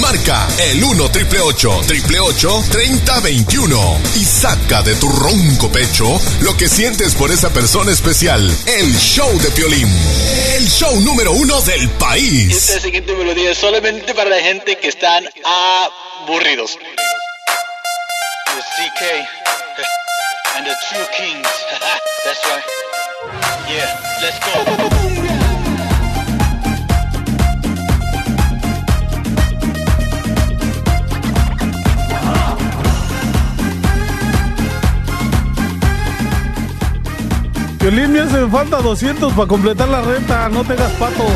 Marca el 1 triple 8 3021 y saca de tu ronco pecho lo que sientes por esa persona especial. El show de Piolín. El show número uno del Y país. Esta siguiente melodía es solamente para la gente que están aburridos. The CK and the True Kings. That's right. Yeah, let's go. Violín, me hace falta 200 para completar la renta. No te hagas pato.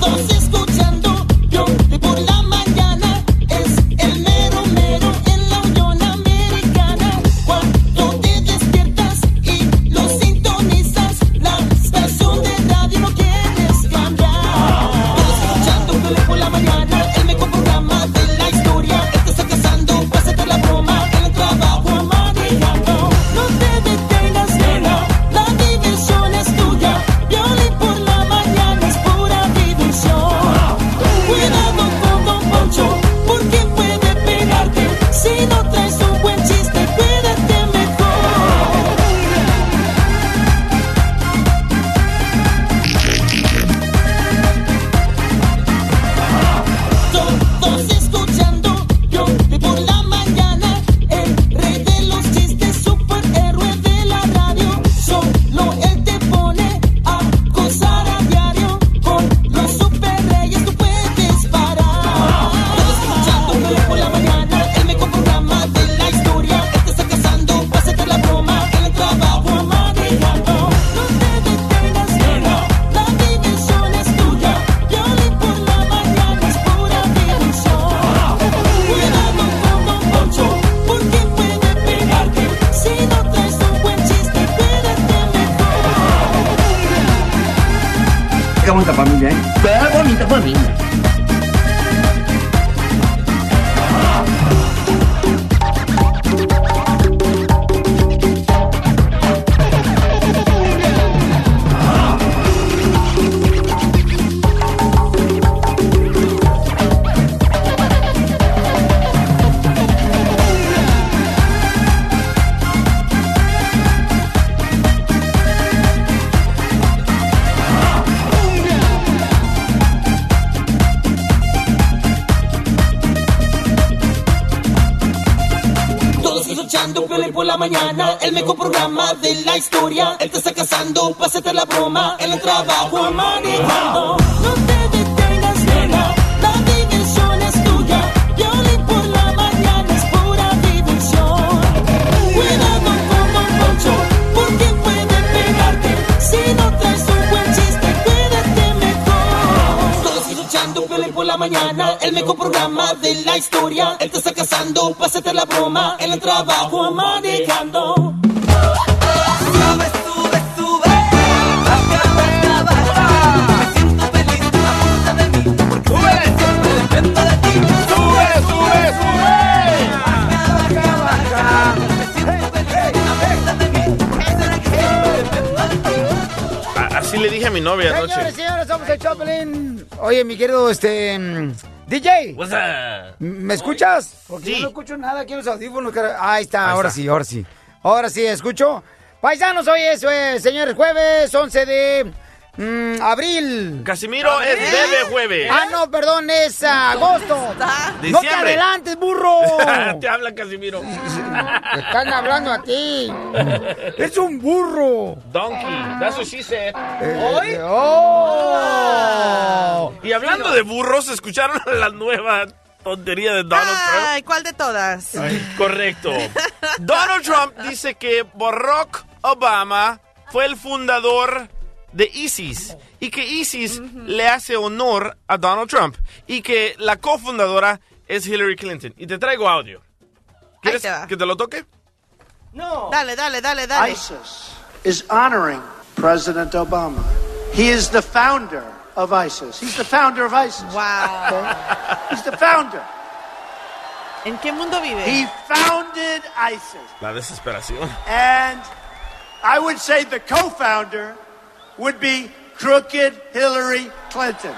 Todos escuchando, yo por la mañana es el mero mero en la Unión Americana. Cuando te despiertas y lo sintonizas, la estación de radio no quieres cambiar. Todos escuchando, yo por la mañana, el mejor programa de la historia. Él te está casando, pásate la broma, en el trabajo manejando. No te detengas, nena, la diversión es tuya. Violín por la mañana es pura diversión. Cuidado con Don Poncho, porque puede pegarte. Si no traes un buen chiste, cuídate mejor. Todos escuchando, yo por la mañana, el rey de los chistes, superhéroe de la radio. Solo él te pone a gozar a diario con los superreyes, tú puedes parar. Todos escuchando, yo por la mañana, el mejor programa de la historia. Él te está casando, pásate la broma, en el trabajo manejando. No te detengas, nena, la diversión es tuya. Violín por la mañana es pura diversión. Cuidado con Don Poncho, porque puede pegarte. Si no traes un buen chiste, cuídate mejor. Qué bonita familia, ¿eh? Qué bonita familia. Todos escuchando Piolín por la mañana, el mejor programa de la historia. Él te está casando, pásate la broma, en el trabajo manejando. No te detengas, nena, la diversión es tuya. Piolín por la mañana es pura diversión. Cuidado con Don Poncho, porque puede pegarte. Si no traes un buen chiste, cuídate mejor. Todos escuchando Piolín por la mañana, el mejor programa de la historia. Él te está casando, pásate la broma, en el trabajo manejando. A- Así le dije a mi novia Señores, anoche. señores, somos el Choplin. Oye, mi querido, este. mm, DJ. What's up? ¿Me escuchas? Porque Sí. yo no escucho nada aquí en los audífonos. cara- Ahí está, Ahí ahora está. sí, ahora sí. Ahora sí, escucho. Paisanos, hoy es, eh, señores, jueves 11 de mm, abril. Casimiro es bebé jueves. Ah, no, perdón, es agosto. No te Diciembre. adelantes, burro. Te habla Casimiro. Te están hablando a ti. Es un burro. Donkey. That's what she said. Eh, ¡Oh! Y hablando de burros, ¿escucharon la nueva tontería de Donald Ah. Trump? Ay, ¿cuál de todas? Correcto. Donald Trump dice que Barack Obama fue el fundador de ISIS y que ISIS le hace honor a Donald Trump y que la cofundadora es Hillary Clinton. Y te traigo audio. ¿Quieres te va. que te lo toque? No. Dale, dale, dale, dale. ISIS is honoring President Obama. He is the founder of ISIS. He's the founder of ISIS. Wow. He's the founder. ¿En qué mundo vive? He founded ISIS. La desesperación. And I would say the co founder would be crooked Hillary Clinton.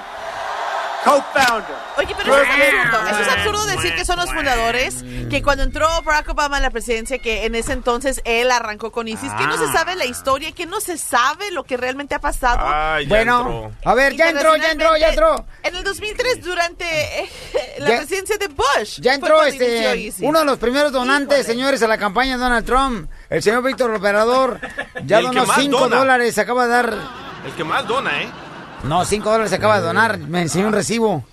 Co founder. Oye, pero eso es absurdo. Eso es absurdo decir que son los fundadores, que cuando entró Barack Obama a la presidencia, que en ese entonces él arrancó con ISIS, que no se sabe la historia, que no se sabe lo que realmente ha pasado. bueno, a ver, ya entró, ya entró, ya entró. En el 2003, durante eh, la Ya- presidencia de Bush, Ya fue entró cuando inició este, ISIS. uno de los primeros donantes, señores, a la campaña de Donald Trump. El señor Víctor Operador ya El que donó más 5 dona. dólares, acaba de dar... El que más dona, ¿eh? No, 5 dólares acaba de donar, me enseñó un recibo.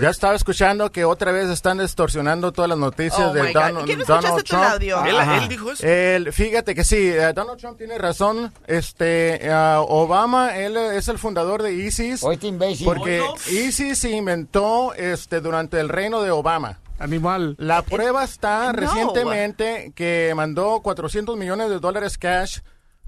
Ya estaba escuchando que otra vez están distorsionando todas las noticias Oh my de God. Donald, ¿Quién escuchaste Donald tú, Trump. Claudio? ¿Él- Ajá. él dijo eso? Él- fíjate que sí, eh, Donald Trump tiene razón. Este ah, Obama, él eh, es el fundador de ISIS. este Porque ISIS se inventó este durante el reino de Obama. Animal. La prueba está no. recientemente que mandó 400 millones de dólares cash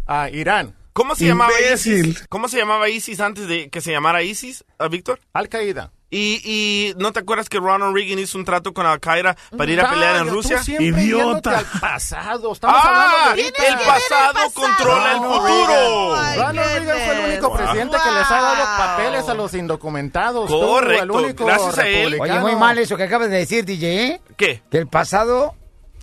a Irán. ¿Cómo se llamaba ISIS? ¿Cómo se llamaba ISIS antes de que se llamara ISIS, ah, Víctor? Al Qaeda. Y, y no te acuerdas que Ronald Reagan hizo un trato con Al Qaeda para ir a pelear en Claudio, tú Rusia? siempre yéndote al pasado. Estamos Ah, hablando de ahorita. el pasado controla el Ronald futuro. Reagan. Ronald Reagan fue el único Wow. presidente que les ha dado papeles a los indocumentados. Tú, el único Oye, republicano. muy mal eso que acabas de decir, DJ. ¿eh? ¿Qué? Que el pasado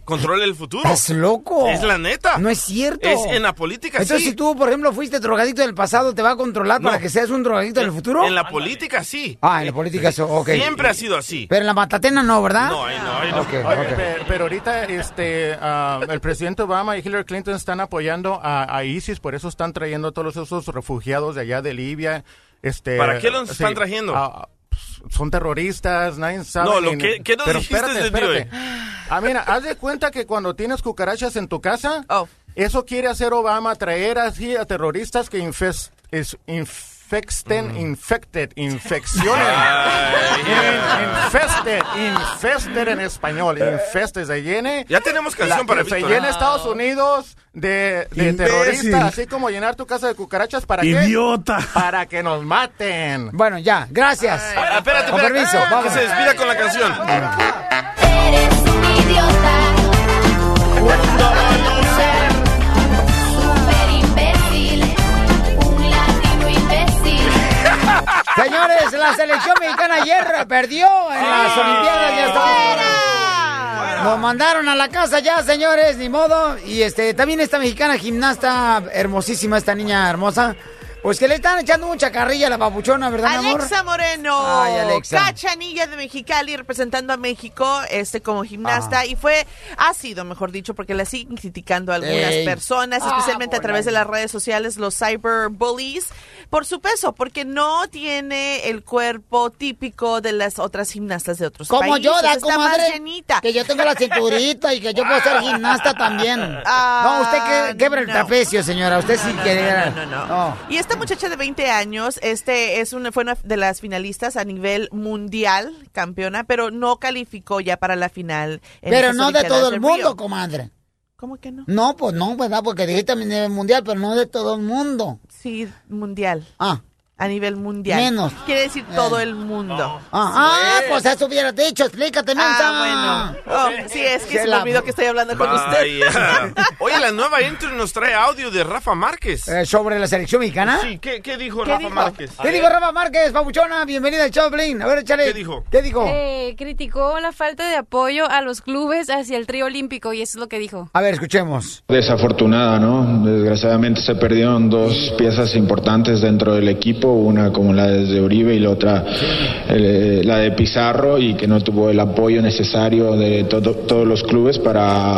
Controla el futuro. es loco. Es la neta. No es cierto. Es en la política, Entonces, sí. si tú, por ejemplo, fuiste drogadicto del pasado, ¿te va a controlar para No. que seas un drogadicto del futuro? En la política, sí. Ah, en la política, eso, ok. Siempre ha sido así. Pero en la matatena no, ¿verdad? No, ahí no, ahí no. Ok, Oye, ok. pe- Pero ahorita este, ah, el presidente Obama y Hillary Clinton están apoyando a, a ISIS, por eso están trayendo todos esos refugiados de allá de Libia. Este, ¿Para qué los sí, están trayendo? ah, pues, son terroristas, nadie sabe. No, lo ni- que- ¿qué nos pero dijiste espérate, desde hoy? espérate. Ah, mira, haz de cuenta que cuando tienes cucarachas en tu casa, eso quiere hacer Obama traer así a terroristas que infes- es- infecten, infected, infeccionen. Mm. Ay, yeah. Infested, infested en español, infested, se llene. Eh. Ya tenemos canción la- para Se Víctor. ¿eh? llena Estados Unidos de, de Imbécil. terroristas, así como llenar tu casa de cucarachas, ¿para qué? Ah, Idiota. Para que nos maten. Bueno, ya, gracias. Ah, espérate, Con espérate. permiso, que vamos. se despida con la canción. Señores, la selección mexicana ayer perdió en las Olimpiadas, ya estamos fuera. Nos mandaron a la casa ya, señores, ni modo. Y este, también esta mexicana gimnasta hermosísima, esta niña hermosa. Pues que le están echando mucha carrilla a la papuchona, ¿verdad, mi amor? Alexa Moreno, Ay, Alexa. cachanilla de Mexicali representando a México este como gimnasta Ah. y fue ha sido, mejor dicho, porque la siguen criticando a algunas Ey. personas, Ah, especialmente a por través ahí. de las redes sociales, los cyberbullies, por su peso, porque no tiene el cuerpo típico de las otras gimnastas de otros Como países. yo, da está más comadre, llenita. que yo tengo la cinturita y que yo puedo ser gimnasta también. Ah, no, usted que, quebra el trapecio, señora. Usted sí que... no, no, Y esta muchacha de 20 años, este es una, fue una de las finalistas a nivel mundial, campeona, pero no calificó ya para la final. en Pero estas no de Olimpiadas todo el Río. mundo, comadre. ¿Cómo que no? No, pues no, ¿verdad? Porque dijiste a nivel mundial, pero no de todo el mundo. Sí, mundial. Ah. A nivel mundial. Menos. Eh. Quiere decir todo el mundo. Ah, ah, pues eso hubiera dicho, explícate, mensa. Ah, bueno. Oh, sí, es que se me la- olvidó que estoy hablando con usted. Vaya. Oye, la nueva intro nos trae audio de Rafa Márquez. Eh, ¿Sobre la selección mexicana? Sí, ¿qué, qué dijo ¿Qué Rafa dijo? Márquez? ¿Qué dijo Rafa Márquez, Pabuchona? Bienvenida al Choplin. A ver, échale. ¿Qué dijo? ¿Qué dijo? Eh, criticó la falta de apoyo a los clubes hacia el trío olímpico y eso es lo que dijo. A ver, escuchemos. Desafortunada, ¿no? Desgraciadamente se perdieron dos piezas importantes dentro del equipo, una como la de Uribe y la otra eh, la de Pizarro y que no tuvo el apoyo necesario de todo- todos los clubes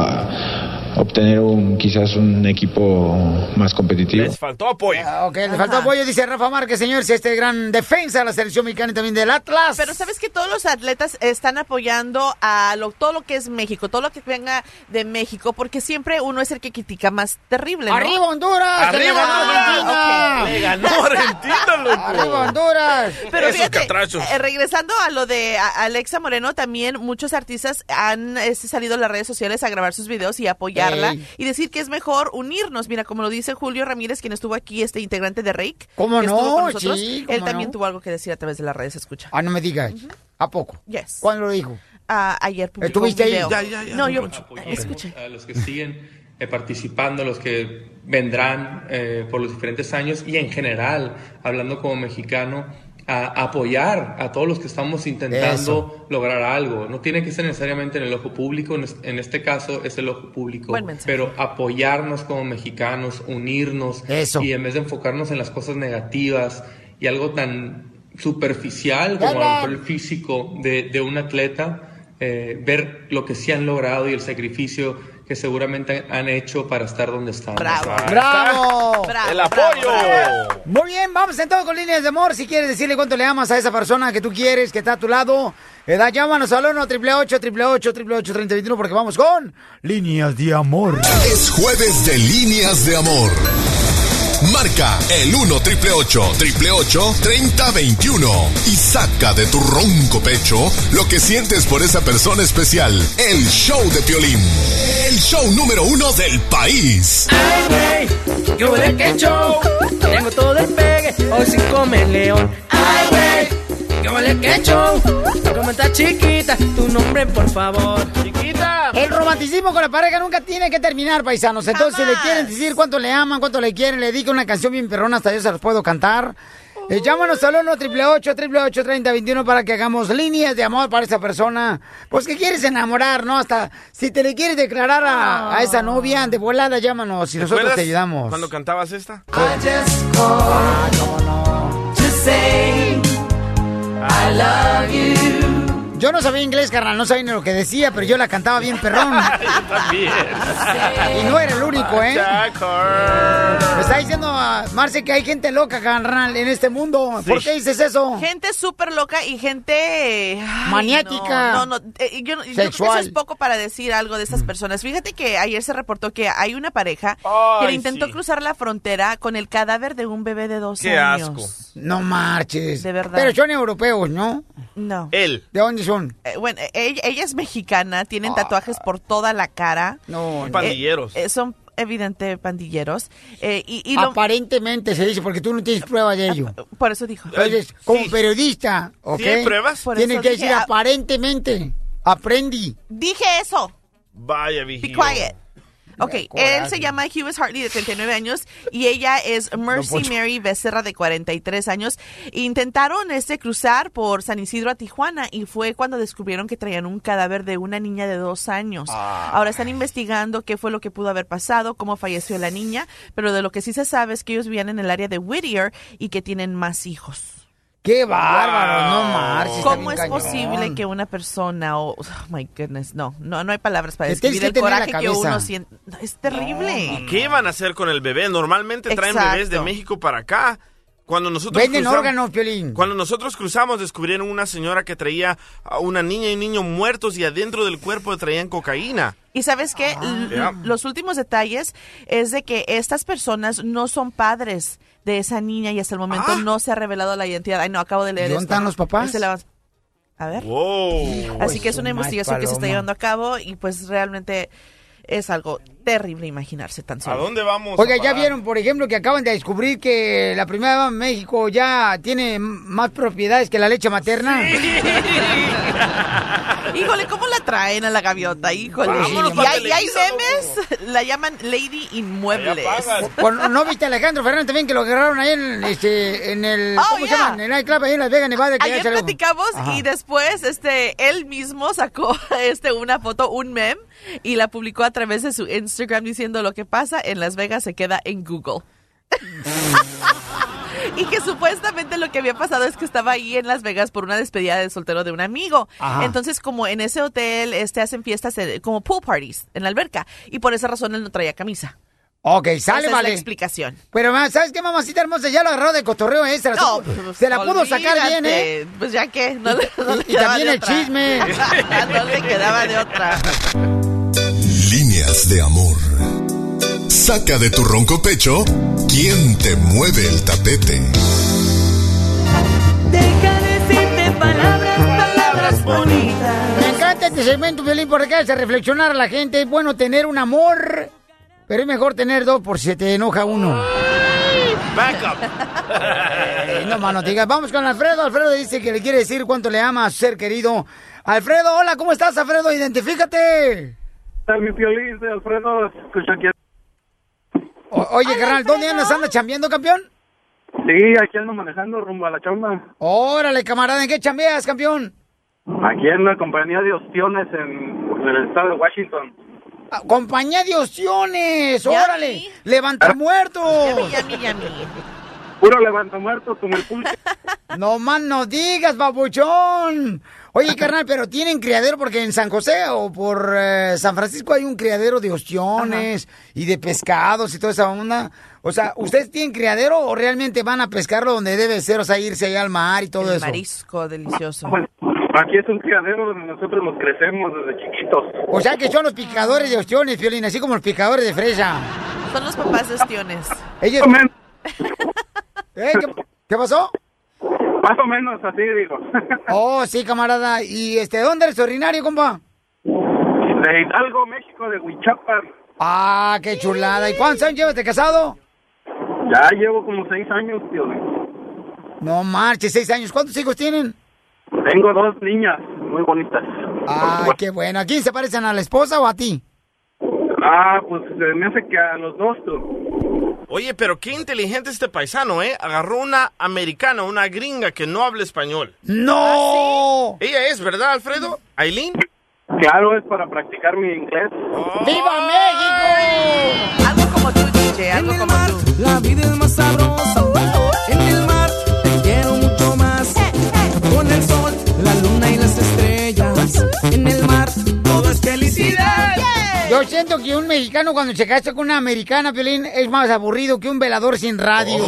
para obtener un quizás un equipo más competitivo. Faltó apoyo. Ah, ok, le faltó apoyo, dice Rafa Márquez, señores, este gran defensa de la selección mexicana y también del Atlas. Pero sabes que todos los atletas están apoyando a lo, todo lo que es México, todo lo que venga de México, porque siempre uno es el que critica más terrible. ¿no? ¡Arriba Honduras! ¡Que le ¡Arriba, ganó Honduras! Argentina! Ok. Le ganó Argentina, loco. ¡Arriba Honduras! Pero Esos fíjate, catrachos. eh, regresando a lo de este, a- Alexa Moreno, también muchos artistas han eh, salido a las redes sociales a grabar sus videos y apoyar criticarla y decir que es mejor unirnos. Mira, como lo dice Julio Ramírez, quien estuvo aquí, este integrante de Reik. ¿Cómo que no? estuvo con nosotros, Sí, ¿cómo él también no? tuvo algo que decir a través de las redes, escucha. Ah, no me digas. ¿A poco? Yes. ¿Cuándo lo dijo? Ah, ayer publicó ¿Estuviste un ahí? video. Ya, ya, ya, no, don yo Poncho. escuché. A los que siguen eh, participando, los que vendrán eh, por los diferentes años y en general, hablando como mexicano, a apoyar a todos los que estamos intentando Eso. lograr algo. No tiene que ser necesariamente en el ojo público, en es- en este caso es el ojo público, Buen mensaje. pero apoyarnos como mexicanos, unirnos y en vez de enfocarnos en las cosas negativas y algo tan superficial como a lo mejor el físico de, de un atleta, eh, ver lo que sí han logrado y el sacrificio que seguramente han hecho para estar donde están. ¡Bravo! El apoyo. Muy bien, vamos entonces con líneas de amor. Si quieres decirle cuánto le amas a esa persona que tú quieres, que está a tu lado, edad, llámanos al 1 888 888 3021 porque vamos con líneas de amor. Es jueves de líneas de amor. Marca el 1 triple 888 3021 y saca de tu ronco pecho lo que sientes por esa persona especial. El show de Piolín. El show número uno del país. Ay, güey, yo de que show. Tengo todo el pegue, hoy sí come león. Ay, güey, yo de que show. Como está chiquita, tu nombre, por favor. El romanticismo con la pareja nunca tiene que terminar, paisanos. Entonces, si le quieren decir cuánto le aman, cuánto le quieren, le dedico una canción bien perrona, hasta yo se las puedo cantar. Eh, llámanos al 1 888 3021 para que hagamos líneas de amor para esa persona. Pues que quieres enamorar, ¿no? Hasta si te le quieres declarar a, a esa novia de volada, llámanos y nosotros ¿Recuerdas te ayudamos. ¿Cuándo cantabas esta? Ah, cómo no. Yo no sabía inglés, carnal, no sabía ni lo que decía, pero yo la cantaba bien perrón. Y no era el único, ¿eh? Me está diciendo a Marce que hay gente loca, carnal, en este mundo. ¿Por qué dices eso? Gente súper loca y gente... ay, Maniática. No, no, no, eh, yo, yo creo que eso Sexual. Mm. es poco para decir algo de estas personas. Fíjate que ayer se reportó que hay una pareja que le Ay, intentó cruzar la frontera con el cadáver de un bebé de 12 años. No marches. De verdad. Pero son europeos, ¿no? No. Él. ¿De dónde son? Eh, bueno, eh, ella, ella es mexicana, tienen tatuajes por toda la cara. Ah. No, no. Pandilleros. Eh, son evidente pandilleros. Eh, y, y lo- Ah, Aparentemente se dice, porque tú no tienes prueba de ello. por eso dijo. Entonces, como periodista, ¿ok? ¿Sí hay pruebas? Por Tienes eso que dije, decir ah, aparentemente. Aprendí. Dije eso. Vaya, vigilio. Be quiet. Ok, él se llama Hughes Hartley de 39 años y ella es Mercy Poncho. Mary Becerra de 43 años. Intentaron este cruzar por San Isidro a Tijuana y fue cuando descubrieron que traían un cadáver de una niña de dos años. Ahora están investigando qué fue lo que pudo haber pasado, cómo falleció la niña, pero de lo que sí se sabe es que ellos vivían en el área de Whittier y que tienen más hijos. Ah. ¡Qué bárbaro! No marches. está ¿Cómo bien es cañón. posible que una persona o oh my goodness, no, no, no hay palabras para Que tienes describir que el tener la coraje que cabeza. uno siente. No, Es terrible. ¿Y qué van a hacer con el bebé? Normalmente traen Exacto. bebés de México para acá. Cuando nosotros Venden cruzamos- órganos, Piolín. Cuando nosotros cruzamos descubrieron una señora que traía a una niña y un niño muertos y adentro del cuerpo traían cocaína. Y sabes Ah. que Yeah. los últimos detalles es de que estas personas no son padres de esa niña y hasta el momento Ah. no se ha revelado la identidad. Ay, no, acabo de leer. ¿Y dónde esto. están los papás? Este la- A ver. Así que es una investigación que se está llevando a cabo y pues realmente es algo terrible imaginarse tan solo. vamos? Oiga, ya vieron, por ejemplo, que acaban de descubrir que la primera dama de México ya tiene m- más propiedades que la leche materna. Híjole, ¿cómo la traen a la gaviota? Híjole. Vámonos y para hay, y hay Televisa, memes, la llaman Lady Inmuebles. Bueno, ¿No viste a Alejandro Fernández también que lo agarraron ahí en, este, en el. Oh, ¿Cómo yeah. se llama? En el nightclub ahí en Las Vegas, Nevada. que ya Ayer salió. platicamos Ajá. y después este él mismo sacó este una foto, un meme y la publicó a través de su Instagram diciendo lo que pasa en Las Vegas se queda en Google. Y que supuestamente lo que había pasado es que estaba ahí en Las Vegas por una despedida de soltero de un amigo. Ajá. Entonces, como en ese hotel este, hacen fiestas eh, como pool parties en la alberca. Y por esa razón él no traía camisa. Ok, sale, Esa es la vale. explicación. Pero, ma, ¿sabes qué, mamacita hermosa? Ya lo agarró de cotorreo, ¿eh? Se la, No, supo- pues, se la pudo sacar bien, ¿eh? olvídate. Pues ya que. No, le- no le Y quedaba también de el otra. chisme. Ah, no le quedaba de otra. Líneas de amor. Saca de tu ronco pecho quién te mueve el tapete. Palabras, palabras bonitas. Me encanta Este segmento, Violín, por acá hace reflexionar a la gente. Es bueno tener un amor, pero es mejor tener dos por si se te enoja uno. Backup. Eh, no, mano, te digas. Vamos con Alfredo. Alfredo dice que le quiere decir cuánto le ama a su ser querido. Alfredo, hola, ¿cómo estás, Alfredo? Identifícate. Mi violín de Alfredo, escucha aquí. O- oye, carnal, ¿dónde andas? ¿Andas chambeando, campeón? Sí, aquí ando manejando rumbo a la chamba. Órale, camarada, ¿en qué chambeas, campeón? Aquí en la compañía de ostiones en, en el estado de Washington. Ah, Compañía de Ociones, órale, Ah. levanta muertos. Puro levanta muertos como el pulque. No más no digas, babuchón. Oye, carnal, pero tienen criadero porque en San José o por eh, San Francisco hay un criadero de ostiones y de pescados y toda esa onda. O sea, ¿ustedes tienen criadero o realmente van a pescarlo donde debe ser? O sea, irse allá al mar y todo El eso. marisco delicioso. Aquí es un criadero donde nosotros nos crecemos desde chiquitos. O sea, que son los picadores de ostiones, Piolín, así como los picadores de fresa. Son los papás de ostiones. Ellos... ¿Eh? ¿Qué, qué pasó? Más o menos así, digo. Oh, sí, camarada. ¿Y este, dónde eres ordinario, compa? De Hidalgo, México, de Huichapa. Ah, qué chulada. ¿Y cuántos años llevas de casado? Ya llevo como seis años, tío. No marches, seis años. ¿Cuántos hijos tienen? Tengo dos niñas muy bonitas. Ah, qué bueno. ¿A quién se parecen? ¿A la esposa o a ti? Ah, pues se me hace que a los dos, tú. Oye, pero qué inteligente este paisano, ¿eh? Agarró una americana, una gringa que no habla español. Ah, ¡No! Ella es, ¿verdad, Alfredo? ¿Aileen? Claro, es para practicar mi inglés. Oh. ¡Viva México! Algo como tú, DJ, algo como tú. La vida es más sabrosa. En el mar te quiero mucho más. Con el sol, la luna y las estrellas. En el mar todo es felicidad. Yo siento que un mexicano cuando se casa con una americana, Piolín, es más aburrido que un velador sin radio.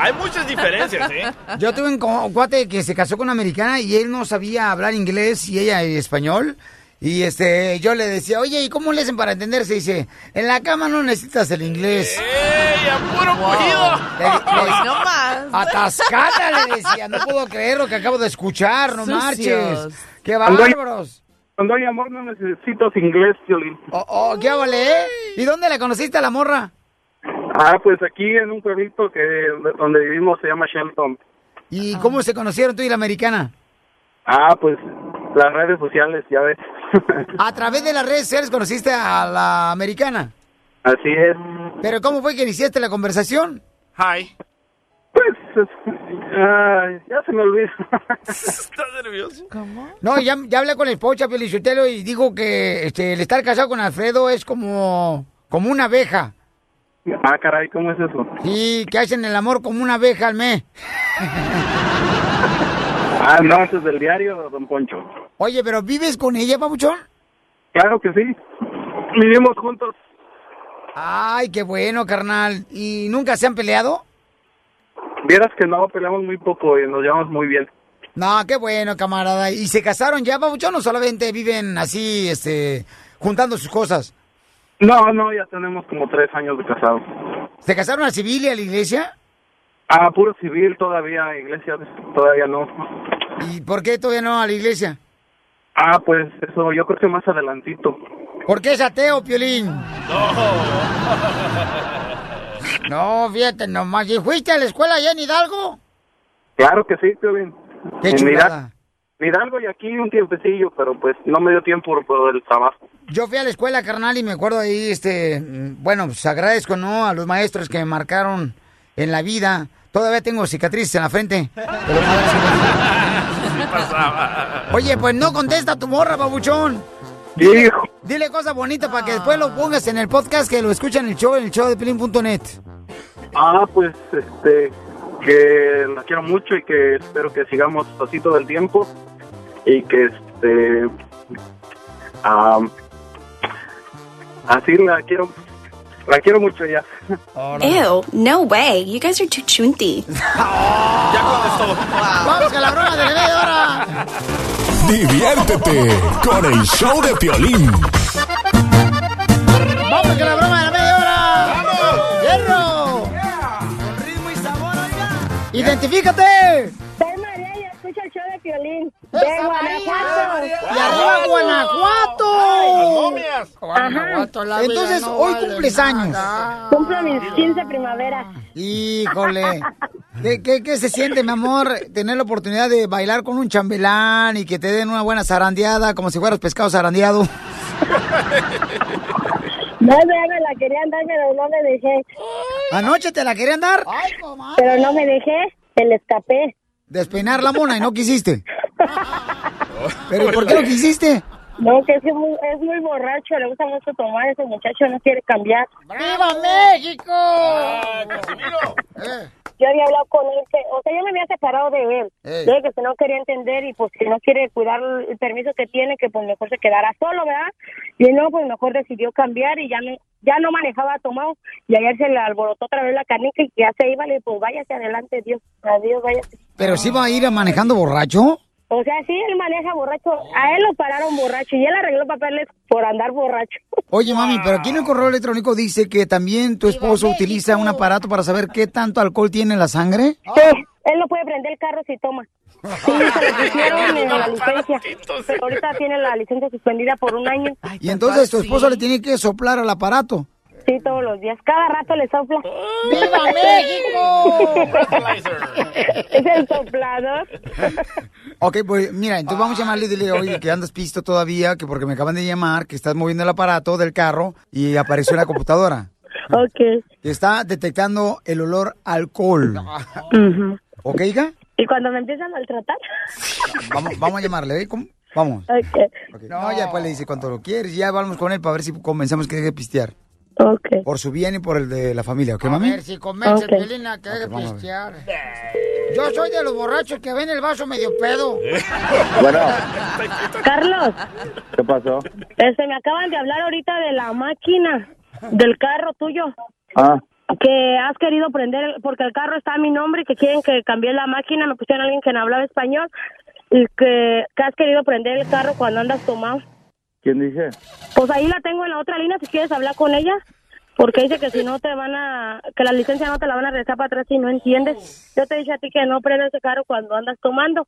Oh. Hay muchas diferencias, ¿eh? Yo tuve un co- un cuate que se casó con una americana y él no sabía hablar inglés y ella español. Y este, yo le decía, oye, ¿y cómo le hacen para entenderse? Y dice, en la cama no necesitas el inglés. ¡Ey, a puro Le- Pues le- Atascada, le decía. No puedo creer lo que acabo de escuchar, no Sucios. marches. ¡Qué Cuando hay- bárbaros! Cuando hay amor no necesito inglés, Violín. Oh, oh, qué vale, ¿eh? ¿Y dónde la conociste a la morra? Ah, pues aquí en un pueblito que donde vivimos se llama Shelton. ¿Y cómo se conocieron tú y la americana? Ah, pues las redes sociales, ya ves. A través de las redes sociales conociste a la americana. Así es. ¿Pero cómo fue que iniciaste la conversación? Hi. Ay, Ah, ya se me olvidó. ¿Estás nervioso? ¿Cómo? No, ya, ya hablé con la esposa, Pelichotelo, y digo que este, el estar casado con Alfredo es como, como una abeja. Ah, caray, ¿cómo es eso? Sí, que hacen el amor como una abeja al mes. Ah, no, eso es del diario, don Poncho. Oye, pero ¿vives con ella, papuchón? Claro que sí. Vivimos juntos. Ay, qué bueno, carnal. ¿Y nunca se han peleado? Vieras que no, peleamos muy poco y nos llevamos muy bien. No, qué bueno, camarada. ¿Y se casaron ya, papuchón, o solamente viven así, este, juntando sus cosas? No, no, ya tenemos como tres años de casados. ¿Se casaron al civil y a la iglesia? Ah, puro civil todavía, iglesia todavía no. ¿Y por qué todavía no a la iglesia? Ah, pues eso, yo creo que más adelantito. Porque es ateo, Piolín. No, fíjate nomás. ¿Y fuiste a la escuela allá en Hidalgo? Claro que sí, Piolín. Qué En chulada. Hidal- en Hidalgo y aquí un tiempecillo, pero pues no me dio tiempo por, por el trabajo. Yo fui a la escuela, carnal, y me acuerdo ahí, este, mm, bueno, pues agradezco, ¿no? A los maestros que me marcaron en la vida. Todavía tengo cicatrices en la frente. Sí pasaba. Oye, pues no contesta tu morra, babuchón. Dile, dile cosas bonitas para que después lo pongas en el podcast que lo escuchan en el show, en el show de Pelín.net. Ah, pues este, que la quiero mucho y que espero que sigamos así todo el tiempo y que este, am, así la quiero, la quiero mucho ya. Ew, no way. You guys are too chunty. Vamos con la broma de la media hora. Diviértete con el show de Piolín. Vamos con la broma de la media hora. ¡Vamos! ¡Hierro! Identifícate. Soy María y escucho el show de violín. ¡De Guanajuato! ¡Y arriba Guanajuato! Guanajuato, la vida Entonces, no hoy vale cumples nada. años. Cumplo mis 15 primaveras. Híjole. ¿Qué, qué, qué se siente, mi amor, tener la oportunidad de bailar con un chambelán y que te den una buena zarandeada, como si fueras pescado zarandeado? No me la querían dar, pero no me dejé. ¿Anoche te la querían dar? Pero no me dejé, se le escapé. Despeinar la mona y no quisiste. ¿Pero ¿y por qué no quisiste? No, que es muy, es muy borracho, le gusta mucho tomar, ese muchacho no quiere cambiar. ¡Viva México! Yo había hablado con él, que, o sea, yo me había separado de él. Ey. Dije que si no quería entender y pues que no quiere cuidar el permiso que tiene, que pues mejor se quedara solo, ¿verdad? Y no, pues mejor decidió cambiar y ya no, ya no manejaba tomado. Y ayer se le alborotó otra vez la canica y ya se iba, le dije, pues váyase adelante, Dios, adiós, váyase. ¿Pero si va a ir a manejando borracho? O sea, sí, él maneja borracho. A él lo pararon borracho y él arregló papeles por andar borracho. Oye, mami, pero aquí en el correo electrónico dice que también tu esposo utiliza un aparato para saber qué tanto alcohol tiene en la sangre. Sí, él no puede prender el carro si toma. Sí, se lo pusieron en la licencia. Pero ahorita tiene la licencia suspendida por un año. Y entonces tu esposo le tiene que soplar al aparato. Sí, todos los días. Cada rato le sopla. ¡Viva México! es el soplador. Ok, pues mira, entonces vamos a llamarle y dile, oye, que andas pisto todavía, que porque me acaban de llamar, que estás moviendo el aparato del carro y apareció en la computadora. Ok. Está detectando el olor a alcohol. ¿Ok, hija? Y cuando me empiezan a maltratar. Vamos, vamos a llamarle, ¿eh? ¿Cómo? Vamos. Ok. No, ya pues le dice cuánto lo quieres, ya vamos con él para ver si comenzamos que deje de pistear. Ok. Por su bien y por el de la familia, ¿ok, A mami? ver si convence Ok. Piolina que deje Ok, vamos a ver. Yo soy de los borrachos que ven el vaso medio pedo. Bueno, Carlos, ¿qué pasó? este, me acaban de hablar ahorita de la máquina del carro tuyo. Ah, Que has querido prender, el- porque el carro está a mi nombre y que quieren que cambie la máquina. Me pusieron a alguien que no hablaba español y que, que has querido prender el carro cuando andas tomado. ¿quién dice? Pues ahí la tengo en la otra línea si quieres hablar con ella. Porque dice que si no te van a, que la licencia no te la van a regresar para atrás si no entiendes. Yo te dije a ti que no prendas ese carro cuando andas tomando.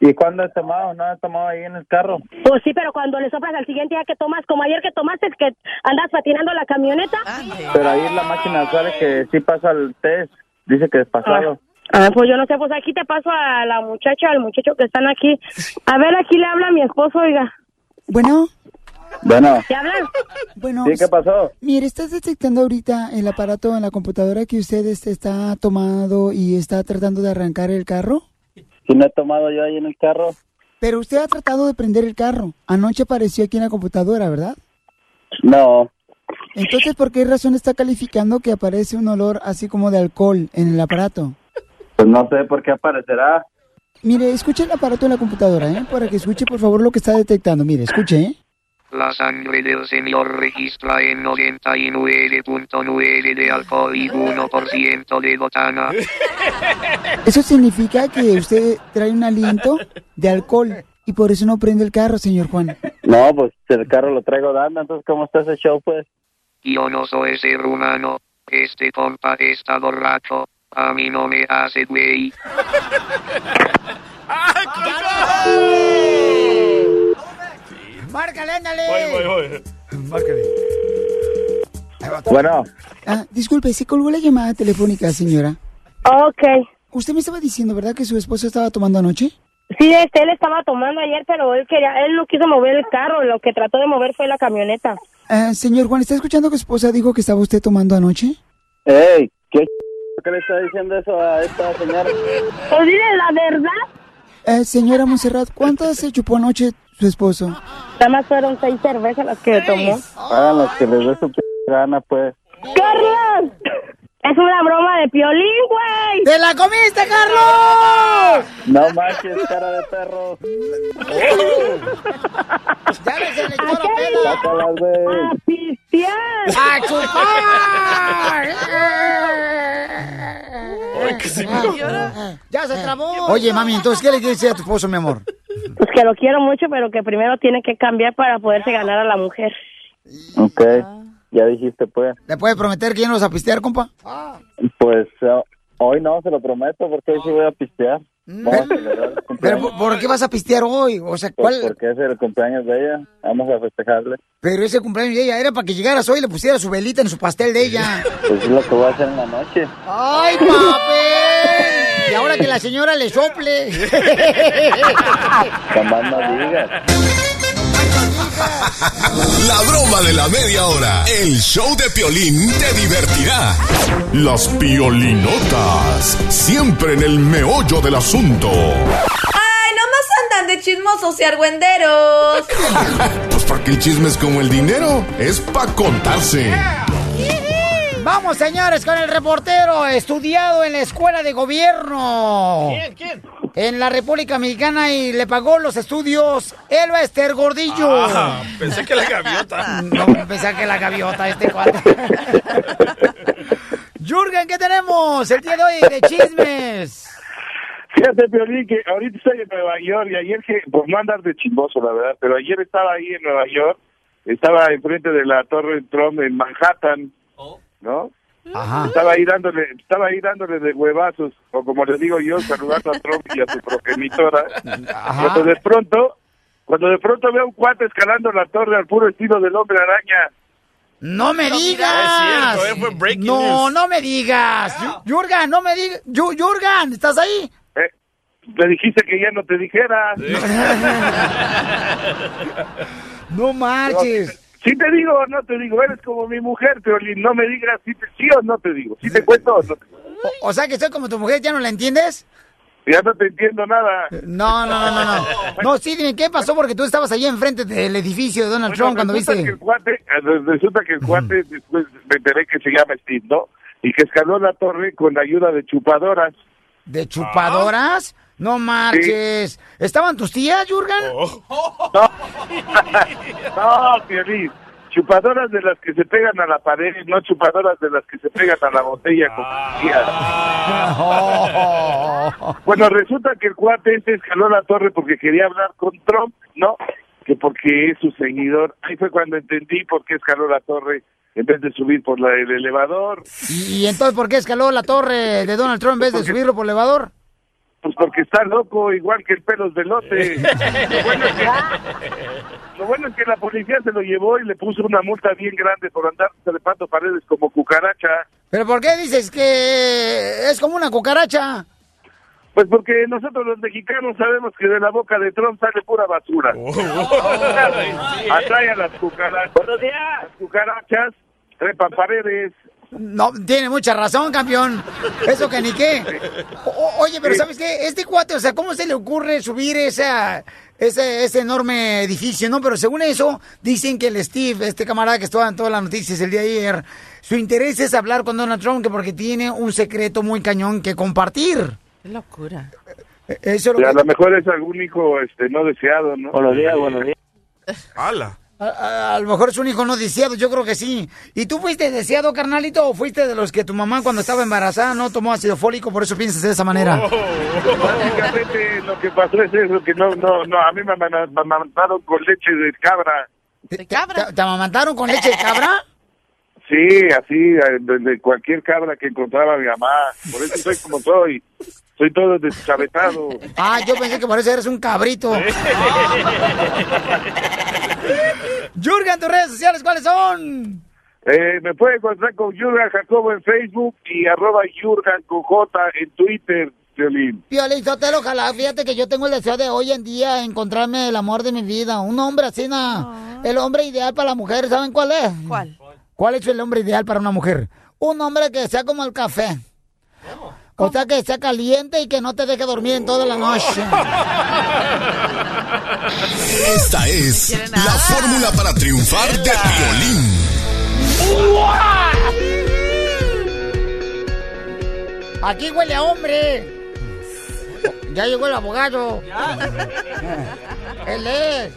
¿Y cuándo has tomado? ¿No has tomado ahí en el carro? Pues sí, pero cuando le soplas al siguiente día que tomas, como ayer que tomaste, que andas patinando la camioneta. Pero ahí en la máquina sale que sí pasa el test. Dice que es pasado. Ah, pues yo no sé, pues aquí te paso a la muchacha, al muchacho que están aquí. A ver, aquí le habla mi esposo, oiga. Bueno, Bueno, ¿Te hablan? bueno. ¿sí qué pasó? Mire, estás detectando ahorita el aparato en la computadora que usted este, está tomado y está tratando de arrancar el carro. Si no he tomado yo ahí en el carro. Pero usted ha tratado de prender el carro. Anoche apareció aquí en la computadora, ¿verdad? No, Entonces, ¿por qué razón está calificando que aparece un olor así como de alcohol en el aparato? pues no sé por qué aparecerá. Mire, escuche el aparato en la computadora, ¿eh? Para que escuche, por favor, lo que está detectando. Mire, escuche, ¿eh? La sangre del señor registra en 99.9 de alcohol y 1% de botana. Eso significa que usted trae un aliento de alcohol y por eso no prende el carro, señor Juan. No, pues el carro lo traigo dando, entonces ¿cómo está ese show, pues? Yo no soy ser humano. Este compa está borracho. A mí no me hace güey. ¡Márcale, ándale! Márcale. Bueno, Ah, disculpe, se colgó la llamada telefónica, señora. Ok. Usted me estaba diciendo, ¿verdad, que su esposo estaba tomando anoche? Sí, este, él estaba tomando ayer, pero él quería, él no quiso mover el carro, lo que trató de mover fue la camioneta. Ah, señor Juan, ¿está escuchando que su esposa dijo que estaba usted tomando anoche? ¡Ey! ¿Qué, ch- qué le está diciendo eso a esta señora? Pues dile la verdad. Ah, señora Monserrat, ¿cuántas se chupó anoche su esposo? Nada más fueron seis cervezas las que tomó. Hagan los que les dé su p gana, pues. ¡Carlos! Es una broma de piolín, güey. ¡Te la comiste, Carlos! No manches, cara de perro. Sácalas, güey. ¡A ¡Ya se trabó! Oye, mami, entonces, ¿qué le quieres decir a tu esposo, mi amor? Pues que lo quiero mucho, pero que primero tiene que cambiar para poderse ganar a la mujer. Ok, ya dijiste, pues. ¿Le puedes prometer que ya no vas a pistear, compa? Pues, ah, Hoy no, se lo prometo, porque hoy sí voy a pistear. Vamos a celebrar el Pero, cumpleaños. ¿por, por qué vas a pistear hoy? O sea, Pues ¿cuál? porque es el cumpleaños de ella. Vamos a festejarle. Pero ese cumpleaños de ella era para que llegaras hoy y le pusieras su velita en su pastel de ella. Pues es lo que voy a hacer en la noche. ¡Ay, papel! Y ahora que la señora le sople. Jamás no digas. La broma de la media hora. El show de Piolín te divertirá. Las piolinotas. Siempre en el meollo del asunto. ¡Ay, nomás andan de chismosos y argüenderos! Pues porque el chisme es como el dinero. Es para contarse. Vamos, señores, con el reportero estudiado en la escuela de gobierno. ¿Quién? ¿Quién? En la República Mexicana y le pagó los estudios Elvester Gordillo. Ah, pensé que la gaviota. No, pensé que la gaviota, este cuate. Jürgen, ¿qué tenemos el día de hoy de chismes? Fíjate, Piolín, que ahorita estoy en Nueva York y ayer que, por no andar de chimboso, la verdad, pero ayer estaba ahí en Nueva York, estaba enfrente de la Torre Trump en Manhattan, ¿no? Ah. Estaba ahí dándole, estaba ahí dándole de huevazos, o como les digo yo, saludando a Trump y a su progenitora. Cuando de pronto, cuando de pronto veo a un cuate escalando la torre al puro estilo del hombre araña. No me digas. es cierto, eh, fue breaking no, news. no me digas. Yu- Jürgen, no me digas. Yu- Jürgen, ¿estás ahí? Eh, le dijiste que ya no te dijera. No marches. Si te digo o no te digo, eres como mi mujer, Piolín, no me digas si te, sí o no te digo, si te cuento o no te O, o sea que estoy como tu mujer, ¿ya no la entiendes? Ya no te entiendo nada. No, no, no, no, no. No, sí, dime, ¿qué pasó? Porque tú estabas ahí enfrente del edificio de Donald Trump cuando resulta Que viste... el cuate, eh, re- resulta que el cuate, después me enteré que se llama Steve, ¿no? Y que escaló la torre con la ayuda de chupadoras. ¿De chupadoras? Ah. No marches. ¿Estaban tus tías, Jurgen? Oh. No, Piolín, chupadoras de las que se pegan a la pared, no chupadoras de las que se pegan a la botella como decía. Bueno, resulta que el cuate este escaló la torre porque quería hablar con Trump, ¿no? Que porque es su seguidor. Ahí fue cuando entendí por qué escaló la torre en vez de subir por la- el elevador. ¿Y entonces por qué escaló la torre de Donald Trump en vez de subirlo por el elevador? Pues porque está loco, igual que el pelos de lote. Lo bueno, es que, lo bueno es que la policía se lo llevó y le puso una multa bien grande por andar trepando paredes como cucaracha. ¿Pero por qué dices que es como una cucaracha? Pues porque nosotros los mexicanos sabemos que de la boca de Trump sale pura basura. Atrae a las cucarachas. Buenos días. Las cucarachas trepan paredes. No, tiene mucha razón, campeón. Eso que ni qué. O- oye, pero Sí. ¿sabes qué? Este cuate, o sea, ¿cómo se le ocurre subir esa, ese, ese enorme edificio, no? Pero según eso, dicen que el Steve, este camarada que estaba en todas las noticias el día de ayer, su interés es hablar con Donald Trump que porque tiene un secreto muy cañón que compartir. Qué locura. E- Eso es Y lo a que... lo mejor es algún hijo este, no deseado, ¿no? Buenos días, buenos días. ¡Hala! A, a- a lo mejor es un hijo no deseado, yo creo que sí. ¿Y tú fuiste deseado, carnalito, o fuiste de los que tu mamá cuando estaba embarazada no tomó ácido fólico, por eso piensas de esa manera? Oh. Básicamente lo que pasó es eso, que no, no, no, a mí me amana- me amamantaron con leche de cabra. ¿Te, te- te amamantaron con leche de cabra? Sí, así, eh, de, de cualquier cabra que encontraba mi mamá. Por eso soy como soy. Soy todo deschavetado. Ah, yo pensé que por eso eres un cabrito. Jurgen, tus redes sociales, ¿cuáles son? Eh, me puede encontrar con Jurgen Jacobo en Facebook y arroba Jurgen con J en Twitter, Violín. Piolín Sotelo, ojalá, fíjate que yo tengo el deseo de hoy en día encontrarme el amor de mi vida. Un hombre así, na, el hombre ideal para la mujer, ¿saben cuál es? ¿Cuál? ¿Cuál es el hombre ideal para una mujer? Un hombre que sea como el café. O sea, que sea caliente y que no te deje dormir en toda la noche. Esta es la fórmula para triunfar de Piolín. Aquí huele a hombre. Ya llegó el abogado. Él es.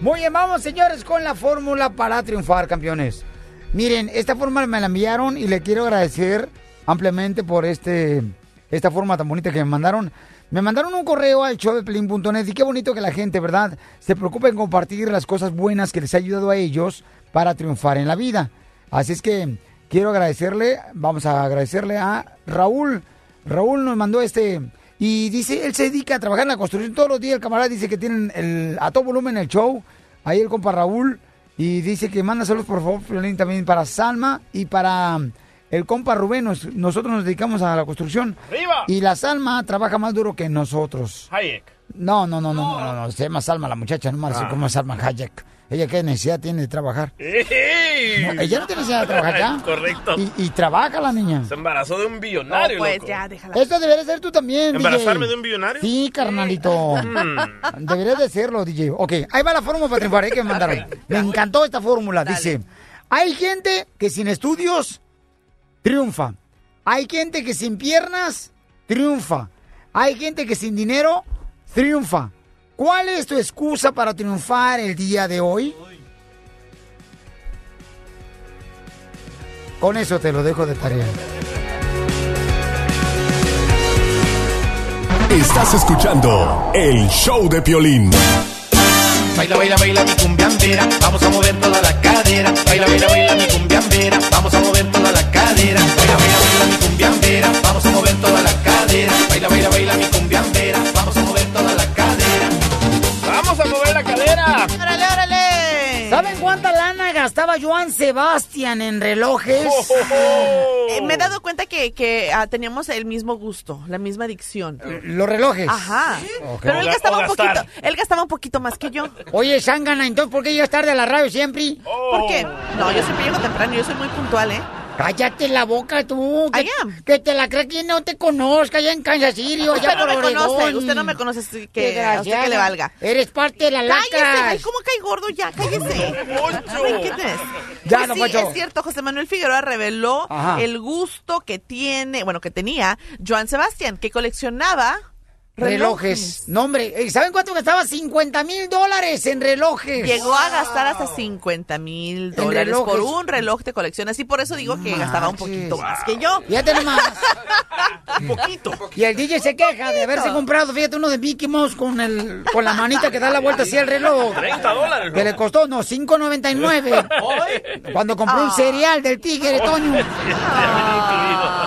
Muy bien, vamos señores con la fórmula para triunfar, campeones. Miren, esta fórmula me la enviaron y le quiero agradecer ampliamente por este esta forma tan bonita que me mandaron. Me mandaron un correo al showdeplin.net y qué bonito que la gente, ¿verdad? Se preocupa en compartir las cosas buenas que les ha ayudado a ellos para triunfar en la vida. Así es que quiero agradecerle, vamos a agradecerle a Raúl. Raúl nos mandó este. Y dice, él se dedica a trabajar en la construcción todos los días. El camarada dice que tienen el, a todo volumen el show. Ahí el compa Raúl. Y dice que manda saludos, por favor, Piolín, también para Salma y para mm, el compa Rubén. Nos- nosotros nos dedicamos a la construcción. ¡Viva! Y la Salma trabaja más duro que nosotros. Hayek. No, no, no, no, no, no, no, se llama Salma la muchacha, no más así Ah. como Salma Hayek. Ella qué necesidad tiene de trabajar. ¡Ey! No, ella no tiene necesidad de trabajar ya. Correcto. Y, y trabaja la niña. Se embarazó de un billonario. pues, pues, loco. Esto debería ser tú también. ¿Embarazarme DJ. de un billonario? Mm. Sí, carnalito. Deberías de serlo, DJ. Ok, ahí va la fórmula para triunfar, ahí que me mandaron. Me encantó esta fórmula. Dice, hay gente que sin estudios triunfa. Hay gente que sin piernas triunfa. Hay gente que sin dinero triunfa. ¿Cuál es tu excusa para triunfar el día de hoy? Con eso te lo dejo de tarea. Estás escuchando el show de Piolín. Baila, baila, baila mi cumbiambera, vamos a mover toda la cadera. Baila, baila, baila mi cumbiambera, vamos a mover toda la cadera. Baila, baila, baila mi cumbiambera, vamos a mover toda la cadera. Baila, baila, baila mi cumbiambera, vamos a mover toda la cadera. Vamos a mover la cadera. ¡Órale, órale! ¿Saben cuánta lana gastaba Joan Sebastián en relojes? oh. Eh, me he dado cuenta que, que ah, teníamos el mismo gusto, la misma adicción. Eh, Los relojes. Ajá. Ok. Pero él O ga- gastaba, o un gastar. poquito, él gastaba un poquito más que yo. Oye, Shangana, entonces, ¿por qué llegas tarde a la radio siempre? Oh. ¿Por qué? No, yo siempre llego temprano, yo soy muy puntual, ¿eh? Cállate la boca tú. Que, que te la creas que no te conozca ya en Kansas City o Usted allá no por me Oregón. conoce, usted no me conoce, así Qué que a usted que le desgraciada. valga. Eres parte de la ¡Cállese! lacra. Ay, ¿Cómo cae gordo ya? ¡Cállese! Ridiculous. Ya, Pues don sí, Poncho. es cierto, José Manuel Figueroa reveló Ajá. el gusto que tiene, bueno, que tenía Joan Sebastián, que coleccionaba Relojes. No, hombre, eh, ¿saben cuánto gastaba? 50 mil dólares en relojes. Llegó a gastar hasta 50 mil dólares relojes. por un reloj de colección. Así por eso digo que gastaba un poquito más que yo. Fíjate nomás. Y el DJ se queja de haberse comprado, fíjate, uno de Mickey Mouse con el con la manita que da la vuelta así al reloj. 30 dólares, Que le costó, no, 5.99. Cuando compró un cereal del tigre, Toño.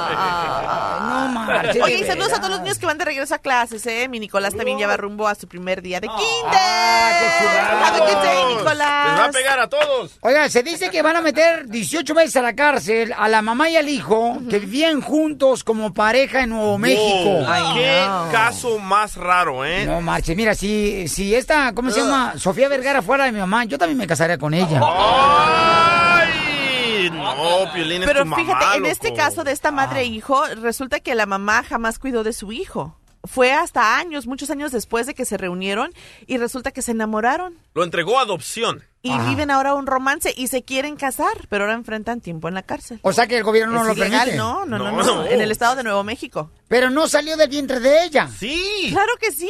No marches. Oye, y saludos a todos los niños que van de regreso a clases, ¿eh? Mi Nicolás también lleva rumbo a su primer día de kinder. Ah, Have a good day, Nicolás. Les va a pegar a todos. Oiga, se dice que van a meter 18 meses a la cárcel a la mamá y al hijo que vivían juntos como pareja en Nuevo México. Wow, qué caso más raro, ¿eh? No marches, mira, si, si esta, ¿cómo se llama? Sofía Vergara fuera de mi mamá, yo también me casaría con ella. Ay, no, Piolín es Pero tu fíjate, mamá, en este loco. Ah. caso de esta madre e hijo, resulta que la mamá jamás cuidó de su hijo. Fue hasta años, muchos años después de que se reunieron y resulta que se enamoraron Lo entregó a adopción. y viven ahora un romance y se quieren casar, pero ahora enfrentan tiempo en la cárcel. O sea que el gobierno no Es lo ilegal, permite. No, no, no, No. no, En el estado de Nuevo México. Pero no salió del vientre de ella. Sí. Claro que sí.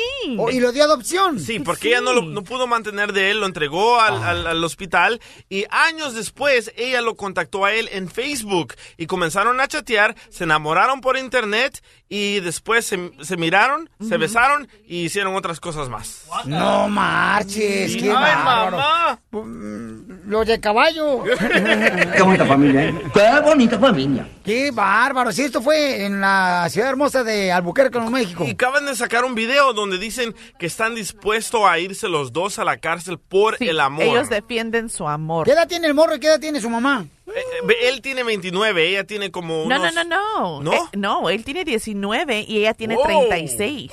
y lo dio adopción. Sí, porque ella no, lo- no pudo mantener de él, lo entregó al, Ah. al- al hospital y años después ella lo contactó a él en Facebook y comenzaron a chatear, se enamoraron por internet y después se, se miraron, se Ujú. besaron y hicieron otras cosas más. No marches, qué bárbaro. Los de caballo. Qué bonita familia, ¿eh? Qué bonita familia. qué bárbaro. Si esto fue en la ciudad hermosa de Albuquerque, Nuevo México. Y acaban de sacar un video donde dicen que están dispuestos a irse los dos a la cárcel por el amor. Ellos defienden su amor. ¿Qué edad tiene el morro y qué edad tiene su mamá? Eh, eh, Él tiene 29, ella tiene como No, no, unos- no, no. ¿No? Eh, no, él tiene 19 y ella tiene Wow. 36.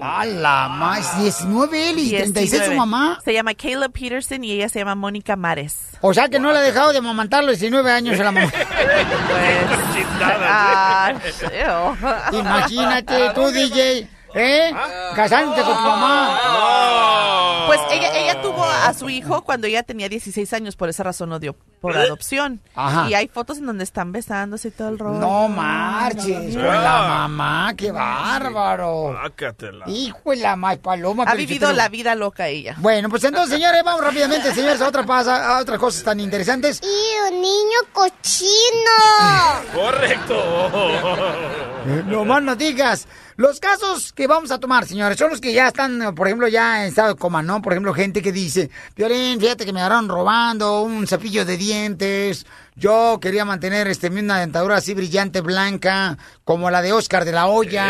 A la más, 19 él y 36 su mamá. Se llama Caleb Peterson y ella se llama Mónica Mares. Pues, O sea que no le ha dejado de amamantar los 19 años a la mamá. Ah, ew. Imagínate tú, DJ, ¿eh? Casándote con tu mamá. Ah. Pues ella, ella tuvo a su hijo cuando ella tenía 16 años, por esa razón no dio por adopción. Ajá. Y hay fotos en donde están besándose y todo el rollo. No marches, con la mamá, qué bárbaro. Sácatela. Hijo de Pues la más paloma. Ha Pio vivido Chotelo. la vida loca ella. Bueno, pues entonces, señores, vamos rápidamente, señores, a, otra pasa, a otras cosas tan interesantes. ¡Y un niño cochino! Correcto. Eh, No más no digas. Los casos que vamos a tomar, señores, son los que ya están, por ejemplo, ya en estado de coma, ¿no? Por ejemplo, gente que dice, Violín, fíjate que me agarraron robando un cepillo de dientes. Yo quería mantener este, una dentadura así brillante, blanca, como la de Oscar de la Hoya.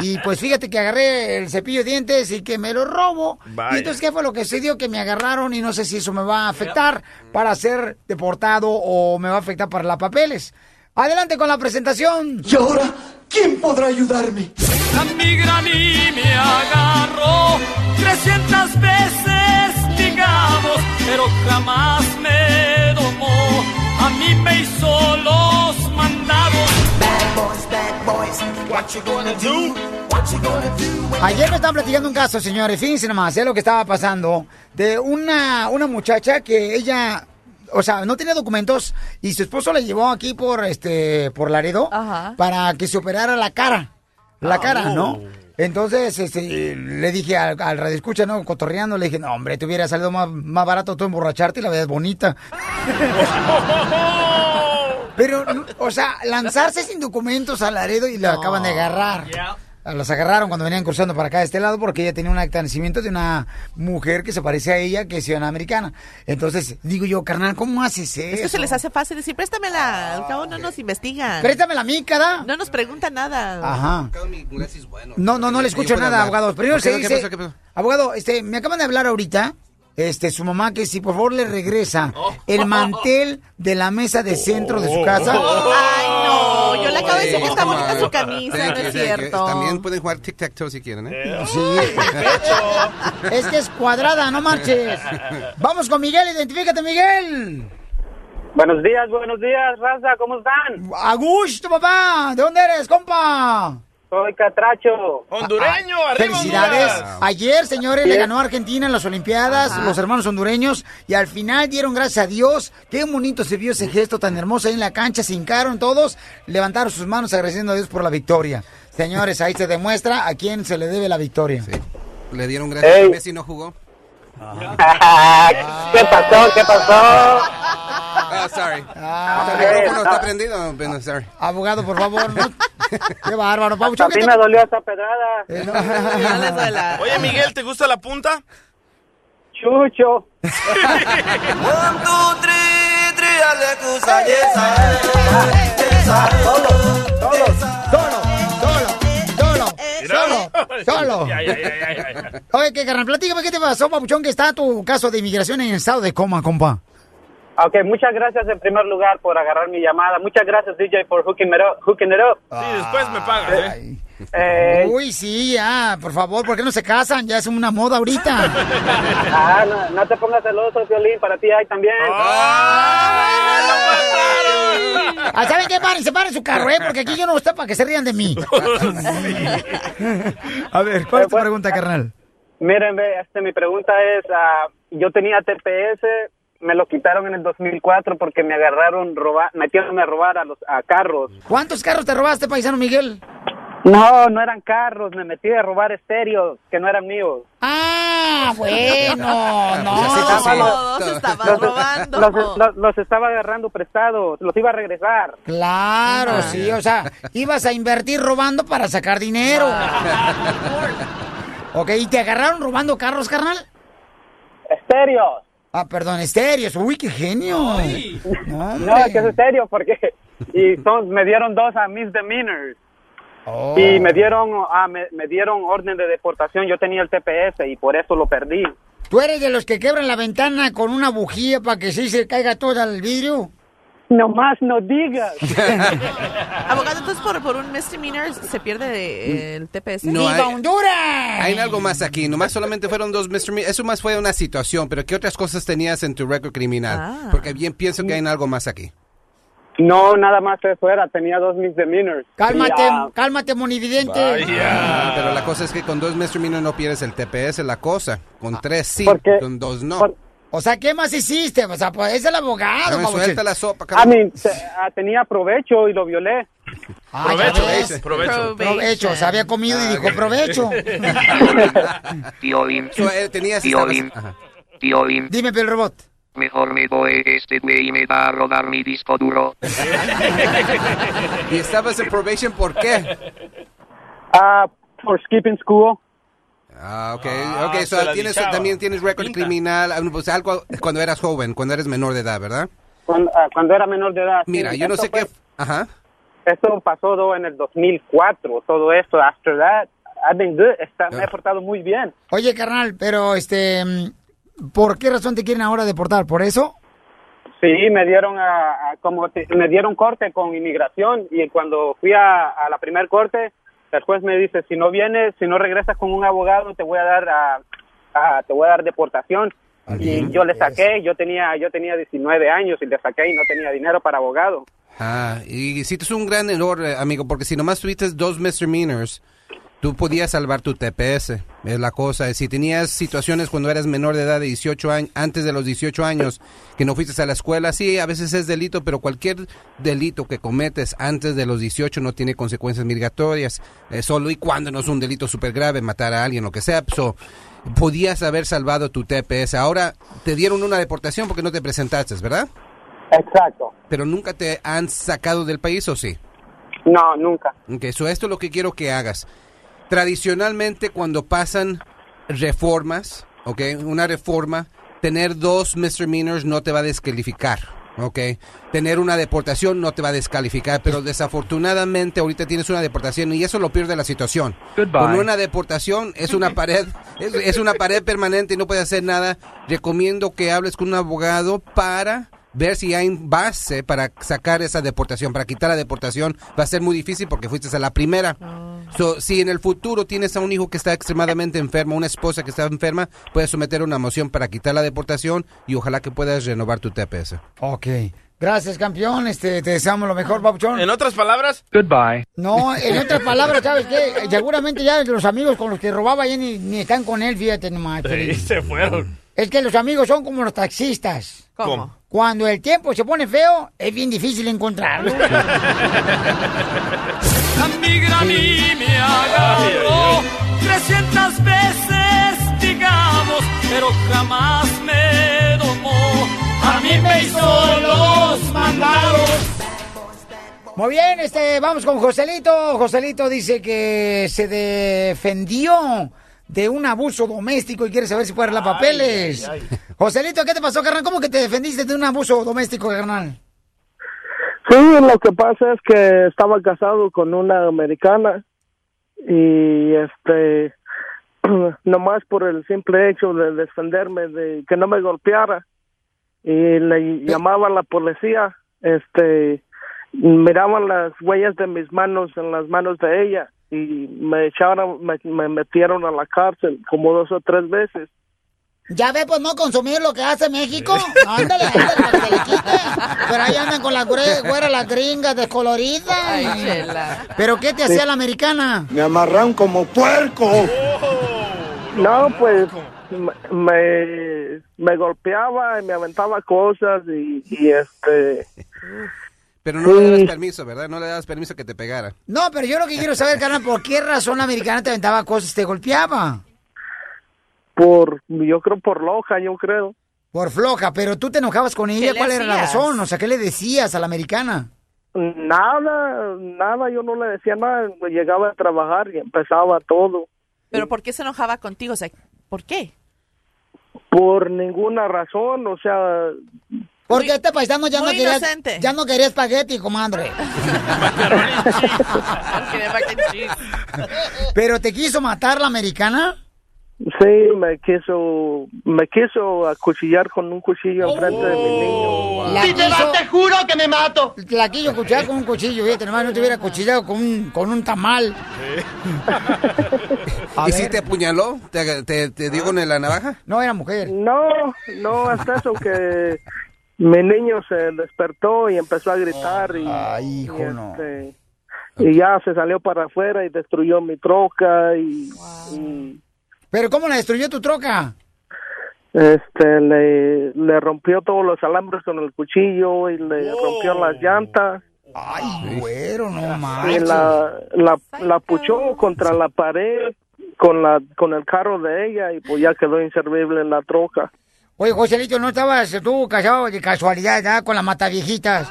Y pues fíjate que agarré el cepillo de dientes y que me lo robo. Vaya. Y entonces, ¿qué fue lo que sucedió? Que me agarraron y no sé si eso me va a afectar para ser deportado o me va a afectar para las papeles. Adelante con la presentación. Y ahora, ¿quién podrá ayudarme? La migra ni me agarró 300 veces, digamos, pero jamás me domó. A mí me hizo los mandados. Bad boys, bad boys, what you gonna do? What you gonna do? Ayer me estaban platicando un caso, señores. Fíjense nomás, es lo que estaba pasando. De una, una muchacha que ella, o sea, no tenía documentos y su esposo la llevó aquí por este por Laredo Ajá. para que se operara la cara. La Ah. cara, ¿no? Entonces, este, le dije al, al radio escucha, ¿no? Cotorreando, le dije, no, hombre, te hubiera salido más, más barato tú emborracharte y la veías bonita. Pero, o sea, lanzarse sin documentos al Laredo y la acaban de agarrar. Los agarraron cuando venían cruzando para acá de este lado porque ella tenía un acta de nacimiento de una mujer que se parece a ella, que es ciudadana americana. Entonces, digo yo, carnal, ¿cómo haces eso? Es que se les hace fácil decir, préstamela, al cabo no nos investigan. Préstamela a mí, cada. No nos pregunta nada. Ajá. No, no, no le escucho Yo puedo nada, hablar. abogado. Primero Ok, se ok, pues. dice... pasó, ¿qué pasó? Abogado, este, me acaban de hablar ahorita, este, su mamá, que si por favor le regresa el mantel de la mesa de centro de Oh. su casa. Ay, no, yo le acabo de decir que está Come bonita on. su camisa, Thank no you, es thank you. cierto. También pueden jugar tic-tac-toe si quieren, ¿eh? Es que es cuadrada, no marches. Vamos con Miguel, identifícate, Miguel. Buenos días, buenos días, raza, ¿cómo están? A gusto, papá. ¿De dónde eres, compa? Soy Catracho. Hondureño, arriba Felicidades. Honduras. Ayer, señores, le Bien. ganó a Argentina en las Olimpiadas, los hermanos hondureños, y al final dieron gracias a Dios. Qué bonito se vio ese gesto tan hermoso ahí en la cancha, se hincaron todos, levantaron sus manos agradeciendo a Dios por la victoria. Señores, ahí se demuestra a quién se le debe la victoria. Le dieron gracias Ey. a Messi y no jugó. ¿Qué pasó? ¿Qué pasó? Ah. Ah, sorry. Hasta Ah. el micrófono está prendido. Bueno, sorry. Abogado, por favor, no. Qué bárbaro, Pabuchón. A mí me dolió esta pedrada. Eh, Oye, Miguel, ¿te gusta la punta? Chucho. Solo, solo. Ay, ay, ay, ay, ay. Oye, qué carnal, platícame qué te pasó, Pabuchón, que está tu caso de inmigración en estado de coma, compa. Ok, muchas gracias en primer lugar por agarrar mi llamada. Muchas gracias, DJ, por hooking it up. Hooking it up. Ah. Sí, después me pagas, ¿eh? Eh, Uy, sí, ya, por favor, ¿por qué no se casan? Ya es una moda ahorita. ah, no, no te pongas celoso, Violín, para ti hay también. Ah, ¿Saben qué? Párense, paren su carro, ¿eh? Porque aquí yo no estoy para que se rían de mí. A ver, ¿cuál es tu pregunta, carnal? Miren, ve, este, mi pregunta es, ah, yo tenía TPS, me lo quitaron en el 2004 porque me agarraron roba metiéndome a robar a los a carros. ¿Cuántos carros te robaste, paisano Miguel? No, no eran carros, me metí a robar estéreos que no eran míos. Ah, bueno, no. Los- Los, los- los estaba agarrando prestados, los iba a regresar. Claro, sí, o sea, ibas a invertir robando para sacar dinero. Ah. ok, ¿y te agarraron robando carros, carnal? Estéreos. Ah, perdón, estéreos. Uy, qué genio. No, No, es que es serio, porque y son, me dieron dos a misdemeanors. Oh. Y me dieron, ah, me, me dieron orden de deportación, yo tenía el TPS y por eso lo perdí. ¿Tú eres de los que quebran la ventana con una bujía para que sí se caiga todo el vidrio? Nomás no digas. Abogado, entonces por, por un misdemeanor se pierde eh, el TPS. No ¡Viva hay- Honduras! Hay algo más aquí. Nomás solamente fueron dos misdemeanors. Eso más fue una situación. Pero ¿qué otras cosas tenías en tu récord criminal? Ah. Porque bien pienso que hay algo más aquí. No, nada más se fuera, tenía dos misdemeanors. Cálmate, Y, ah, cálmate, monividente. Ah, Pero la cosa es que con dos misdemeanors no pierdes el TPS, la cosa. Con tres sí, Porque- con dos no. O sea, ¿qué más hiciste? O sea, pues es el abogado, No me babuchón. suelta la sopa, I mean, te- ah, tenía provecho y lo violé. Provecho, provecho. Provecho, se había comido y dijo provecho. Violín. Tenías esta- Dime, Pel Robot. Mejor me voy, este güey me va a robar mi disco duro. ¿Y estabas en probation por qué? Ah, por skipping school. Ah, ok. Ah, ok, so se la tienes, bichaba. también tienes récord criminal, ah, no, pues algo cuando eras joven, cuando eres menor de edad, ¿verdad? Cuando, ah, cuando era menor de edad. Mira, Sí, yo no esto sé qué... fue- Ajá. Esto pasó todo en el 2004, todo esto. After that, I've been good. Está- me he Ah. portado muy bien. Oye, carnal, pero este, mm, ¿por qué razón te quieren ahora deportar? ¿Por eso? Sí, me dieron a, a- como te- me dieron corte con inmigración y cuando fui a, a la primer corte, el juez me dice si no vienes, si no regresas con un abogado, te voy a dar a, a- te voy a dar deportación. Ah, Y yo le saqué, yo tenía yo tenía 19 años y le saqué y no tenía dinero para abogado. Ah, y hiciste un gran error, eh, amigo, porque si nomás tuviste dos misdemeanors, tú podías salvar tu TPS, es la cosa. Si tenías situaciones cuando eras menor de edad de 18 años, antes de los 18 años, que no fuiste a la escuela, sí, a veces es delito, pero cualquier delito que cometes antes de los 18 no tiene consecuencias migratorias, eh, solo y cuando no es un delito súper grave, matar a alguien, lo que sea. So, podías haber salvado tu TPS. Ahora te dieron una deportación porque no te presentaste, ¿verdad? Exacto. Pero nunca te han sacado del país, ¿o sí? No, nunca. Ok, so esto es lo que quiero que hagas. Tradicionalmente, cuando pasan reformas, ok, una reforma, tener dos misdemeanors no te va a descalificar, ok. Tener una deportación no te va a descalificar, pero desafortunadamente ahorita tienes una deportación y eso lo pierde la situación. Goodbye. Con una deportación es una pared, es, es una pared permanente y no puedes hacer nada. Recomiendo que hables con un abogado para ver si hay base para sacar esa deportación, para quitar la deportación. Va a ser muy difícil porque fuiste a la primera. Ah. So, si en el futuro tienes a un hijo que está extremadamente enfermo, una esposa que está enferma, puedes someter una moción para quitar la deportación y ojalá que puedas renovar tu TPS. Ok. Gracias, campeón. Este, te deseamos lo mejor, Papuchón. En otras palabras, Goodbye. No, en otras palabras, ¿sabes qué? Seguramente ya los amigos con los que robaba ya ni, ni están con él, fíjate nomás. Sí, Piolín. se fueron. Es que los amigos son como los taxistas. ¿Cómo? Cuando el tiempo se pone feo, es bien difícil encontrarlo. La migra a mí me agarró 300 veces, digamos, pero jamás me domó. A mí me hizo los mandados. Muy bien, este, vamos con Joselito. Joselito dice que se defendió de un abuso doméstico y quiere saber si puede arreglar papeles. ay, Joselito, ¿qué te pasó, carnal? ¿Cómo que te defendiste de un abuso doméstico, carnal? Sí, lo que pasa es que estaba casado con una americana y este nomás por el simple hecho de defenderme de que no me golpeara y le llamaba a la policía, este miraban las huellas de mis manos en las manos de ella y me echaron me, me metieron a la cárcel como dos o tres veces. Ya ve, pues no consumir lo que hace México. Ándale, ándale, para que se le quite. Pero ahí andan con la güe- güera, las gringas descoloridas. Ay, chela. ¿Pero qué te hacía la americana? Me amarran como puerco. No, pues me, me- me golpeaba y me aventaba cosas y, y, este... Pero no le dabas Sí. permiso, ¿verdad? No le dabas permiso que te pegara. No, pero yo lo que quiero saber, carnal, ¿por qué razón la americana te aventaba cosas, te golpeaba? Por, yo creo por loja, yo creo. Por floja, pero tú te enojabas con ella, le ¿cuál era la hacías? razón? O sea, ¿qué le decías a la americana? Nada, nada, yo no le decía nada. Llegaba a trabajar y empezaba todo. Pero ¿por qué se enojaba contigo? O sea, ¿por qué? Por ninguna razón, o sea... Porque este paisano ya no muy quería, inocente. ya no quería espagueti, comadre. pero te quiso matar la americana. Sí, me quiso, me quiso acuchillar con un cuchillo enfrente de mi niño. Si te vas, te juro que me mato. La quiso cuchillar con un cuchillo, fíjate, nomás no te hubiera cuchillado con un, con un tamal. A ¿Y ver. si te apuñaló? ¿Te, te, te dio con la navaja? No era mujer. No, no, hasta eso que mi niño se despertó y empezó a gritar. Y, Ah, y, este, y ya se salió para afuera y destruyó mi troca y, y, ¿Pero cómo la destruyó tu troca? este le, le rompió todos los alambres con el cuchillo y le rompió las llantas. Ay, güero, no Y manches. la, la, la puchó contra la pared con la con el carro de ella y pues ya quedó inservible en la troca. Oye, Joselito, ¿no estabas tú casado de casualidad ¿verdad? con las mataviejitas?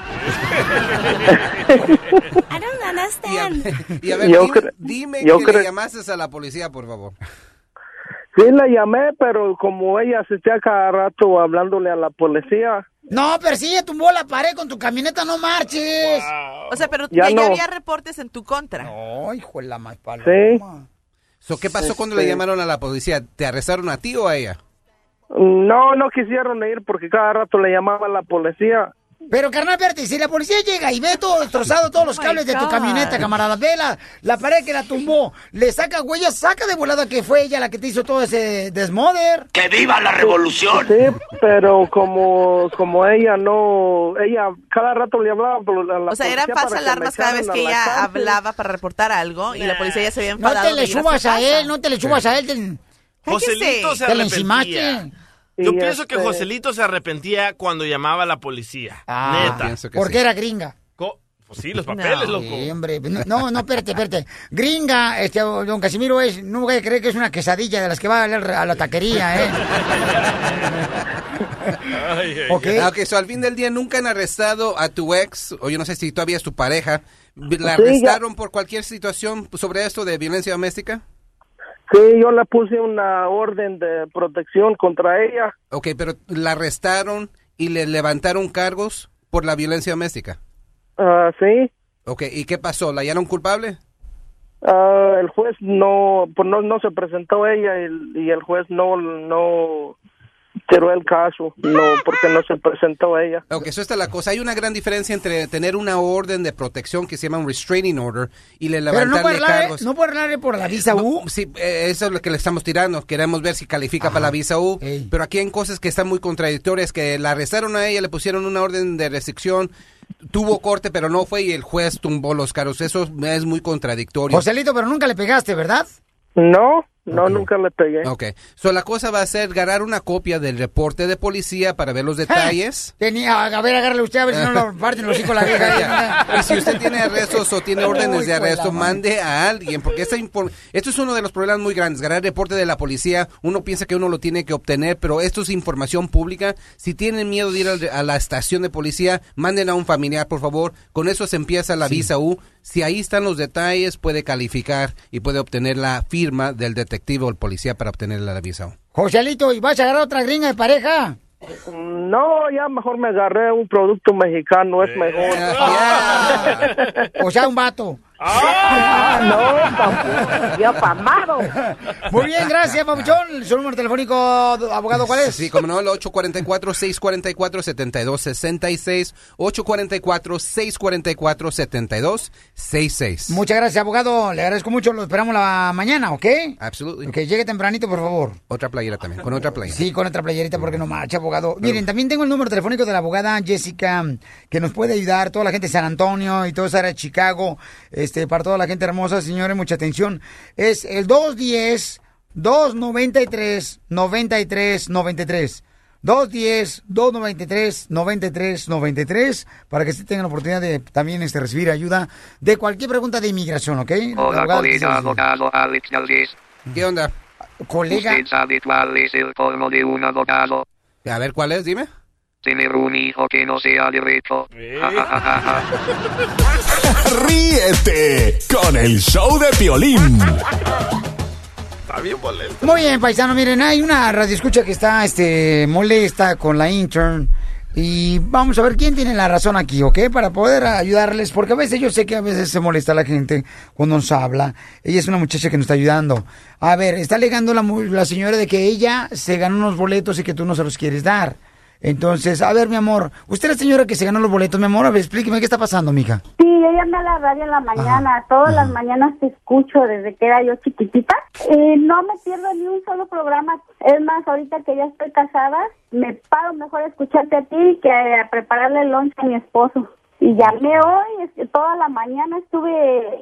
I don't understand. Y a, ver, Yo dime, cre- dime yo que cre- le llamases a la policía, por favor. Sí, la llamé, pero como ella se está cada rato hablándole a la policía. No, pero sí, ya tumbó la pared con tu camioneta, no marches. O sea, pero Ya ya, ya no. había reportes en tu contra. No, hijo de la más So, ¿Qué pasó cuando le Este- llamaron a la policía? ¿Te arrestaron a ti o a ella? No, no quisieron ir porque cada rato le llamaba a la policía. Pero carnal, espérate, si la policía llega y ve todo destrozado, todos los Oh, my cables de tu God. camioneta, camarada, vela, la pared que la tumbó, le saca huellas, saca de volada que fue ella la que te hizo todo ese desmoder. ¡Que viva la revolución! Sí, pero como, como ella no, ella cada rato le hablaba por la, la O sea, eran policía falsas para me alarmas cada vez echaran que a la ella cárcel. hablaba para reportar algo y la policía ya se había No enfadado. te le subas a él, no te le subas a él. Te, Joselito se te le arrepentía. encimaste. Yo Y pienso que este- Joselito se arrepentía cuando llamaba a la policía. Neta. Ah, Porque era gringa. Co- Pues sí, los papeles, No, loco. sí, hombre. No, no, espérate, espérate. Gringa, este, don Casimiro es, no voy a creer que es una quesadilla de las que va a la, a la taquería, ¿eh? Ah, Ok, so, al fin del día nunca han arrestado a tu ex, o yo no sé si todavía es tu pareja. ¿La Sí, ya. arrestaron por cualquier situación sobre esto de violencia doméstica? Sí, yo le puse una orden de protección contra ella. Ok, pero la arrestaron y le levantaron cargos por la violencia doméstica. Ah, sí, Ok, ¿y qué pasó? ¿La hallaron culpable? Ah, el juez no, pues no, no se presentó ella y, y el juez no, no cerró el caso, no, porque no se presentó ella. Ok, eso está la cosa. Hay una gran diferencia entre tener una orden de protección que se llama un restraining order y le Pero no puede levantarle hablar, cargos. no puede hablar por la visa No, U. Sí, eh, eso es lo que le estamos tirando. Queremos ver si califica para la visa U. Pero aquí hay cosas que están muy contradictorias, que la arrestaron a ella, le pusieron una orden de restricción, tuvo corte, pero no fue y el juez tumbó los cargos. Eso es muy contradictorio. Joselito, pero nunca le pegaste, ¿verdad? No, no, nunca le pegué. Ok, so la cosa va a ser ganar una copia del reporte de policía para ver los detalles. Tenía, a ver, agárrale usted, a ver si no lo parten los hijos la vieja. Y si usted tiene arrestos o tiene órdenes Uy, de hijo de la arresto, madre. mande a alguien, porque esta impor- esto es uno de los problemas muy grandes, ganar reporte de la policía, uno piensa que uno lo tiene que obtener, pero esto es información pública. Si tienen miedo de ir al- a la estación de policía, manden a un familiar, por favor. Con eso se empieza la visa U. Si ahí están los detalles, puede calificar y puede obtener la firma del detective o el policía para obtener la visa U. Joselito, ¿y vas a agarrar otra gringa de pareja? No, ya mejor me agarré un producto mexicano, es mejor. O sea, Ah, pues un vato. Ah, no, yo pamado. Muy bien, gracias, Papuchón. Su número telefónico, abogado, ¿cuál es? Sí, como no, el 844-644-7266, 844-644-7266. Muchas gracias, abogado. Le agradezco mucho. Lo esperamos la mañana, ¿ok? Absolutamente. Que llegue tempranito, por favor. Otra playera también, con otra playera. Sí, con otra playerita porque no marcha, abogado. Miren, también tengo el número telefónico de la abogada Jessica, que nos puede ayudar, toda la gente de San Antonio y toda esa área de Chicago, este, para toda la gente hermosa, señores, mucha atención. Es el 210 293 93 93. 210 293 93 93 para que sí tengan la oportunidad de también este, recibir ayuda de cualquier pregunta de inmigración, ¿ok? Hola, Abogada, colega abogado Alex Galvez. ¿Qué onda? Colega. ¿Usted sabe cuál es el colmo de un abogado? A ver, ¿cuál es? Dime. Tener un hijo que no sea derecho. Ja, ja, ja, ja, ja. Ríete con el show de Piolín. Está bien boleto. Muy bien, paisano, miren, hay una radioescucha que está este, molesta con la intern. Y vamos a ver quién tiene la razón aquí, ¿ok? Para poder ayudarles, porque a veces yo sé que a veces se molesta la gente cuando nos habla. Ella es una muchacha que nos está ayudando. A ver, está alegando la, mu- la señora de que ella se ganó unos boletos y que tú no se los quieres dar. Entonces, a ver, mi amor, usted es la señora que se ganó los boletos, mi amor, a ver, explíqueme qué está pasando, mija. Sí, yo llamé a la radio en la mañana, todas las mañanas te escucho desde que era yo chiquitita. Eh, no me pierdo ni un solo programa. Es más, ahorita que ya estoy casada, me paro mejor a escucharte a ti que a prepararle el lunch a mi esposo. Y llamé hoy, es que toda la mañana estuve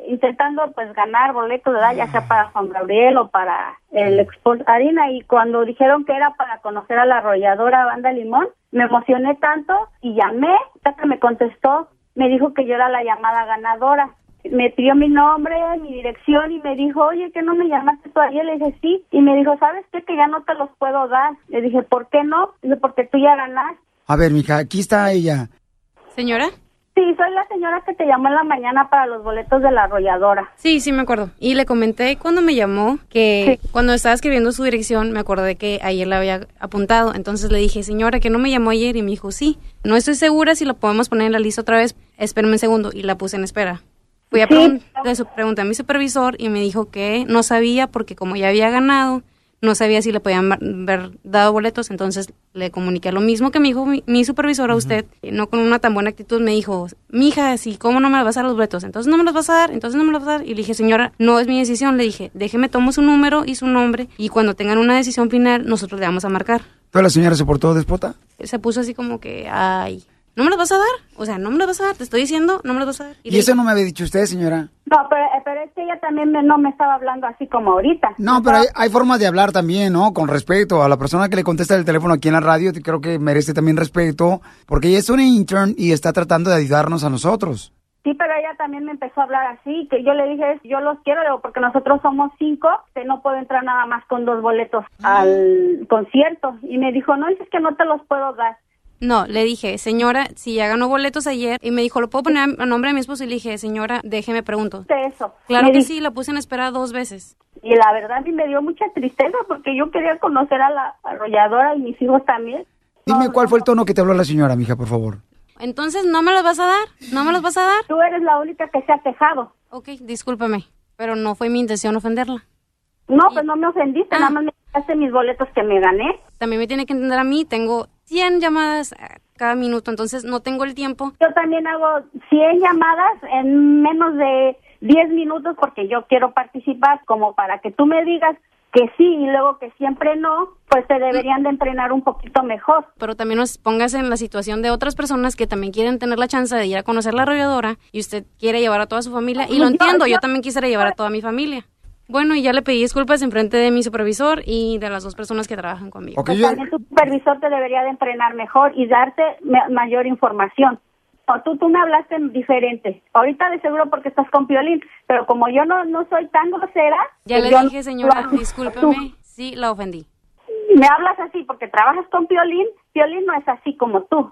intentando pues ganar boletos, ¿verdad? Ya sea para Juan Gabriel o para el Export Harina. Y cuando dijeron que era para conocer a la arrolladora Banda Limón, me emocioné tanto y llamé, hasta que me contestó, me dijo que yo era la llamada ganadora. me pidió mi nombre, mi dirección y me dijo, oye, que no me llamaste todavía? Le dije, sí. Y me dijo, ¿sabes qué? Que ya no te los puedo dar. Le dije, ¿por qué no? Dice, porque tú ya ganaste. A ver, mija, aquí está ella. ¿Señora? Sí, soy la señora que te llamó en la mañana para los boletos de la arrolladora. Sí, sí me acuerdo. Y le comenté cuando me llamó que cuando estaba escribiendo su dirección me acordé que ayer la había apuntado. Entonces le dije, señora, que no me llamó ayer y me dijo, sí, no estoy segura si lo podemos poner en la lista otra vez. Espérame un segundo y la puse en espera. Fui a pregun- le su- pregunté a mi supervisor y me dijo que no sabía porque como ya había ganado, no sabía si le podían ma- haber dado boletos, entonces le comuniqué lo mismo que me dijo mi, mi supervisor a usted, eh, no con una tan buena actitud, me dijo, mija, si cómo no me vas a dar los boletos, entonces no me los vas a dar, entonces no me los vas a dar, y le dije, señora, no es mi decisión, le dije, déjeme, tomo su número y su nombre, y cuando tengan una decisión final, nosotros le vamos a marcar. ¿Pero la señora se portó despota? Se puso así como que, ay, ¿no me los vas a dar? O sea, no me los vas a dar, te estoy diciendo, no me los vas a dar. Y, eso no me había dicho usted, señora. No, pero, eh, pero es que ella también me- no me estaba hablando así como ahorita. No, pero hay, hay formas de hablar también, ¿no? Con respeto a la persona que le contesta el teléfono aquí en la radio, te- creo que merece también respeto, porque ella es una intern y está tratando de ayudarnos a nosotros. Sí, pero ella también me empezó a hablar así, que yo le dije, yo los quiero, le digo, porque nosotros somos cinco, que no puedo entrar nada más con dos boletos Mm. al concierto. Y me dijo, no, es que no te los puedo dar. No, le dije, señora, si ya ganó boletos ayer, y me dijo, ¿lo puedo poner a a nombre de mi esposo? Y le dije, señora, déjeme pregunto. eso. Claro Me que di- sí, la puse en espera dos veces. Y la verdad a mí me dio mucha tristeza porque yo quería conocer a la arrolladora y mis hijos también. Dime cuál fue el tono que te habló la señora, mija, por favor. Entonces, ¿no me los vas a dar? ¿No me los vas a dar? Tú eres la única que se ha quejado. Ok, discúlpeme, pero no fue mi intención ofenderla. Ah. No, pues no me ofendiste, nada más me quitaste mis boletos que me gané. También me tiene que entender a mí, tengo 100 llamadas eh, cada minuto, entonces no tengo el tiempo. Yo también hago 100 llamadas en menos de 10 minutos porque yo quiero participar como para que tú me digas que sí y luego que siempre no, pues Mm. te deberían de entrenar un poquito mejor. Pero también nos pongas en la situación de otras personas que también quieren tener la chance de ir a conocer la arrolladora y usted quiere llevar a toda su familia. Y lo Yo- entiendo, yo yo- también quisiera llevar a toda mi familia. Bueno, y ya le pedí disculpas en frente de mi supervisor y de las dos personas que trabajan conmigo. Pues también tu supervisor te debería de entrenar mejor y darte ma- mayor información. O tú, tú me hablaste diferente. Ahorita de seguro porque estás con Piolín, pero como yo no, no soy tan grosera... Ya pues le yo dije, no- señora, tú- discúlpeme, sí, la ofendí. me hablas así porque trabajas con Piolín, Piolín no es así como tú.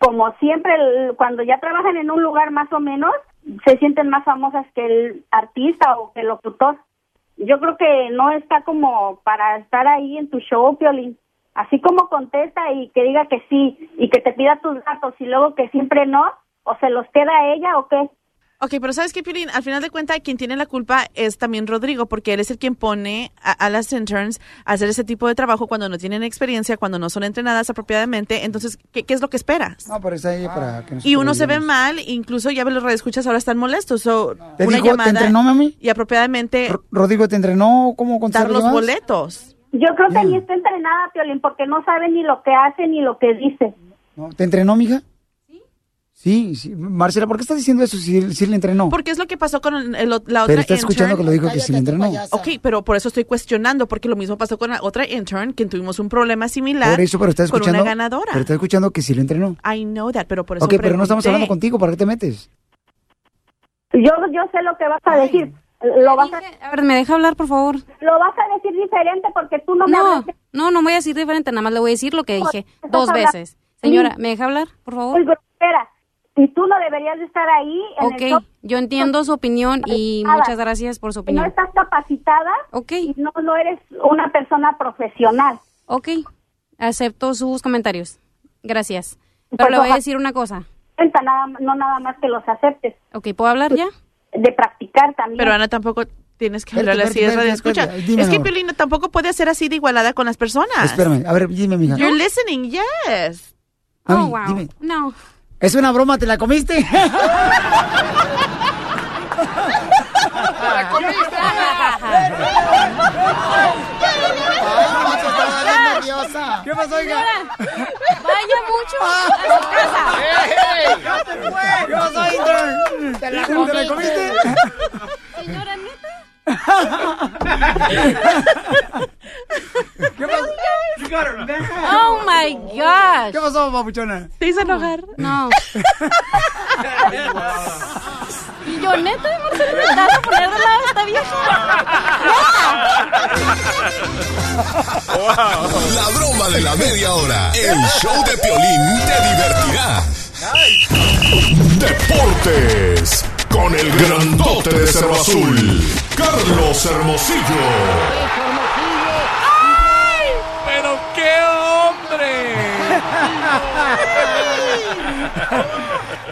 Como siempre, el- cuando ya trabajan en un lugar más o menos, se sienten más famosas que el artista o que el locutor. Yo creo que no está como para estar ahí en tu show, Piolín. Así como contesta y que diga que sí y que te pida tus datos y luego que siempre no, o se los queda ella o qué. Ok, pero ¿sabes qué, Piolín? Al final de cuentas, quien tiene la culpa es también Rodrigo, porque él es el quien pone a, a las interns a hacer ese tipo de trabajo cuando no tienen experiencia, cuando no son entrenadas apropiadamente. Entonces, ¿qué, qué es lo que esperas? No, pero está ahí para que nos Ah. Y uno se ve mal, incluso ya los escuchas ahora están molestos. So, ¿Te una dijo, te llamada entrenó, mami? Y apropiadamente Rodrigo, ¿te entrenó cómo contestar dar los llamadas? boletos. Yo creo que ni está entrenada, Piolín, porque no sabe ni lo que hace ni lo que dice. No, ¿Te entrenó, mija? Sí. Sí, Marcela, ¿por qué estás diciendo eso si, si le entrenó? Porque es lo que pasó con el- la otra Pero está intern. escuchando que lo dijo que si le entrenó. Ok, pero por eso estoy cuestionando, porque lo mismo pasó con la otra intern, que tuvimos un problema similar Por eso, pero está con escuchando. una ganadora. Pero está escuchando que sí le entrenó. I know that, pero por eso Ok, pero no estamos pregunté. hablando contigo, ¿para qué te metes? Yo, yo sé lo que vas a decir. Lo vas a... A ver, ¿me deja hablar, por favor? Lo vas a decir diferente porque tú no me No, hablaste no, no voy a decir diferente, nada más le voy a decir lo que dije estás dos hablando- veces. Señora, Sí. ¿me deja hablar, por muy favor? grosera. Y tú no deberías de estar ahí. En el Ok, top. yo entiendo su opinión y Nada. muchas gracias por su No opinión. estás capacitada. Okay. Y no, no eres una persona profesional. Pues, Ok, acepto sus comentarios. Gracias. Pero Pues, le voy a ojalá- decir una cosa. Cuenta nada- no nada más que los aceptes. Ok, ¿puedo hablar ya? De practicar también. Pero Ana tampoco tienes que Espérate, hablarle así de espérate, radio espérate, escucha. espérate. Dime, es que amor. Piolín tampoco puede ser así de igualada con las personas. Espérame, a ver, dime, mija. Ah, You're listening, yes. Mami, Oh, wow. dime. No. Es una broma, ¿te la comiste? Ah. ¿Qué pasó, oiga? Vaya mucho a su casa. ¡Ey! ¡Ya te fue! ¿Qué pasó, intern? ¿Te la comiste? ¿Te la comiste? Señora, neta. ¿Qué pasó? Oh my gosh. ¿Qué pasó, papuchona? ¿Te hizo enojar? No. ¿Y yo neta, amor? ¿La vas a poner de lado esta vieja? La broma de la media hora. El show de Piolín te divertirá. Deportes. Con el grandote de Cerro Azul. Carlos Hermosillo. ¡Ay! ¡Pero qué hombre!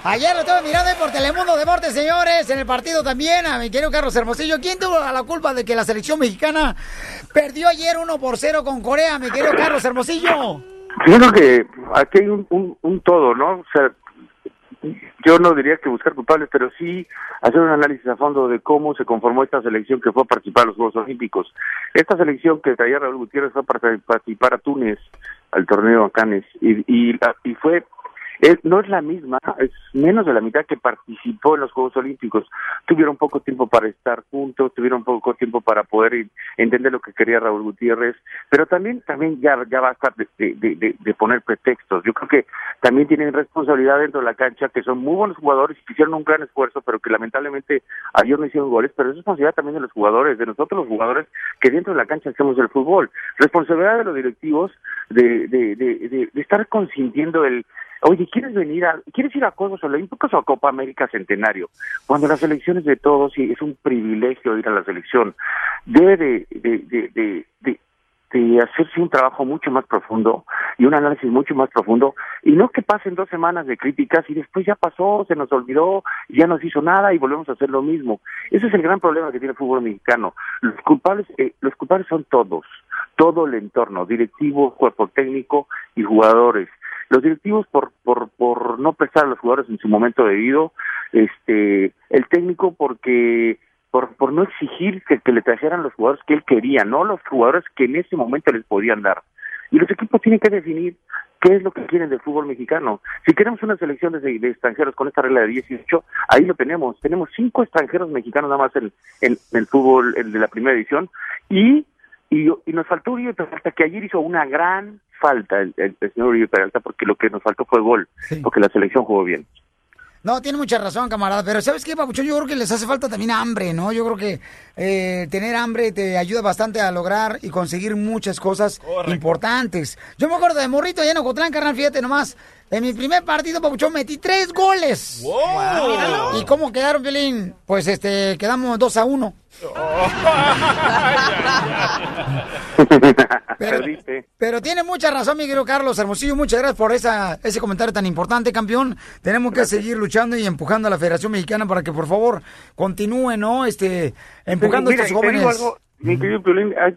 Ayer lo estuve mirando ahí por Telemundo Deportes, señores, en el partido también, a mi querido Carlos Hermosillo. ¿Quién tuvo la culpa de que la selección mexicana perdió ayer 1 por 0 con Corea, mi querido Carlos Hermosillo? Yo creo que aquí hay un, un, un todo, ¿no? O sea, yo no diría que buscar culpables, pero sí hacer un análisis a fondo de cómo se conformó esta selección que fue a participar a los Juegos Olímpicos. Esta selección que traía Raúl Gutiérrez fue a parti- participar a Túnez, al torneo de Canes, y, y, la- y fue, es- Eh, no es la misma, es menos de la mitad que participó en los Juegos Olímpicos. Tuvieron poco tiempo para estar juntos, tuvieron poco tiempo para poder en- entender lo que quería Raúl Gutiérrez, pero también, también ya, ya basta de, de- de- de- de poner pretextos. Yo creo que también tienen responsabilidad dentro de la cancha, que son muy buenos jugadores, que hicieron un gran esfuerzo, pero que lamentablemente ayer no hicieron goles, pero es responsabilidad también de los jugadores, de nosotros los jugadores que dentro de la cancha hacemos el fútbol. Responsabilidad de los directivos de, de, de, de- de estar consintiendo el... Oye, ¿quieres venir a, quieres ir a Juegos Olímpicos o a Copa América Centenario? Cuando las elecciones de todos, y es un privilegio ir a la selección, debe de- de- de- de- de, de hacerse un trabajo mucho más profundo y un análisis mucho más profundo y no que pasen dos semanas de críticas y después ya pasó, se nos olvidó, ya nos hizo nada y volvemos a hacer lo mismo. Ese es el gran problema que tiene el fútbol mexicano. Los culpables, eh, los culpables son todos, todo el entorno, directivo, cuerpo técnico y jugadores. Los directivos por, por, por no prestar a los jugadores en su momento debido, este, el técnico porque por, por no exigir que, que le trajeran los jugadores que él quería, no los jugadores que en ese momento les podían dar. Y los equipos tienen que definir qué es lo que quieren del fútbol mexicano. Si queremos una selección de, de extranjeros con esta regla de 18, ahí lo tenemos. Tenemos cinco extranjeros mexicanos nada más en, en, en el fútbol el de la primera división y, y, y nos faltó Uribe Peralta, que ayer hizo una gran falta el, el- el señor Uribe Peralta, porque lo que nos faltó fue gol, porque la selección jugó bien. No, tiene mucha razón, camarada. Pero ¿sabes qué, Papuchón? Yo creo que les hace falta también hambre, ¿no? Yo creo que eh, tener hambre te ayuda bastante a lograr y conseguir muchas cosas importantes. Yo me acuerdo de Morrito allá en Ocotlán, carnal, fíjate nomás. En mi primer partido, Papuchón, metí tres goles. Wow. Míralo. ¿Y cómo quedaron, Violín? Pues este, quedamos dos a uno. Perdiste. Pero tiene mucha razón, mi querido Carlos Hermosillo. Muchas gracias por esa, ese comentario tan importante, campeón. Tenemos que seguir luchando y empujando a la Federación Mexicana para que, por favor, continúe, ¿no? Este, empujando Mira, a estos y te digo jóvenes. algo, mi querido Piolín, ay,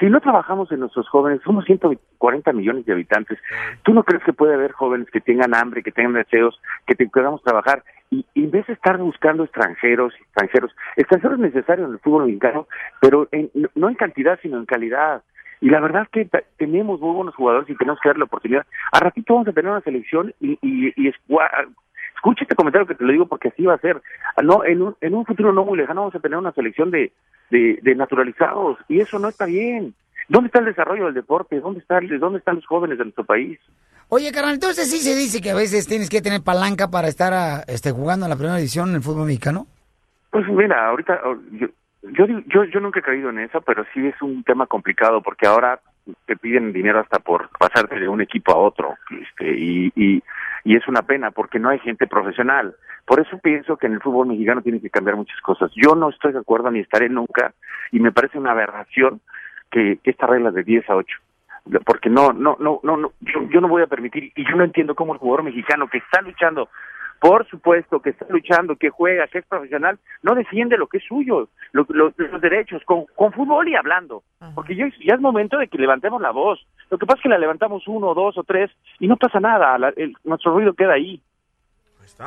si no trabajamos en nuestros jóvenes, somos 140 millones de habitantes. ¿Tú no crees que puede haber jóvenes que tengan hambre, que tengan deseos, que te podamos trabajar? Y y en vez de estar buscando extranjeros, extranjeros, extranjeros necesarios en el fútbol mexicano, pero en- no en cantidad, sino en calidad. Y la verdad es que ta- tenemos muy buenos jugadores y tenemos que darle la oportunidad. A ratito vamos a tener una selección y, y, y escua- escucha este comentario que te lo digo porque así va a ser. No, en un, en un futuro no muy lejano vamos a tener una selección de, de, de naturalizados y eso no está bien. ¿Dónde está el desarrollo del deporte? ¿Dónde están, dónde están los jóvenes de nuestro país? Oye, carnal, entonces sí se dice que a veces tienes que tener palanca para estar ah, este, jugando en la primera división en el fútbol mexicano. Pues mira, ahorita oh, yo, yo, digo- yo, yo nunca he creído en eso, pero sí es un tema complicado porque ahora te piden dinero hasta por pasarte de un equipo a otro este, y, y, y es una pena porque no hay gente profesional. Por eso pienso que en el fútbol mexicano tienen que cambiar muchas cosas. Yo no estoy de acuerdo ni estaré nunca y me parece una aberración que, que esta regla de 10 a 8 porque no no no no, no yo, yo no voy a permitir y yo no entiendo cómo el jugador mexicano que está luchando por supuesto que está luchando, que juega, que es profesional, no defiende lo que es suyo, lo- lo- los derechos, con, con fútbol y hablando. Porque yo, ya es momento de que levantemos la voz. Lo que pasa es que la levantamos uno, dos o tres y no pasa nada, la- el- nuestro ruido queda ahí.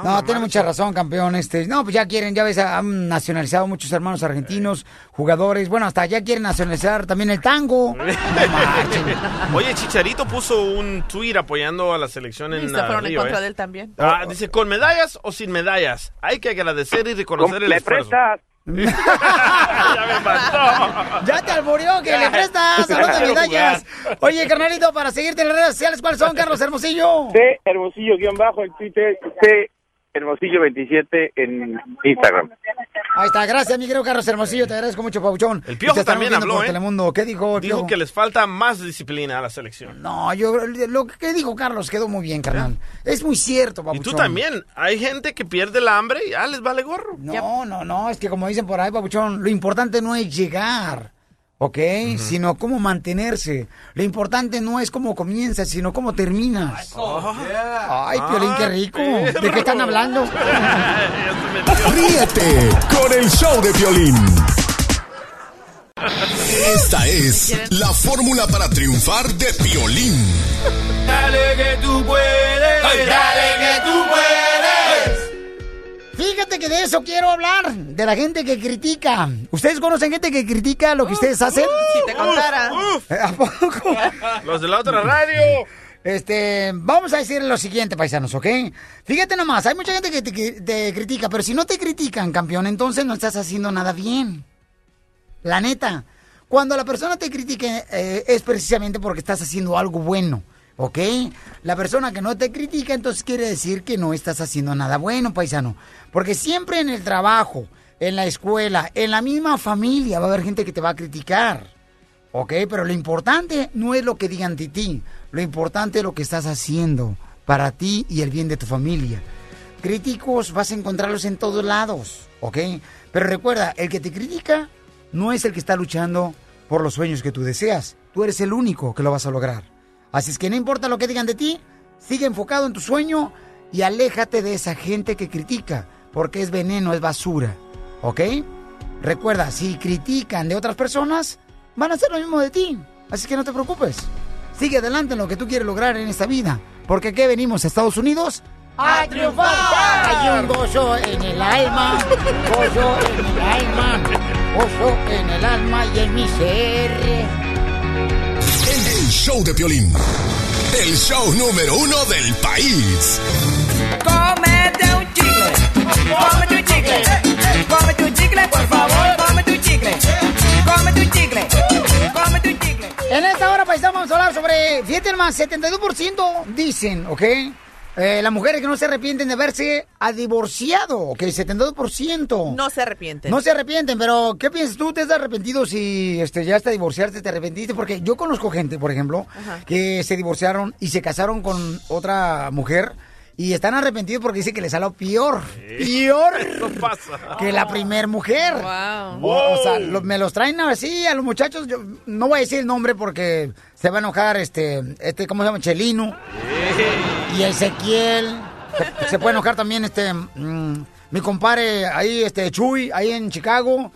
No, tiene mucha razón, campeón. Este, no, pues ya quieren, ya ves, han nacionalizado muchos hermanos argentinos, jugadores. Bueno, hasta ya quieren nacionalizar también el tango. Oye, Chicharito puso un tweet apoyando a la selección en Listo, ah, fueron en Río, contra ¿eh? de él también. Ah, dice, ¿con medallas o sin medallas? Hay que agradecer y reconocer el ¿Le esfuerzo. Ya te alboreó que le prestas, Ya no te quiero medallas. Oye, carnalito, para seguirte en las redes sociales, ¿cuáles son, Carlos Hermosillo? C Hermosillo guión bajo en Twitter, C Hermosillo 27 en Instagram. Ahí está, gracias, mi querido Carlos Hermosillo, te agradezco mucho, Pauchón. El Piojo Te estamos también viendo habló, por ¿eh? Telemundo. ¿Qué dijo el Dijo Piojo? que les falta más disciplina a la selección. No, yo, lo que dijo Carlos quedó muy bien, carnal. Es muy cierto, Papuchón. ¿Eh? Y tú también. Hay gente que pierde el hambre y ya les vale gorro. No, no, no, es que como dicen por ahí, Papuchón, lo importante no es llegar, ¿ok? Sino cómo mantenerse. Lo importante no es cómo comienzas, sino cómo terminas. Oh, Ay, Piolín, qué rico. ¿De qué están hablando? Ríete con el show de violín. Esta es la fórmula para triunfar de violín. Dale que tú puedes. dale que tú puedes. Fíjate que de eso quiero hablar, de la gente que critica. ¿Ustedes conocen gente que critica lo que ustedes hacen? Ah, Si te contara. ¿A poco? Los de la otra radio. Este, vamos a decir lo siguiente, paisanos, ¿ok? Fíjate nomás, hay mucha gente que te, que te critica, pero si no te critican, campeón, entonces no estás haciendo nada bien. La neta, cuando la persona te critique eh, es precisamente porque estás haciendo algo bueno, ¿ok? La persona que no te critica, entonces quiere decir que no estás haciendo nada bueno, paisano. Porque siempre en el trabajo, en la escuela, en la misma familia va a haber gente que te va a criticar. Ok, pero lo importante no es lo que digan de ti, lo importante es lo que estás haciendo para ti y el bien de tu familia. Críticos vas a encontrarlos en todos lados, ok, pero recuerda, el que te critica no es el que está luchando por los sueños que tú deseas, tú eres el único que lo vas a lograr. Así es que no importa lo que digan de ti, sigue enfocado en tu sueño y aléjate de esa gente que critica, porque es veneno, es basura, ok. Recuerda, si critican de otras personas, van a hacer lo mismo de ti. Así que no te preocupes. Sigue adelante en lo que tú quieres lograr en esta vida. Porque ¿qué venimos a Estados Unidos? ¡A triunfar! Hay un gozo en el alma, gozo en el alma, gozo en el alma y en mi ser. El show de violín. El show número uno del país. Cómete un chicle. Cómete un chicle. Cómete un chicle, por favor. Cómete un chicle. Cómete un chicle. Cómete un chicle. En esta hora, paisano, vamos a hablar sobre, fíjate más, 72% dicen, ¿ok? Eh, las mujeres que no se arrepienten de haberse ha divorciado, ¿ok? 72%. No se arrepienten. No se arrepienten, pero ¿qué piensas tú? ¿Te has arrepentido si este, ya hasta divorciarte te arrepentiste? Porque yo conozco gente, por ejemplo, Ajá. que se divorciaron y se casaron con otra mujer y están arrepentidos porque dice que les salió peor. Peor Eso pasa. que la primer mujer. Wow. O, o sea, lo- me los traen así a los muchachos. yo no voy a decir el nombre porque se va a enojar este, este ¿cómo se llama? Chelino. Y Ezequiel. Se, se puede enojar también este mm, mi compadre ahí, este Chuy, ahí en Chicago.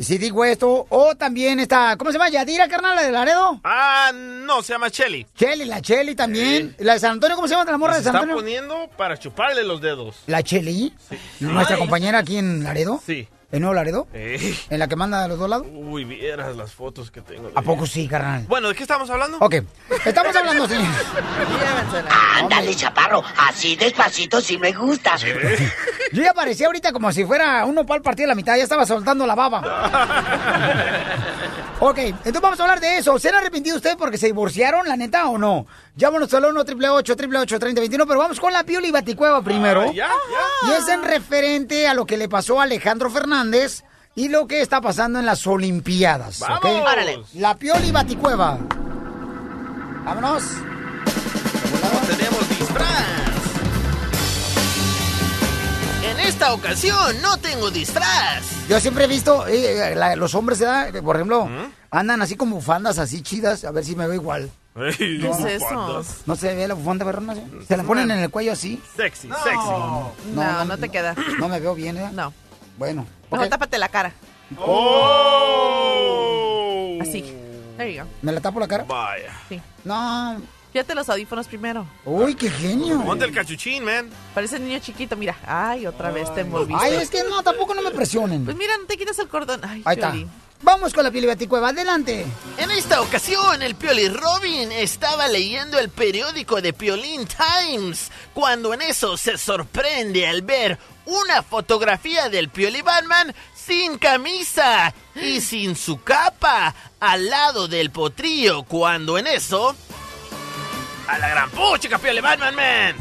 Si digo esto. O también esta, ¿cómo se llama? Yadira, carnal, la de Laredo. Ah, no, se llama Chelly. Cheli, la Cheli también. La de San Antonio, ¿cómo se llama la morra Se de San está Antonio? poniendo para chuparle los dedos. La Cheli, nuestra Ay. compañera aquí en Laredo. Sí. ¿En Nuevo Laredo? Eh. ¿En la que manda de los dos lados? Uy, vieras las fotos que tengo. de ¿A ella. poco sí, carnal? Bueno, ¿de qué estamos hablando? Ok, estamos hablando, señor. Ándale, chaparro, así despacito si me gusta. Yo ya parecía ahorita como si fuera un nopal partido a la mitad, ya estaba soltando la baba. Ok, entonces vamos a hablar de eso. ¿Se han arrepentido ustedes porque se divorciaron, la neta, o no? Llámanos al 1 888 3021 pero vamos con la Pioli Baticueva primero. Ah, ya, Y es en referente a lo que le pasó a Alejandro Fernández y lo que está pasando en las Olimpiadas. ¿ok? ¡Vamos! Órale. La Pioli Baticueva. Vámonos. tenemos En esta ocasión no tengo disfraz. Yo siempre he visto, eh, eh, la- los hombres, ¿verdad? Que, por ejemplo, ¿Mm? andan así como bufandas así chidas, a ver si me veo igual. ¿Qué No. No se ve la bufanda perrona, ¿sí? Se la ponen en el cuello así. Sexy, No. sexy. No, no, te queda. No me veo bien, ¿eh? No. Bueno. Mejor tápate la cara. ¡Oh! Así. There you go. ¿Me la tapo la cara? Vaya. Sí. No. Fíjate los audífonos primero. Uy, qué genio. Ponte el cachuchín, man. Parece niño chiquito, mira. Ay, otra vez te envolviste. Ay, es que no, tampoco no me presionen. Pues mira, no te quitas el cordón. Ay, Ahí está. Piolín. Vamos con la piel baticueva, adelante. En esta ocasión, el Pioli Robin estaba leyendo el periódico de Piolín Times, cuando en eso se sorprende al ver una fotografía del Pioli Batman sin camisa y sin su capa al lado del potrillo, cuando en eso... A la gran pucha, Pioli Batman, man.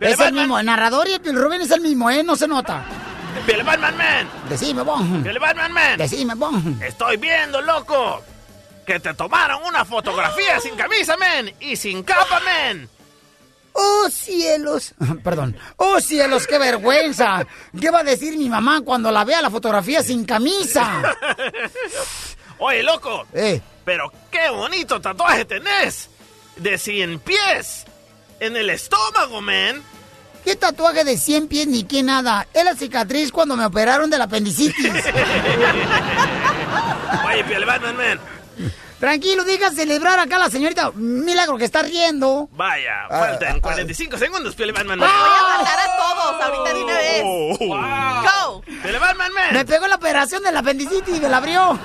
Es el mismo, el narrador y el Piel Rubén es el mismo, ¿eh? No se nota. ¡Piel Batman Man! Decime, bon. ¡Piel Batman Man! Decime, bon. ¡Estoy viendo, loco! ¡Que te tomaron una fotografía sin camisa, men! ¡Y sin capa, men! ¡Oh, cielos! Perdón. ¡Oh, cielos, qué vergüenza! ¿Qué va a decir mi mamá cuando la vea la fotografía sin camisa? Oye, loco. Eh. Pero qué bonito tatuaje tenés. De 100 pies. En el estómago, men. ¿Qué tatuaje de 100 pies ni qué nada? Es la cicatriz cuando me operaron de la apendicitis. Oye, piel Batman, men. Tranquilo, diga celebrar acá a la señorita. Milagro que está riendo. Ah, Vaya, faltan 45 segundos, piel Batman, ¡Ah! Oh. Voy man. a matar a todos ahorita de una vez. ¡Go! ¡Piel Batman, man! Me pegó la operación de la apendicitis y me la abrió.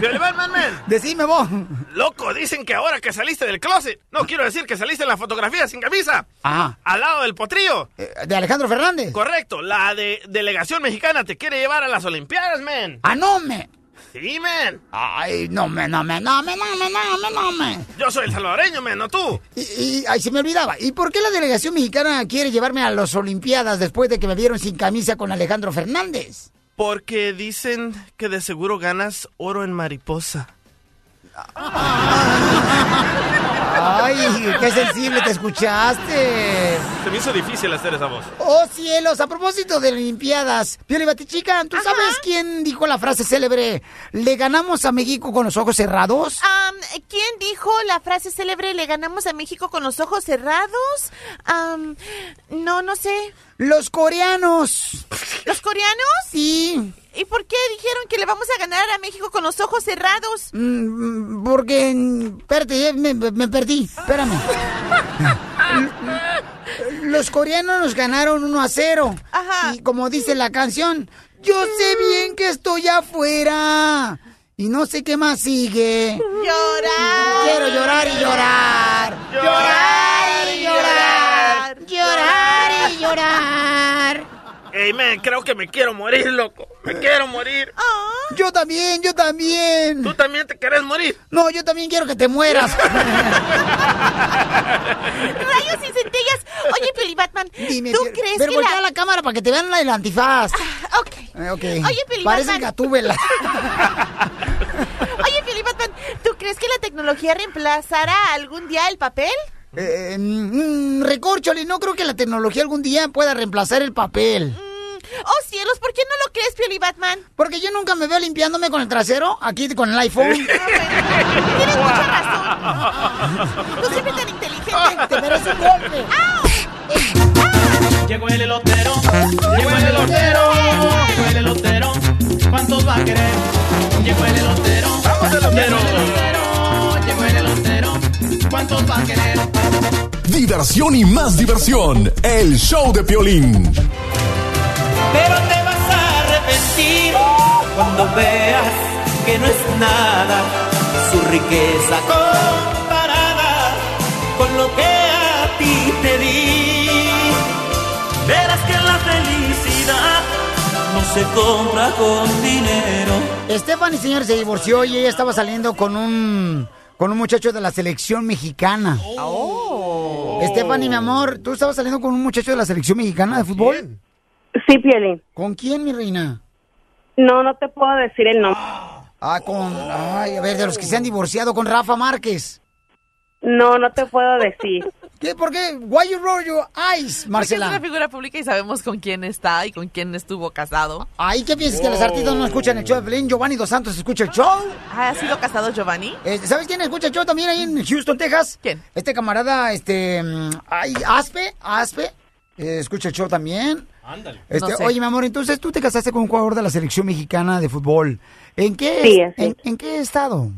¡Piel Batman, man! Decime vos. Loco, dicen que ahora que saliste del closet, no quiero decir que saliste en la fotografía sin camisa, Ajá. al lado del potrillo. Eh, ¿De Alejandro Fernández? Correcto, la de- delegación mexicana te quiere llevar a las Olimpiadas, men. ¡Ah, no, me! Sí, men. Ay, no me, no me, no me, no me, no me, no me. Yo soy el salvadoreño, men, no tú. Y, y- ay, se me olvidaba. ¿Y por qué la delegación mexicana quiere llevarme a las Olimpiadas después de que me vieron sin camisa con Alejandro Fernández? Porque dicen que de seguro ganas oro en mariposa. Ay, qué sensible te escuchaste. Se me hizo difícil hacer esa voz. Oh cielos, a propósito de Olimpiadas, Pioli Batichica, ¿tú sabes quién dijo la frase célebre? ¿Le ganamos a México con los ojos cerrados? Am, ¿Quién dijo la frase célebre le ganamos a México con los ojos cerrados? Am, no, no sé. ¡Los coreanos! ¿Los coreanos? Sí. ¿Y por qué dijeron que le vamos a ganar a México con los ojos cerrados? Mm, Porque, mm, espérate, eh, me, me perdí, espérame. Los coreanos nos ganaron 1 a 0. Y como dice la canción, yo sé bien que estoy afuera. Y no sé qué más sigue. Llorar. Quiero llorar y llorar. Llorar y llorar. Llorar y llorar. Ey, men, creo que me quiero morir, loco. Me quiero morir. Oh. Yo también, yo también. ¿Tú también te querés morir? No, yo también quiero que te mueras. ¡Rayos y centellas! Oye, Peli Batman, Dime, ¿tú pero- crees pero que voltea la... Ah, la cámara para que te vean la del antifaz. Ok. Eh, ok. Oye, Peli Parece Batman. Gatúbela. Oye, Peli Batman, ¿tú crees que la tecnología reemplazará algún día el papel? Eh, mm, mm, recórchole, no creo que la tecnología algún día pueda reemplazar el papel. ¡Oh, cielos! ¿Por qué no lo crees, Peli Batman? Porque yo nunca me veo limpiándome con el trasero, aquí con el iPhone. Tienes mucha razón. Tú siempre tan inteligente. Te mereces un golpe. Llegó el elotero, llegó el elotero, llegó el elotero, ¿cuántos va a querer? Llegó el elotero, vamos elotero, llegó el elotero, ¿cuántos va a querer? Diversión y más diversión. El show de Piolín. Pero te vas a arrepentir cuando veas que no es nada su riqueza comparada con lo que a ti te di. Verás que la felicidad no se compra con dinero. Stephanie, señores, se divorció y ella estaba saliendo con un con un muchacho de la selección mexicana. Oh. Oh. Stephanie, mi amor, ¿tú estabas saliendo con un muchacho de la selección mexicana de fútbol? Sí, Piolín. ¿Con quién, mi reina? No, no te puedo decir el nombre. Ah, con. Ay, a ver, de los que se han divorciado con Rafa Márquez. No, no te puedo decir. ¿Qué? ¿Por qué? Why you roll your Porque eyes, es Marcela? una figura pública y sabemos con quién está y con quién estuvo casado. Ay, ¿qué piensas que los artistas no escuchan el show de Belén? Giovanni Dos Santos escucha el show. Ah, ¿Ha sido casado Giovanni? Eh, ¿Sabes quién escucha el show también ahí en Houston, Texas? ¿Quién? Este camarada, este. mm, Ay, Aspe, Aspe. eh, escucha el show también. Ándale. Este, Oye, mi amor, entonces tú te casaste con un jugador de la selección mexicana de fútbol. ¿En qué, Sí, así en, en qué estado?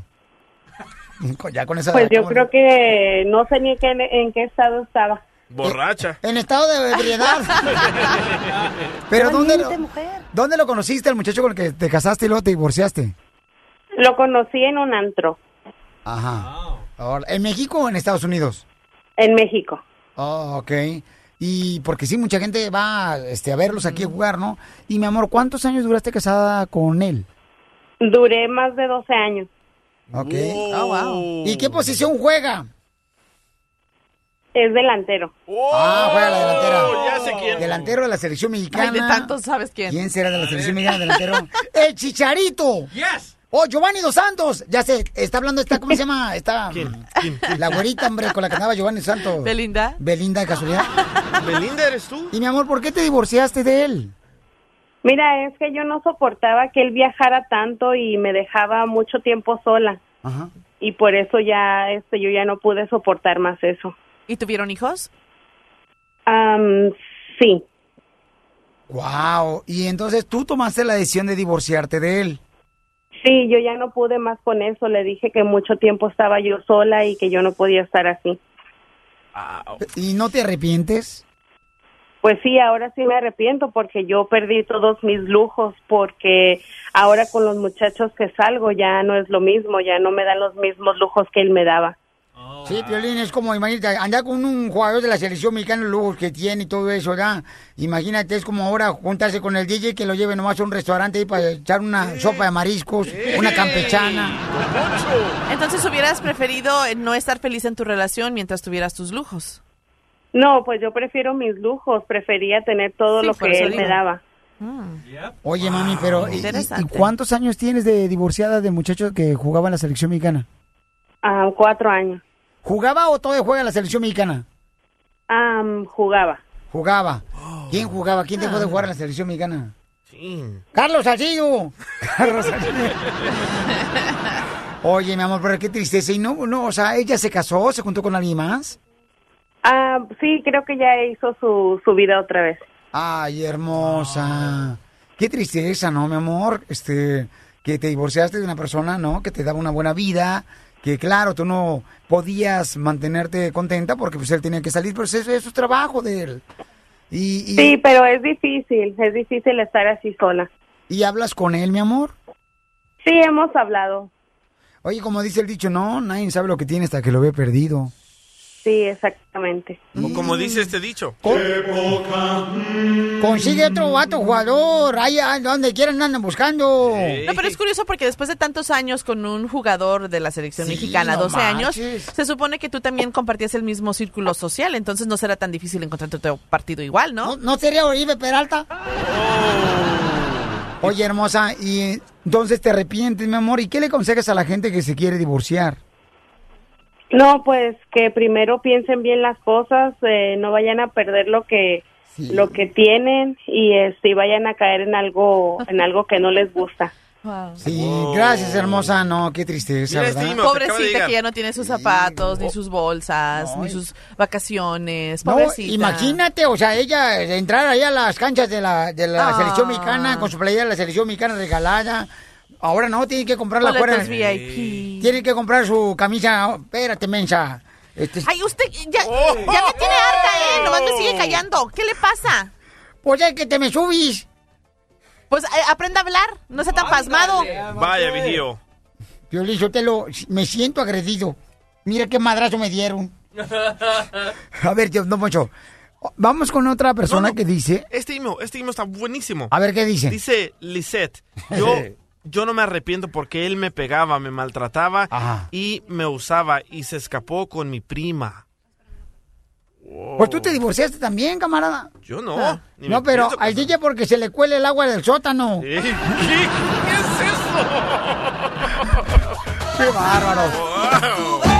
Con- Ya con esa Pues yo ¿cómo creo que no sé ni en qué, en qué estado estaba. Borracha. Eh, En estado de ebriedad. Pero ¿dónde lo, ¿dónde lo conociste al muchacho con el que te casaste y luego te divorciaste? Lo conocí en un antro, Ajá. Ahora, ¿En México o en Estados Unidos? en México. Oh, ok. Y porque sí, mucha gente va este, a verlos aquí Mm. a jugar, ¿no? Y mi amor, ¿cuántos años duraste casada con él? Duré más de 12 años. Oh, Ok. ¿Y qué posición juega? es delantero. Oh. Ah, juega la delantera. ya sé quién. Delantero de la selección mexicana. Ay, de tanto sabes quién. ¿Quién será de la selección mexicana delantero? ¡El Chicharito! ¡Yes! Oh, Giovanni Dos Santos. Ya sé, está hablando esta, ¿cómo se llama? Esta. La güerita, hombre, con la que andaba Giovanni Dos Santos. ¿Belinda? Belinda, de casualidad. ¿Belinda eres tú? Y mi amor, ¿por qué te divorciaste de él? Mira, es que yo no soportaba que él viajara tanto y me dejaba mucho tiempo sola. Ajá. Y por eso ya, este, yo ya no pude soportar más eso. ¿Y tuvieron hijos? Am, sí. Wow. Y entonces tú tomaste la decisión de divorciarte de él. Sí, yo ya no pude más con eso. Le dije que mucho tiempo estaba yo sola y que yo no podía estar así. ¿Y no te arrepientes? Pues sí, ahora sí me arrepiento porque yo perdí todos mis lujos porque ahora con los muchachos que salgo ya no es lo mismo, ya no me dan los mismos lujos que él me daba. Sí, Piolín, es como, imagínate, andar con un jugador de la selección mexicana, los lujos que tiene y todo eso, ¿verdad? Imagínate, es como ahora juntarse con el DJ que lo lleve nomás a un restaurante ahí para echar una sopa de mariscos, una campechana. Entonces hubieras preferido eh, no estar feliz en tu relación mientras tuvieras tus lujos. No, pues yo prefiero mis lujos, prefería tener todo Sí, lo por que eso él me digo. daba. Oye, mami, pero ¿y- y- ¿y, Interesante. cuántos años tienes de divorciada de muchachos que jugaba en la selección mexicana? Am, cuatro años. ¿Jugaba o todavía juega en la selección mexicana? Am, jugaba. Jugaba. ¿Quién jugaba? ¿Quién dejó de jugar en la selección mexicana? Carlos Salcido. Carlos Salcido. Oye, mi amor, pero qué tristeza. Y no, no, o sea, ella se casó, se juntó con alguien más. Ah, sí, creo que ya hizo su, su vida otra vez. Ay, hermosa. Qué tristeza, ¿no, mi amor? Este, que te divorciaste de una persona, ¿no? Que te daba una buena vida. Que claro, tú no podías mantenerte contenta porque pues él tenía que salir, pero eso es su trabajo de él. Y, y- Sí, pero es difícil, es difícil estar así sola. ¿Y hablas con él, mi amor? Sí, hemos hablado. Oye, como dice el dicho, no, nadie sabe lo que tiene hasta que lo ve perdido. Sí, exactamente. O como dice este dicho. Consigue otro vato jugador, ahí a- donde quieran andan buscando. No, pero es curioso porque después de tantos años con un jugador de la selección Sí, mexicana, no 12 años, manches. se supone que tú también compartías el mismo círculo social, entonces no será tan difícil encontrar tu partido igual, ¿no? ¿No sería Oribe Peralta? Oye, hermosa, y entonces te arrepientes, mi amor, ¿y qué le aconsejas a la gente que se quiere divorciar? No, pues que primero piensen bien las cosas, eh, no vayan a perder lo que lo que tienen y este, y vayan a caer en algo en algo que no les gusta. Sí, gracias, hermosa, no, qué tristeza, ¿verdad? Pobrecita este que ya no tiene sus zapatos, ni sus bolsas, ni sus vacaciones. No, Pobrecita. imagínate, o sea, ella eh, entrar ahí a las canchas de la, de la Ah. selección mexicana con su playera de la selección mexicana regalada. Ahora no, tiene que comprarla afuera. Boletos VIP. Tiene que comprar su camisa. Oh, Espérate, mensa. Este, Ay, usted ya, Oh. ya me tiene harta, ¿eh? Nomás me sigue callando. ¿Qué le pasa? Pues ya que te me subís. Pues eh, aprenda a hablar, no sea tan pasmado. Vaya, video. Piolín, yo te lo. Me siento agredido. Mira qué madrazo me dieron. A ver, yo, no, Poncho. Vamos con otra persona que dice. Este email, este email está buenísimo. A ver, ¿qué dice? Dice Lisette, yo, yo no me arrepiento porque él me pegaba, me maltrataba y me usaba y se escapó con mi prima. Pues tú te divorciaste también, camarada. Ah. Yo no. ni No, me pero pienso al DJ porque se le cuele el agua del sótano. ¿Qué? es eso? ¡Qué bárbaro!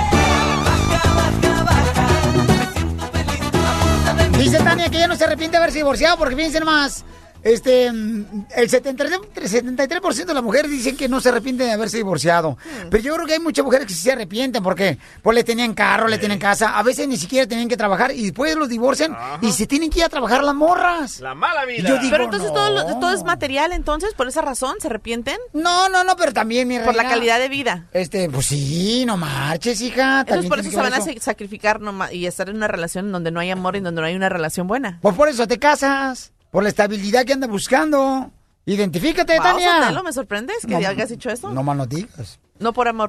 Dice Tania que ya no se arrepiente de haberse divorciado porque piensen más. Este, mm, el 73, 73% de las mujeres dicen que no se arrepienten de haberse divorciado. Hmm. Pero yo creo que hay muchas mujeres que sí se arrepienten porque pues le tenían carro, le tenían casa, a veces ni siquiera tenían que trabajar y después los divorcian y se tienen que ir a trabajar las morras. La mala vida. Yo digo, pero entonces todo, lo- no. todo es material, entonces, por esa razón, ¿se arrepienten? No, no, no, pero también, mi Por la reina. calidad de vida. Este, pues sí, no marches, hija. Entonces, también por tiene eso que se ver van a sa- sacrificar noma- y estar en una relación en donde no hay amor y en donde no hay una relación buena. Pues por eso te casas, por la estabilidad que andas buscando. Identifícate, Wow, Tania. Sotelo, ¿me sorprendes que No, hayas hecho eso? No más no digas. No por amor.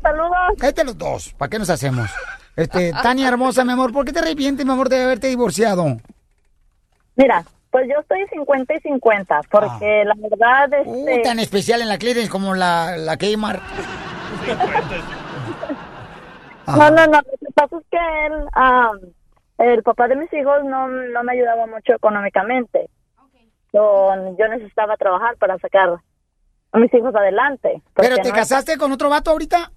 Saludos. Cállate los dos. ¿Para qué nos hacemos? Este, Tania hermosa, mi amor, ¿por qué te arrepientes, mi amor, de haberte divorciado? Mira, pues yo estoy 50 y 50, porque la verdad, Ah. Uh, este, tan especial en la clearance como la, la Kmart. no, no, no, lo que pasa es que él, ah, el papá de mis hijos no, no me ayudaba mucho económicamente. So, yo necesitaba trabajar para sacar a mis hijos adelante. ¿Pero porque te no- casaste con otro vato ahorita?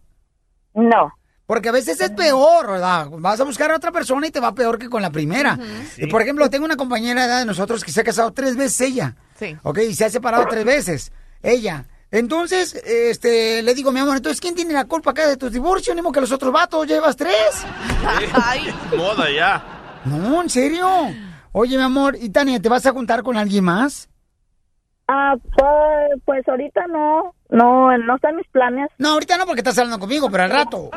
No. Porque a veces es peor, ¿verdad? Vas a buscar a otra persona y te va peor que con la primera. Y, Por ejemplo, tengo una compañera de edad de nosotros que se ha casado tres veces ella. Sí. ¿Ok? Y se ha separado tres veces. Ella. Entonces, este, le digo, mi amor, entonces, ¿quién tiene la culpa acá de tus divorcios? Ni modo que los otros vatos llevas tres. Moda ya. No, en serio. Oye, mi amor, y Tania, ¿te vas a juntar con alguien más? Ah, pues, pues ahorita no. No, no están mis planes. No, ahorita no porque estás hablando conmigo, pero al rato.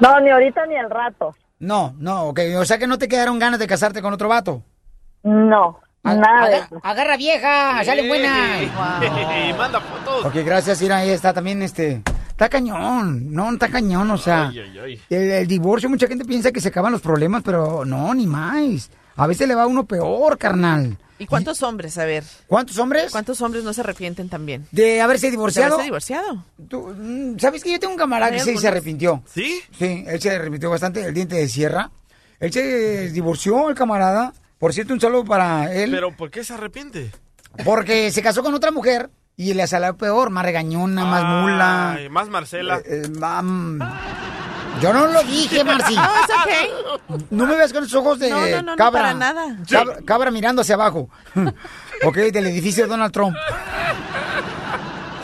No, ni ahorita ni al rato. No, no, ok. O sea que no te quedaron ganas de casarte con otro vato. Ah, No, nada de Agarra, vieja, sale buena. Y manda fotos. Ok, gracias, Ira. Ahí está también este. Está cañón, no, está cañón, o sea. Ay, ay, ay. El, el divorcio, mucha gente piensa que se acaban los problemas, pero no, ni más. A veces le va a uno peor, carnal. ¿Y cuántos hombres? A ver. ¿Cuántos hombres? ¿Cuántos hombres no se arrepienten también? De haberse divorciado. ¿De haberse divorciado? Tú, mm, ¿Sabes que yo tengo un camarada Hay que sí se algunos. arrepintió? ¿Sí? Sí, él se arrepintió bastante, el diente de sierra. Él se divorció, el camarada. Por cierto, un saludo para él. Pero ¿por qué se arrepiente? Porque se casó con otra mujer y le salió peor, más regañona, más mula. Eh, Ay, más Marcela. Mam. Yo no lo dije, Marci. No, Oh, Ah, No me veas con los ojos de No, no, no, no, cabra. para nada. Cabra, cabra mirando hacia abajo. ok, del edificio de Donald Trump.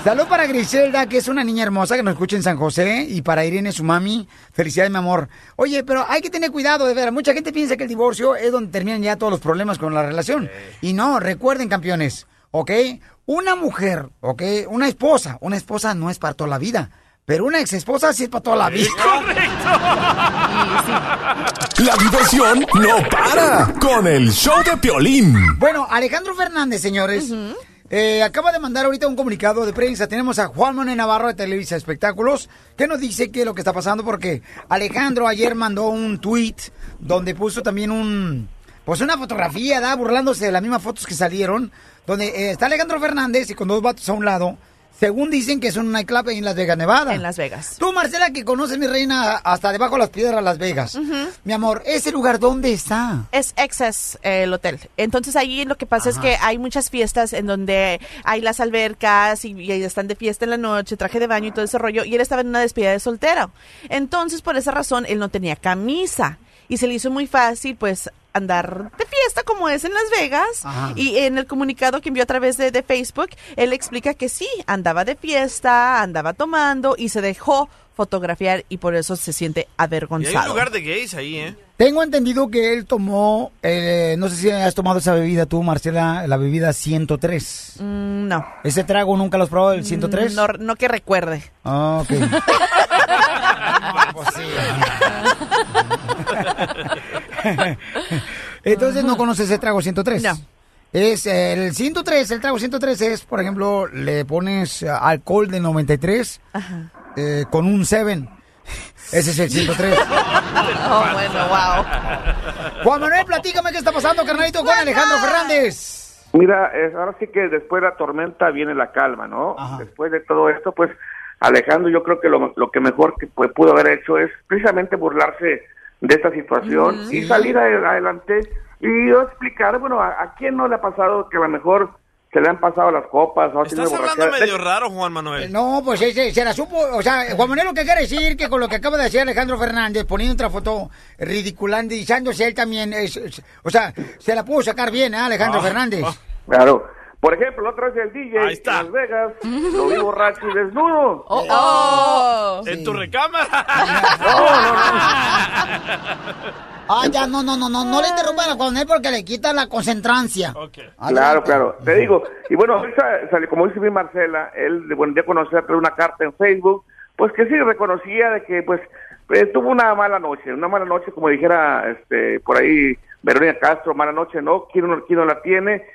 Salud para Griselda, que es una niña hermosa que nos escucha en San José, y para Irene, su mami. Felicidades, mi amor. Oye, pero hay que tener cuidado, de ver. Mucha gente piensa que el divorcio es donde terminan ya todos los problemas con la relación. Y no, recuerden, campeones, ¿ok? Una mujer, ¿ok? Una esposa. Una esposa no es para toda la vida, pero una ex esposa sí es para toda la vida. La diversión no para con el show de Piolín. Bueno, Alejandro Fernández, señores, eh, acaba de mandar ahorita un comunicado de prensa. Tenemos a Juan Manuel Navarro de Televisa Espectáculos, que nos dice que lo que está pasando, porque Alejandro ayer mandó un tweet donde puso también un, pues una fotografía, ¿da? burlándose de las mismas fotos que salieron, donde eh, está Alejandro Fernández y con dos vatos a un lado. Según dicen que es un nightclub en Las Vegas, Nevada. En Las Vegas. Tú, Marcela, que conoces mi reina hasta debajo de las piedras Las Vegas. Mi amor, ¿ese lugar dónde está? Es Excess eh, el hotel. Entonces ahí lo que pasa es Ajá. que hay muchas fiestas en donde hay las albercas y, y ahí están de fiesta en la noche, traje de baño y todo ese rollo. Y él estaba en una despedida de soltero. Entonces por esa razón él no tenía camisa y se le hizo muy fácil pues andar de fiesta como es en Las Vegas. Ajá. Y en el comunicado que envió a través de, de Facebook, él explica que sí, andaba de fiesta, andaba tomando y se dejó fotografiar y por eso se siente Y hay un avergonzado. lugar de gays ahí, ¿eh? Tengo entendido que él tomó, eh, no sé si has tomado esa bebida tú, Marcela, la bebida 103. Mm, no. Mm, ¿Ese trago nunca lo has probado, el 103? No, no que recuerde. Ah, ok. Entonces no conoces el trago 103. No. Es eh, el 103, el trago 103 es, por ejemplo, le pones eh, alcohol de 93 Ajá. eh, con un 7. Ese es el 103. Oh, bueno, wow. Juan Manuel, platícame qué está pasando, carnalito, con Alejandro Fernández. Mira, es- ahora sí que después de la tormenta viene la calma, ¿no? Después de todo esto, pues Alejandro yo creo que lo, lo que mejor que pues, pudo haber hecho es precisamente burlarse de esta situación Ujú. y salir a- adelante y yo explicar, bueno, a, a quién no le ha pasado que a lo mejor se le han pasado las copas o ha tenido Estás hablando borrachera? medio raro, Juan Manuel. No, pues ese, se la supo. O sea, Juan Manuel lo que quiere decir que con lo que acaba de hacer Alejandro Fernández, poniendo otra foto ridiculandizándose él también. es- es- o sea, se la pudo sacar bien, ¿eh, Alejandro Ah, Fernández? ah. Claro. Por ejemplo, la otra vez el DJ en Las Vegas lo vi borracho y desnudo. Oh, ¿En tu recámara? Ah, ya, no, no, no, no, no le interrumpan a Juan Manuel porque le quita la concentrancia. Claro, claro. Te digo, y bueno, hoy sa- sale- como dice mi Marcela, él de bueno, ya conocí a través de una carta en Facebook, pues que sí reconocía de que pues eh, tuvo una mala noche, una mala noche, como dijera este por ahí Verónica Castro, mala noche, ¿no? ¿Quién no, quién no la tiene?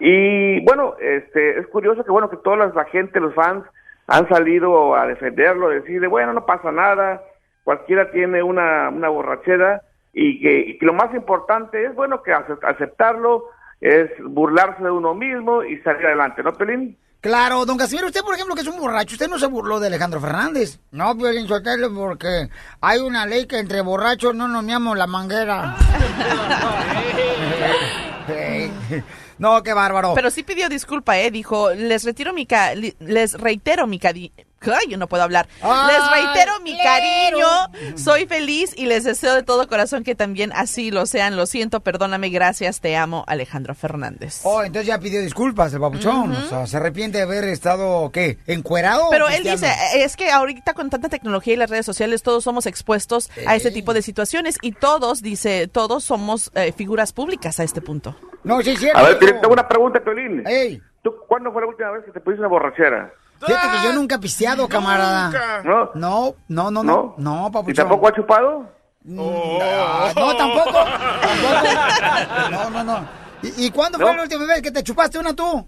Y bueno, este es curioso que bueno que toda la, la gente, los fans han salido a defenderlo, decirle, bueno, no pasa nada, cualquiera tiene una, una borrachera y que, y que lo más importante es, bueno, que ace- aceptarlo, es burlarse de uno mismo y salir adelante, ¿no, Pelín? Claro, don Casimiro, usted por ejemplo que es un borracho, usted no se burló de Alejandro Fernández. No, Violín Sotelo, porque hay una ley que entre borrachos no nomeamos la manguera. no, Oh, qué bárbaro. Pero sí pidió disculpa, ¿eh? Dijo, les retiro mi ca- li- les reitero mi cariño. Yo no puedo hablar. Ah, Ay, les reitero mi claro. cariño. Soy feliz y les deseo de todo corazón que también así lo sean. Lo siento, perdóname, gracias, te amo, Alejandro Fernández. Oh, entonces ya pidió disculpas el papuchón. O sea, se arrepiente de haber estado, ¿qué? ¿Encuerado? o Pero él pisteando? dice, "Eh, es que ahorita con tanta tecnología y las redes sociales todos somos expuestos a este tipo de situaciones y todos, dice, todos somos eh, figuras públicas a este punto. No, sí, A ver, Piolín, tengo una pregunta, Piolín. ¿Tú cuándo fue la última vez que te pusiste una borrachera? Fíjate "Ah". que yo nunca he pisteado, camarada. ¿No? No, no, no, no, no, ¿Y papuchón. tampoco ha chupado? Ah, No, tampoco. tampoco. No, no, no. ¿Y, y cuándo fue No. la última vez que te chupaste una tú?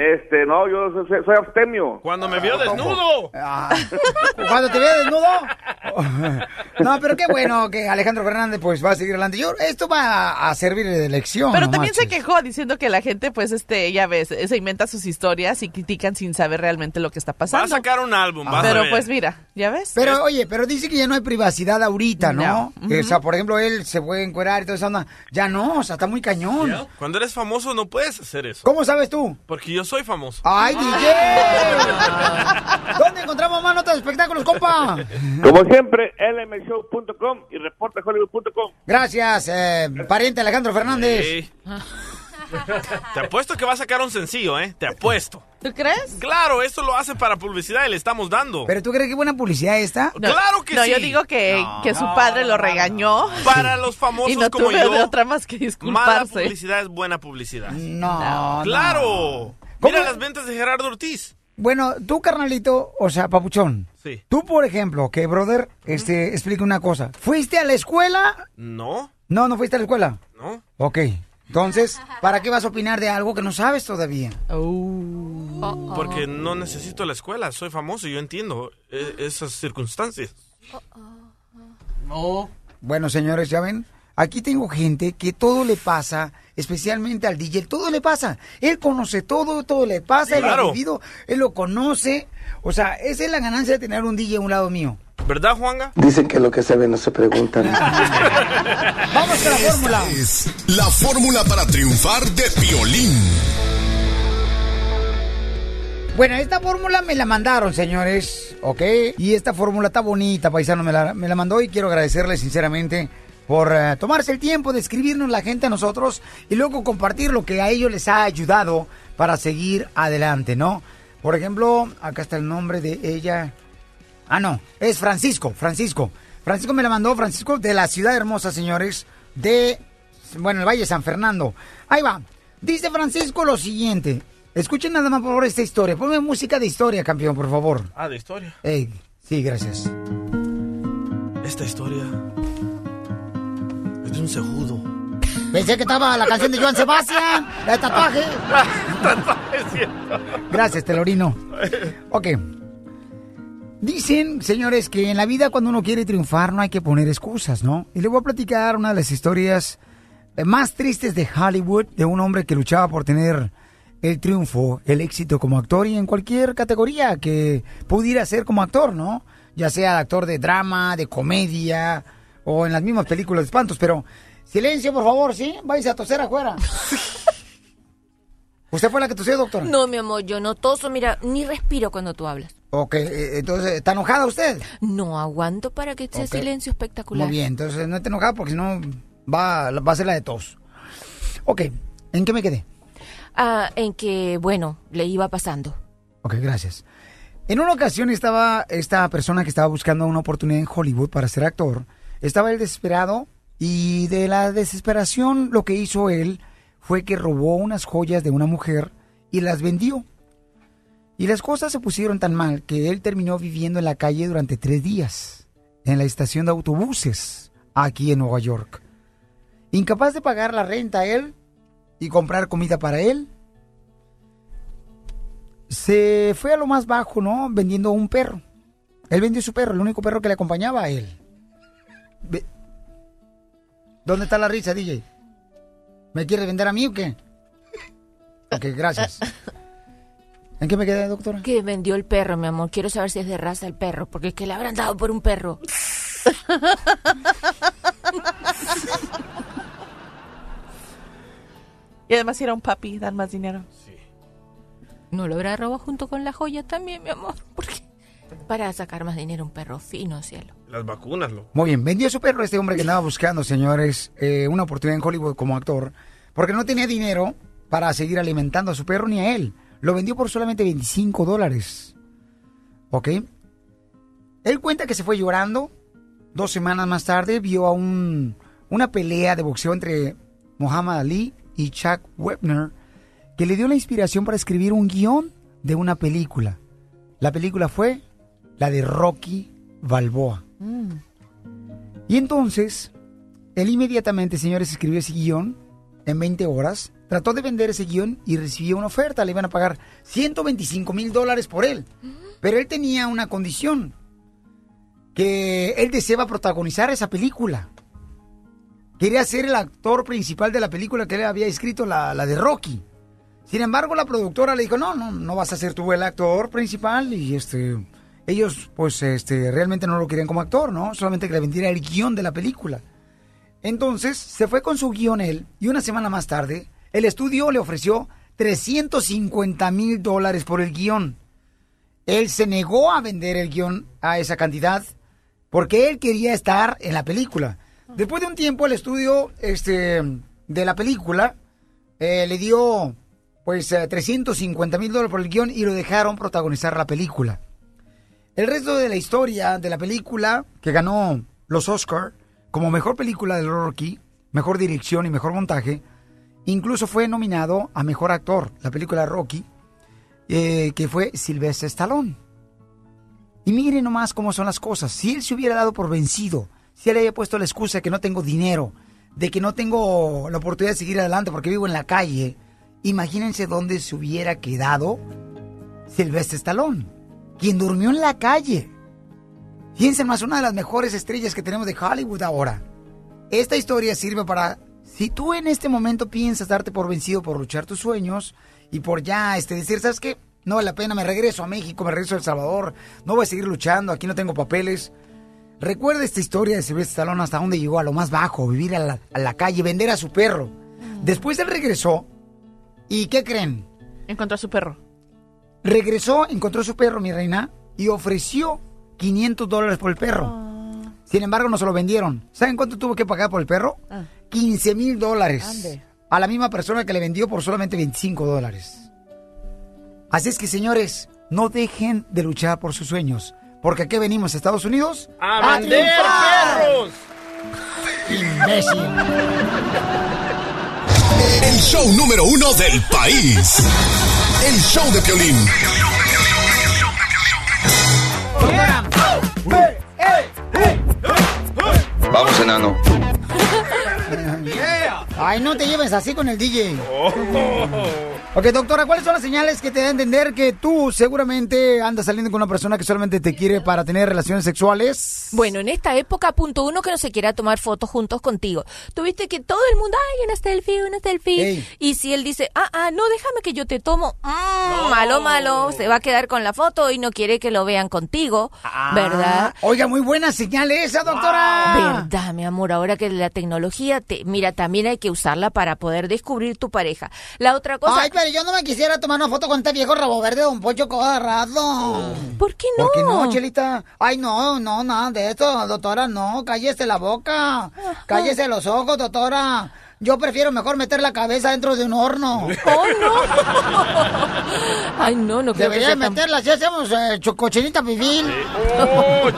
Este, no, yo soy, soy abstemio. Ah, Cuando me vio desnudo. Cuando Ah. te vea desnudo. No, pero qué bueno que Alejandro Fernández pues va a seguir adelante. Yo, esto va a, a servir de lección. Pero no también marches. se quejó diciendo que la gente, pues, este, ya ves, se inventa sus historias y critican sin saber realmente lo que está Va pasando. a sacar un álbum, vas a Pero ver. pues mira, ya ves. Pero oye, pero dice que ya no hay privacidad ahorita, ¿no? No. Ujú. O sea, por ejemplo, él se puede encuerar y toda esa onda. Ya no, o sea, está muy cañón. Cuando eres famoso no puedes hacer eso. ¿Cómo sabes tú? Porque yo soy famoso. ¡Ay, DJ! ¿Dónde encontramos más notas de espectáculos, compa? Como siempre, lmshow.com y reportehollywood.com. Gracias, eh, pariente Alejandro Fernández. Sí. Te apuesto que va a sacar un sencillo, ¿eh? Te apuesto. ¿Tú crees? Claro, esto lo hace para publicidad y le estamos dando. ¿Pero tú crees que buena publicidad esta? No, no, yo digo que, que su padre lo regañó. Para los famosos y no como tuve yo, de otra más que Mala disculparse. publicidad es buena publicidad. No. ¡Claro! Mira las ventas de Gerardo Ortiz. Bueno, tú, carnalito, o sea, papuchón. Sí. Tú, por ejemplo, que, brother, este, explica una cosa. ¿Fuiste a la escuela? No, No, no fuiste a la escuela. no. Ok. Entonces, ¿para qué vas a opinar de algo que no sabes todavía? Oh. Porque no necesito la escuela, soy famoso, yo entiendo eh, esas circunstancias. No. Bueno, señores, ya ven. Aquí tengo gente que todo le pasa, especialmente al DJ, todo le pasa. Él conoce todo, todo le pasa, él lo Claro. ha vivido, él lo conoce. O sea, esa es la ganancia de tener un DJ a un lado mío. ¿Verdad, Juanga? Dicen que lo que se ve no se pregunta. Vamos con la fórmula. Es la fórmula para triunfar de violín. Bueno, esta fórmula me la mandaron, señores, ¿ok? Y esta fórmula está bonita, paisano, me la, me la mandó y quiero agradecerle sinceramente por eh, tomarse el tiempo de escribirnos la gente a nosotros y luego compartir lo que a ellos les ha ayudado para seguir adelante, ¿no? Por ejemplo, acá está el nombre de ella. Ah, no, es Francisco, Francisco. Francisco me la mandó, Francisco, de la ciudad hermosa, señores, de, bueno, el Valle de San Fernando. Ahí va. Dice Francisco lo siguiente. Escuchen nada más, por favor, esta historia. Ponme música de historia, campeón, por favor. Ah, de historia. Ey, sí, gracias. Esta historia es de un segundo. Pensé que estaba la canción de Joan Sebastián, la de tatuaje. Gracias, Telorino. Ok. Dicen, señores, que en la vida cuando uno quiere triunfar no hay que poner excusas, ¿no? Y le voy a platicar una de las historias eh, más tristes de Hollywood de un hombre que luchaba por tener el triunfo, el éxito como actor y en cualquier categoría que pudiera ser como actor, ¿no? Ya sea actor de drama, de comedia o en las mismas películas de espantos, pero silencio, por favor, ¿sí? Váyanse a toser afuera. ¿Usted fue la que tosió, doctora? No, mi amor, yo no toso, mira, ni respiro cuando tú hablas. Ok, eh, entonces, ¿está enojada usted? No aguanto para que sea Ok. silencio espectacular. Muy bien, entonces no te enojas porque si no va, va a ser la de tos. Ok, ¿en qué me quedé? Ah, en que, bueno, le iba pasando. Ok, gracias. En una ocasión estaba esta persona que estaba buscando una oportunidad en Hollywood para ser actor. Estaba él desesperado y de la desesperación lo que hizo él fue que robó unas joyas de una mujer y las vendió. Y las cosas se pusieron tan mal que él terminó viviendo en la calle durante tres días, en la estación de autobuses, aquí en Nueva York. Incapaz de pagar la renta él y comprar comida para él, se fue a lo más bajo, ¿no? Vendiendo un perro. Él vendió su perro, el único perro que le acompañaba a él. Ve- ¿Dónde está la risa, DJ? ¿Me quiere vender a mí o qué? Ok, gracias. ¿En qué me quedé, doctora? Que vendió el perro, mi amor. Quiero saber si es de raza el perro, porque es que le habrán dado por un perro. Y además si era un papi, dan más dinero. No lo habrá robado junto con la joya también, mi amor. Porque para sacar más dinero un perro fino, cielo. Las vacunas, loco. Muy bien, vendió su perro este hombre que andaba buscando, señores, eh, una oportunidad en Hollywood como actor, porque no tenía dinero para seguir alimentando a su perro ni a él. Lo vendió por solamente 25 dólares. ¿Ok? Él cuenta que se fue llorando. Dos semanas más tarde vio a un, una pelea de boxeo entre Muhammad Ali y Chuck Webner, que le dio la inspiración para escribir un guión de una película. La película fue la de Rocky Balboa. Mm, Y entonces, él inmediatamente, señores, escribió ese guión en 20 horas, trató de vender ese guión y recibió una oferta, le iban a pagar 125 mil dólares por él. Pero él tenía una condición, que él deseaba protagonizar esa película. Quería ser el actor principal de la película que él había escrito, la, la de Rocky. Sin embargo, la productora le dijo, no, no, no vas a ser tú el actor principal y este, ellos pues este, realmente no lo querían como actor, ¿no? Solamente que le vendiera el guión de la película. Entonces se fue con su guión él y una semana más tarde el estudio le ofreció 350 mil dólares por el guión. Él se negó a vender el guión a esa cantidad porque él quería estar en la película. Después de un tiempo el estudio este, de la película eh, le dio pues eh, 350 mil dólares por el guión y lo dejaron protagonizar la película. El resto de la historia de la película que ganó los Oscar como mejor película del Rocky, mejor dirección y mejor montaje, incluso fue nominado a mejor actor la película Rocky, eh, que fue Sylvester Stallone. Y miren nomás cómo son las cosas. Si él se hubiera dado por vencido, si él haya puesto la excusa de que no tengo dinero, de que no tengo la oportunidad de seguir adelante porque vivo en la calle, imagínense dónde se hubiera quedado Sylvester Stallone, quien durmió en la calle. Fíjense más, una de las mejores estrellas que tenemos de Hollywood ahora. Esta historia sirve para, si tú en este momento piensas darte por vencido por luchar tus sueños y por ya este, decir, ¿sabes qué? No vale la pena, me regreso a México, me regreso a El Salvador, no voy a seguir luchando, aquí no tengo papeles. Recuerda esta historia de Sylvester Stallone hasta donde llegó, a lo más bajo, vivir a la, a la calle, vender a su perro. Mm. Después él regresó, ¿y qué creen? Encontró a su perro. Regresó, encontró a su perro, mi reina, y ofreció 500 dólares por el perro. Sin embargo, no se lo vendieron. ¿Saben cuánto tuvo que pagar por el perro? ah. 15 mil dólares. Ande. A la misma persona que le vendió por solamente 25 dólares. Así es que, señores, no dejen de luchar por sus sueños. Porque aquí venimos a Estados Unidos ¡A vender triunfar. perros! Ah, Imbécil. El show número uno del país. El show de Piolín. Vamos, enano. Ay, no te lleves así con el DJ. Ok, doctora, ¿cuáles son las señales que te da a entender que tú seguramente andas saliendo con una persona que solamente te quiere para tener relaciones sexuales? Bueno, en esta época, punto uno, que no se quiera tomar fotos juntos contigo. Tuviste que todo el mundo, ay, una selfie, una selfie. Ey. Y si él dice, ah, ah, no, déjame que yo te tomo, mm, malo, malo, se va a quedar con la foto y no quiere que lo vean contigo, Ah. Ah. ¿verdad? Oiga, muy buena señal esa, doctora. ¿Verdad, mi amor? Ahora que la tecnología, te, mira, también hay que usarla para poder descubrir tu pareja. La otra cosa... Ay, pero yo no me quisiera tomar una foto con este viejo rabo verde, don Poncho Codarrado. ¿Por qué no? ¿Por qué Oh. no, Chelita? Ay, no, no, nada de esto, doctora, no. Cállese la boca. Cállese los ojos, doctora. Yo prefiero mejor meter la cabeza dentro de un horno. ¡Oh, no! Ay, no, no creo que Debería sea tan- meterla, si hacemos eh, cho- cochinita pibil. ¡Oh,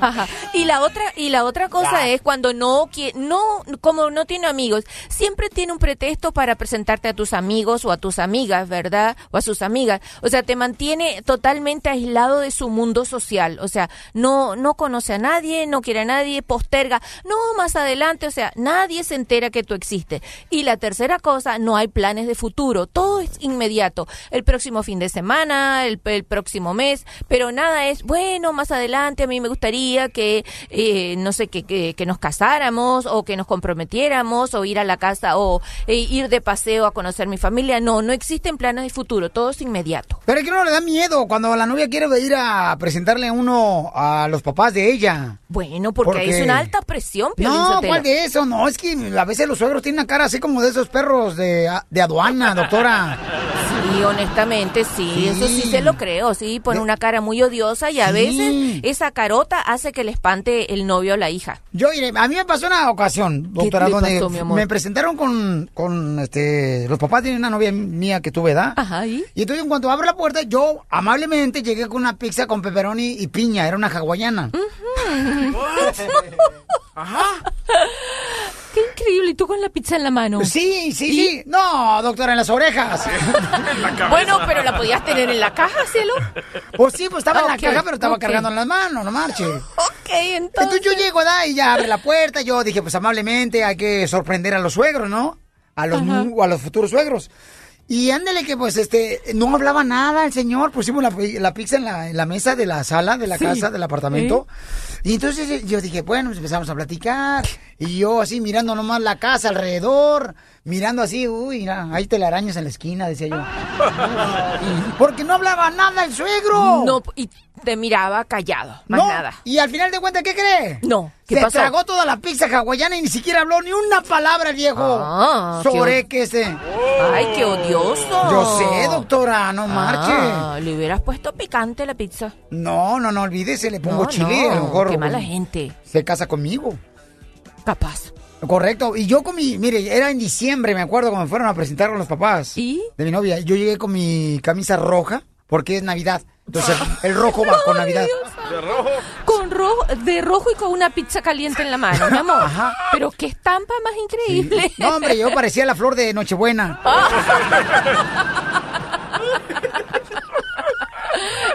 Ajá. Y la otra y la otra cosa es cuando no qui- no como no tiene amigos, siempre tiene un pretexto para presentarte a tus amigos o a tus amigas, ¿verdad? O a sus amigas. O sea, te mantiene totalmente aislado de su mundo social, o sea, no no conoce a nadie, no quiere a nadie, posterga, no más adelante, o sea, nadie se entera que tú existes. Y la tercera cosa, no hay planes de futuro, todo es inmediato. El próximo fin de semana, el, el próximo mes, pero nada es, bueno, más adelante a mí me gustaría quería que, eh, no sé, que, que, que nos casáramos o que nos comprometiéramos o ir a la casa o eh, ir de paseo a conocer mi familia. No, no existen planes de futuro, todo es inmediato. Pero es que no le da miedo cuando la novia quiere ir a presentarle a uno a los papás de ella. Bueno, porque ahí es una alta presión, Piolín No, Sotelo. ¿cuál de eso? No, es que a veces los suegros tienen una cara así como de esos perros de, de aduana, doctora. Sí, honestamente, sí, eso sí se lo creo, sí, pone una cara muy odiosa y a veces esa carota hace que le espante el novio o la hija. Yo, mire, a mí me pasó una ocasión, doctora, te donde pasó, mi amor? me presentaron con, con este, los papás de una novia mía que tuve, ¿da? Ajá, ¿y? entonces en cuanto abro la puerta, yo amablemente llegué con una pizza con pepperoni y piña, era una hawaiana. Qué increíble, ¿y tú con la pizza en la mano? Sí, sí, sí. No, doctora, en las orejas. Bueno, pero la podías tener en la caja, cielo. Pues sí, pues estaba en la Ah, Ok, caja, pero estaba ok. cargando en las manos, no marche. Ok, entonces. yo llego, da, y ya abre la puerta. Yo dije, pues amablemente hay que sorprender a los suegros, ¿no? A los, nu- a los futuros suegros. Y ándale que, pues, este, no hablaba nada el señor. Pusimos la, pi- la pizza en la, en la mesa de la sala, de la Sí. casa, del apartamento. Y entonces eh, yo dije, bueno, pues empezamos a platicar. Y yo así mirando nomás la casa alrededor, mirando así, uy, mira, hay telarañas en la esquina, decía yo. Porque no hablaba nada el suegro. No, y te miraba callado, más No, nada. Y al final de cuentas, ¿qué cree? No, ¿qué Se pasó? tragó toda la pizza hawaiana y ni siquiera habló ni una palabra, el viejo. Ah, qué sobre od- que ese. Ay, qué odioso. Yo sé, doctora, no Ah, marche. le hubieras puesto picante la pizza. No, no, no, olvídese, le pongo No, chile, no, a lo mejor. qué mala gente. Se casa conmigo. Capaz. Correcto. Y yo con mi, mire, era en diciembre, me acuerdo, cuando me fueron a presentar con los papás. De mi novia. Yo llegué con mi camisa roja, porque es Navidad. Entonces, el, el rojo va con Navidad. De rojo. Con rojo, de rojo y con una pizza caliente en la mano, mi amor. Pero qué estampa más increíble. No, hombre, yo parecía la flor de Nochebuena.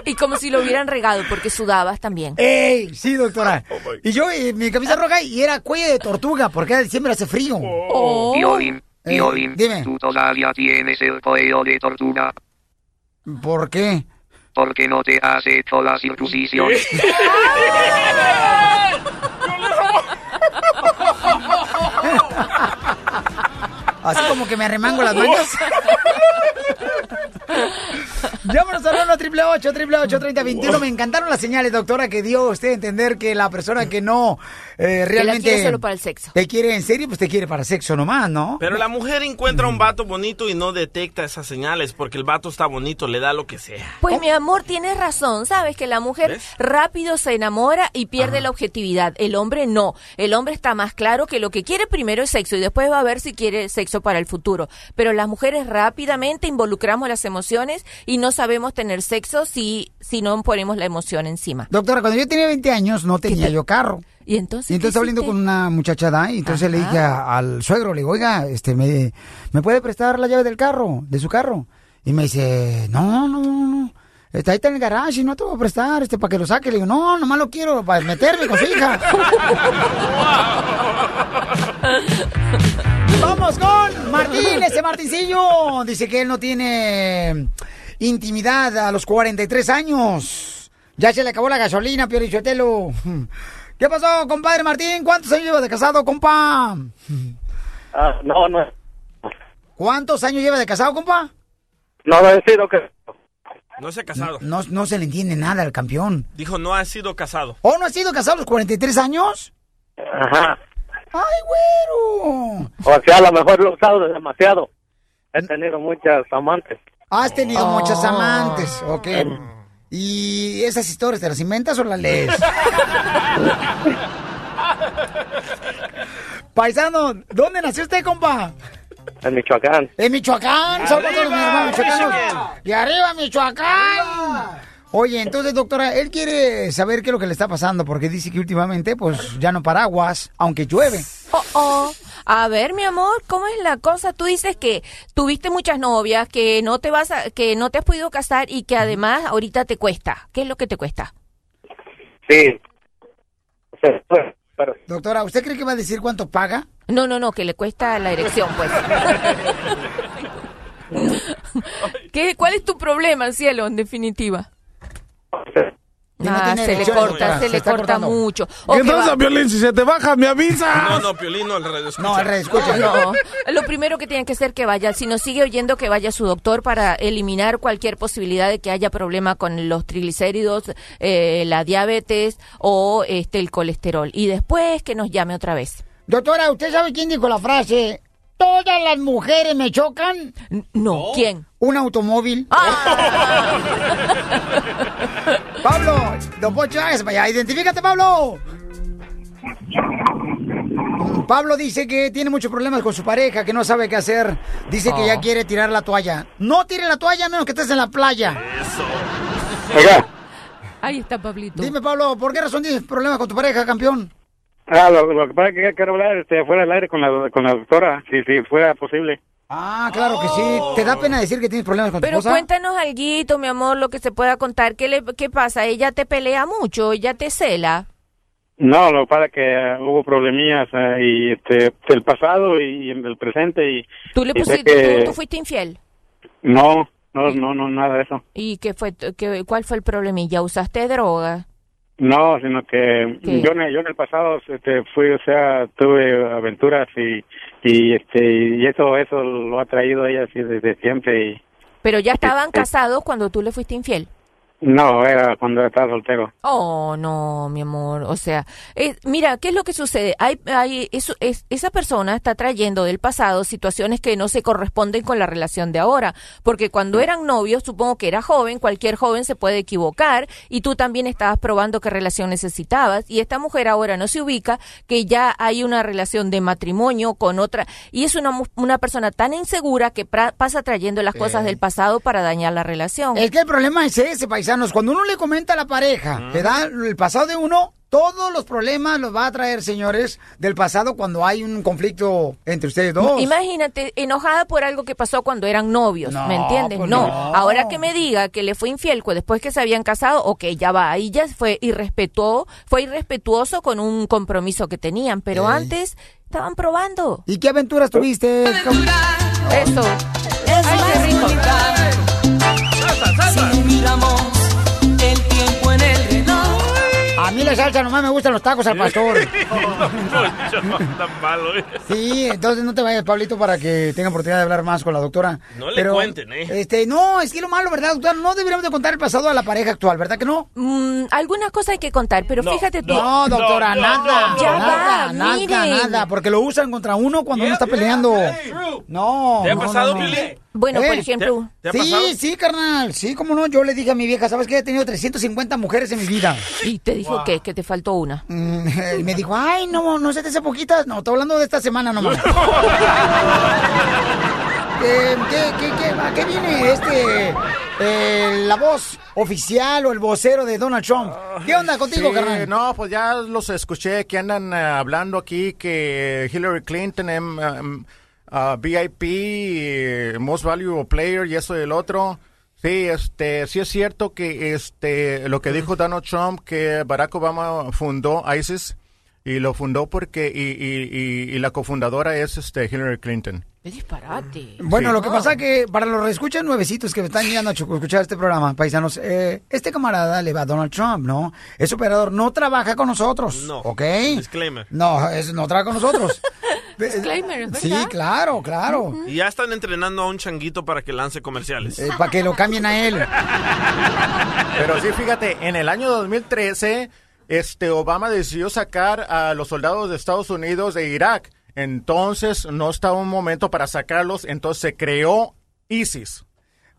Y como si lo hubieran regado, porque sudabas también. ¡Ey! Sí, doctora. y yo, eh, mi camisa roja y era cuello de tortuga, porque era diciembre hace frío. Oh. Violín, Eh, violín, dime. tú todavía tienes el cuello de tortuga ¿Por qué? porque no te has hecho la circuncisión. Así como que me arremango las dueñas. Llámanos al 1 triple 8 triple 21 Me encantaron las señales, doctora, que dio usted a entender que la persona que no eh, Que la realmente. quiere solo para el sexo. Te quiere en serio, pues te quiere para sexo nomás, ¿no? Pero la mujer encuentra un vato bonito y no detecta esas señales porque el vato está bonito, le da lo que sea. Pues mi amor, tienes razón, sabes que la mujer rápido se enamora y pierde la objetividad. El hombre no. El hombre está más claro que lo que quiere primero es sexo y después va a ver si quiere sexo para el futuro. Pero las mujeres rápidamente involucramos las emociones y no sabemos tener sexo si, si no ponemos la emoción encima. Doctora, cuando yo tenía 20 años no tenía yo carro. Y entonces. Y entonces estaba hablando con una muchacha da, y entonces le dije a- al suegro, le digo, oiga, este, me, ¿me puede prestar la llave del carro, de su carro? Y me dice, no, no, no, no. Está ahí está en el garage, no te voy a prestar, este, para que lo saque. Le digo, no, nomás lo quiero para meterme con su hija. Vamos con Martín, ese Martincillo. Dice que él no tiene intimidad a los 43 años. Ya se le acabó la gasolina, Piorichotelo. ¿Qué pasó, compadre Martín? ¿Cuántos años lleva de casado, compa? Ah, no, no, ¿Cuántos años lleva de casado, compa? no, no he sido que... No se ha casado. No, no se le entiende nada al campeón. Dijo, no ha sido casado. ¿O no has sido casado a los 43 años? Ajá. ¡Ay, güero! O sea, a lo mejor lo he usado demasiado. He tenido muchas amantes. Has tenido muchas amantes, ok. ¿Y esas historias te las inventas o las lees? Paisano, ¿dónde nació usted, compa? En Michoacán. En Michoacán, saludos a los ¡Arriba, hermanos michoacanos. Michigan! ¡Y arriba, Michoacán! Oye, entonces, doctora, él quiere saber qué es lo que le está pasando, porque dice que últimamente, pues, ya no paraguas, aunque llueve. Oh, oh. A ver, mi amor, ¿cómo es la cosa? Tú dices que tuviste muchas novias, que no te vas a, que no te has podido casar y que además ahorita te cuesta. ¿Qué es lo que te cuesta? Sí. Sí, bueno, pero Doctora, ¿usted cree que va a decir cuánto paga? No, no, no, que le cuesta la erección, pues. ¿Qué, ¿Cuál es tu problema, cielo, en definitiva? no Ah, tiene se le erecciones, corta, doctora, se se le está corta cortando. mucho. O ¿Qué que va- pasa, Piolín? Si se te baja, me avisas. No, no, Piolín, no, el radio escucha. No, el radio escucha. No, lo primero que tiene que hacer que vaya, si nos sigue oyendo, que vaya a su doctor para eliminar cualquier posibilidad de que haya problema con los triglicéridos, eh, la diabetes o este el colesterol. Y después que nos llame otra vez. Doctora, ¿usted sabe quién dijo la frase? ¿Todas las mujeres me chocan? No. ¿Quién? Ah. Un automóvil. Pablo, don Pocho, hágase para allá. Identifícate, Pablo. Pablo dice que tiene muchos problemas con su pareja, que no sabe qué hacer. Dice que Ah. ya quiere tirar la toalla. No tire la toalla a menos que estés en la playa. Oiga, Ahí está Pablito. Dime, Pablo, ¿por qué razón tienes problemas con tu pareja, campeón? ah, lo, lo que pasa es que quiero hablar este, fuera del aire con la, con la doctora, si, si fuera posible. Ah, claro que sí. ¿Te da pena decir que tienes problemas con tu Oh. Pero esposa? cuéntanos alguito, mi amor, lo que se pueda contar. ¿Qué, le, ¿Qué pasa? ¿Ella te pelea mucho? ¿Ella te cela? No, lo que pasa es que ah, hubo problemillas ah, y este, del pasado y, en el presente y... ¿Tú le y sé pusiste, que- tú, tú fuiste infiel? No, no, no, no, nada de eso. ¿Y qué fue, t- qué, cuál fue el problemilla? ¿Usaste droga? No, sino que ¿Qué? yo, en el- yo en el pasado este, fui, o sea, tuve aventuras y, y, este, y eso, eso lo ha traído ella así desde siempre y... Pero ya estaban casados cuando tú le fuiste infiel. No, era cuando estaba soltero. Oh, no, mi amor. O sea, eh, mira, ¿qué es lo que sucede? Hay, hay, eso, es, esa persona está trayendo del pasado situaciones que no se corresponden con la relación de ahora. Porque cuando eran novios, supongo que era joven, cualquier joven se puede equivocar y tú también estabas probando qué relación necesitabas. Y esta mujer ahora no se ubica que ya hay una relación de matrimonio con otra. Y es una, mu- una persona tan insegura que pra- pasa trayendo las cosas del pasado para dañar la relación. Es que el problema es ese, paisanos. Cuando uno le comenta a la pareja, le da el pasado de uno, todos los problemas los va a traer, señores, del pasado cuando hay un conflicto entre ustedes dos. Imagínate, enojada por algo que pasó cuando eran novios, No, ¿me entiendes? pues no. no. ahora que me diga que le fue infiel cu- después que se habían casado, ok, ya va, ahí ya fue irrespetuoso, fue irrespetuoso con un compromiso que tenían, pero antes estaban probando. ¿Y qué aventuras tuviste? Eso. Ay, qué rico. Si miramos el tiempo en el reloj. A mí la salsa nomás me gustan los tacos al pastor. tan malo, ¿eh? Sí, entonces no te vayas, Pablito, para que tenga oportunidad de hablar más con la doctora. No le Pero, cuenten, ¿eh? Este, no, es que lo malo, ¿verdad, doctora? No deberíamos de contar el pasado a la pareja actual, ¿verdad que no? Mm, algunas cosas hay que contar, pero fíjate tú. No, doctora, nada. ya nada, va, nada, miren. nada, porque lo usan contra uno cuando uno está peleando. No. ¿Te ha no, pasado, no, no. Piolín? Bueno, por Eh, ejemplo- ¿Te- te ha sí, pasado? sí, carnal. Sí, cómo no. Yo le dije a mi vieja, ¿sabes qué? He tenido 350 mujeres en mi vida. Y te dijo Wow. que, que te faltó una. Y me dijo, ay, no, no se te hace poquitas. No, estoy hablando de esta semana nomás. Eh, ¿qué, qué, qué, ¿A qué viene este, eh, la voz oficial o el vocero de Donald Trump? ¿Qué onda contigo, Sí, carnal? No, pues ya los escuché que andan eh, hablando aquí que Hillary Clinton em, ah, es VIP, eh, Most Value Player y eso y el otro. Sí, este, sí es cierto que este, lo que dijo Donald Trump, que Barack Obama fundó ISIS y lo fundó porque, y, y- y- y la cofundadora es este, Hillary Clinton. Es disparate. Bueno, Sí. lo que Oh. pasa que para los reescuchas nuevecitos que me están llegando a chu- escuchar este programa, paisanos, eh, este camarada le va a Donald Trump, ¿no? Es operador, no trabaja con nosotros. No. ¿Ok? Disclaimer. No, es- no trabaja con nosotros. Disclaimer, ¿verdad? sí, claro, claro. Y ya están entrenando a un changuito para que lance comerciales. Ah. Eh, para que lo cambien a él. Pero sí, fíjate, en el año 2013, este Obama decidió sacar a los soldados de Estados Unidos de Irak. Entonces no estaba un momento para sacarlos, entonces se creó ISIS.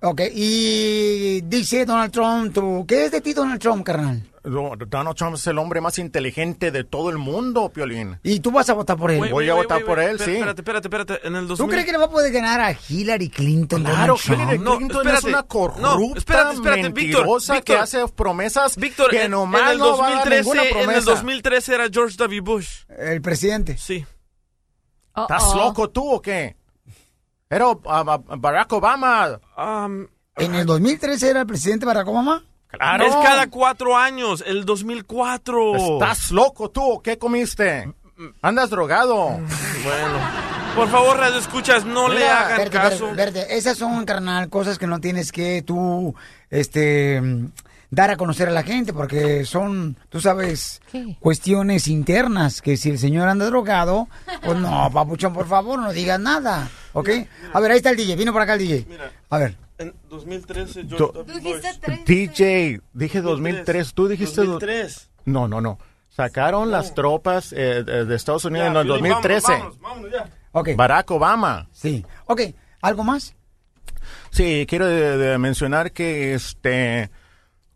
Ok, y dice Donald Trump, tú, ¿qué es de ti Donald Trump, carnal? No, Donald Trump es el hombre más inteligente de todo el mundo, Piolín. Y tú vas a votar por él. Voy a votar por él, sí. Espérate, espérate, espérate. En el 2000... ¿Tú crees que le va a poder ganar a Hillary Clinton? Claro, Hillary Clinton es una corrupta, Víctor, mentirosa Víctor. que hace promesas Víctor, que en, nomás en el no va a dar 2013, ninguna en el promesa. 2013 era George W. Bush. El presidente. Sí. ¿Estás Uh-oh. loco tú o qué? Era Ob- a- a- Barack Obama. Um, ¿En el 2013 era el presidente Barack Obama? Claro. Es cada cuatro años, el 2004. ¿Estás loco tú o qué comiste? Andas drogado. Bueno. Por favor, radio escuchas, no le Mira, hagan espérate, caso. espérate, espérate. Esas son, carnal, cosas que no tienes que tú, este, mm, dar a conocer a la gente, porque son, tú sabes, cuestiones internas, que si el señor anda drogado, pues no, papuchón, por favor, no digas nada, ¿ok? A ver, ahí está el DJ, vino por acá el DJ. A ver. En 2013 yo Do- DJ, dije 2003, tú dijiste... do- 2003. No, no, no. Sacaron las tropas eh, de de Estados Unidos Ya, en el Piolín, 2013. vámonos, vámonos, vámonos ya. Barack Obama. Sí. Ok, ¿algo más? Sí, quiero de- de mencionar que este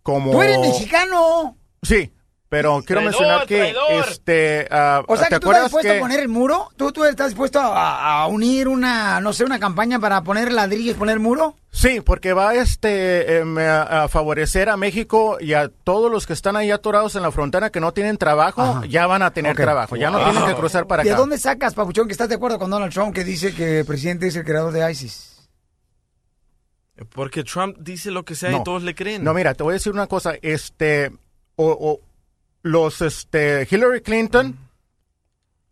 como ¡Tú eres mexicano! Sí, pero quiero Traidor, mencionar que traidor. este ah, O sea, ¿te que tú estás acuerdas dispuesto que a poner el muro, ¿Tú, tú estás dispuesto a, a unir una, no sé, una campaña para poner ladrillos, poner muro. Sí, porque va este em, a, a favorecer a México y a todos los que están ahí atorados en la frontera que no tienen trabajo, ya van a tener Ok. trabajo, ya no Wow. tienen que cruzar para ¿De acá. dónde sacas, Papuchón, que estás de acuerdo con Donald Trump, que dice que el presidente es el creador de ISIS? Porque Trump dice lo que sea No. y todos le creen. No, mira, te voy a decir una cosa, este o, o- los este Hillary Clinton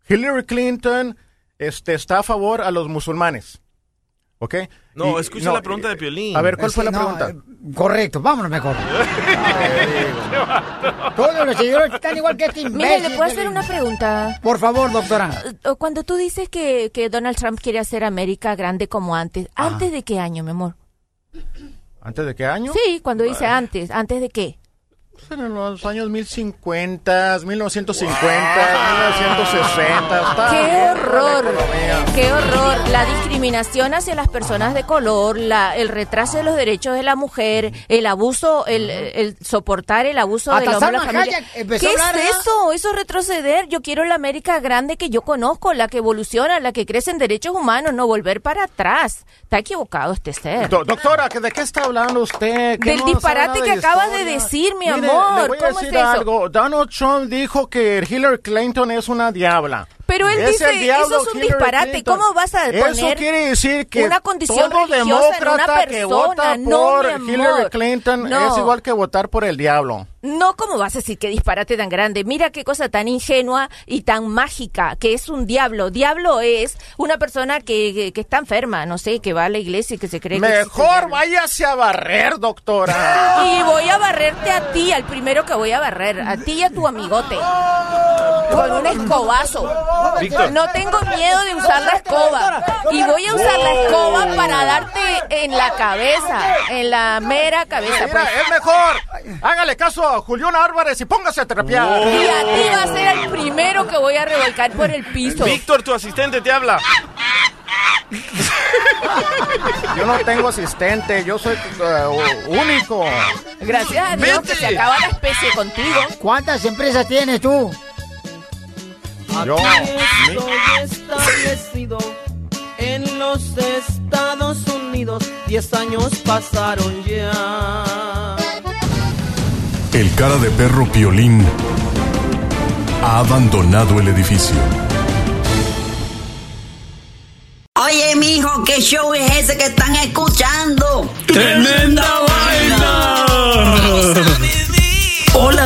Hillary Clinton este está a favor a los musulmanes. ¿Ok? No, Y- escucha no, la pregunta de Piolín. A ver, ¿cuál Sí, fue la no, pregunta? eh, correcto, vámonos mejor. Todos los seguidores están igual que Mire, este ¿le imbécil. puedo hacer una pregunta? Por favor, doctora. O Cuando tú dices que, que Donald Trump quiere hacer América grande como antes, ¿antes de qué año, mi amor? ¿Antes de qué año? Sí, cuando dice antes, ¿antes de qué? En los años 1050, 1950, 1960. está ¡Qué bien, horror! economía. ¡Qué horror! La discriminación hacia las personas de color, la, el retraso de los derechos de la mujer, el abuso, el, el soportar el abuso del Hasta hombre a la Salma familia. Hayek ¿Qué empezó a hablar, es ¿verdad? eso? Eso es retroceder. Yo quiero la América grande que yo conozco, la que evoluciona, la que crece en derechos humanos, no volver para atrás. Está equivocado este ser. Do- doctora, ¿que ¿de qué está hablando usted? ¿Que Del no disparate sabe nada que acabas de historia? decir, mi Mire, amor. le voy a ¿Cómo es decir eso? algo. Donald Trump dijo que Hillary Clinton es una diabla. Pero él Es dice, el diablo eso es un Hillary disparate. Clinton. ¿Cómo vas a Eso poner quiere decir que una condición todo religiosa en una demócrata que persona? vota No, por mi amor. Hillary Clinton No. es igual que votar por el diablo. No, ¿cómo vas a decir qué disparate tan grande? Mira qué cosa tan ingenua y tan mágica, que es un diablo. Diablo es una persona que, que- que está enferma, no sé, que va a la iglesia y que se cree que... existe el Mejor váyase a barrer, doctora. diablo. Y voy a barrerte a ti, al primero que voy a barrer, a ti y a tu amigote. Con un escobazo. Víctor. No tengo miedo de usar la escoba. Y voy a usar la escoba para darte en la cabeza, en la mera cabeza. Mira, pues. es mejor. Hágale caso a Julián Álvarez y póngase a trapear. Y a ti va a ser el primero que voy a revolcar por el piso. Víctor, tu asistente te habla. Yo no tengo asistente, yo soy eh, único. Gracias a Dios que se acaba la especie contigo. ¿Cuántas empresas tienes tú? Yo. Estoy establecido en los Estados Unidos. Diez años pasaron ya. El cara de perro Piolín ha abandonado el edificio. Oye, mijo, ¿qué show es ese que están escuchando? ¡Tremenda vaina! Hola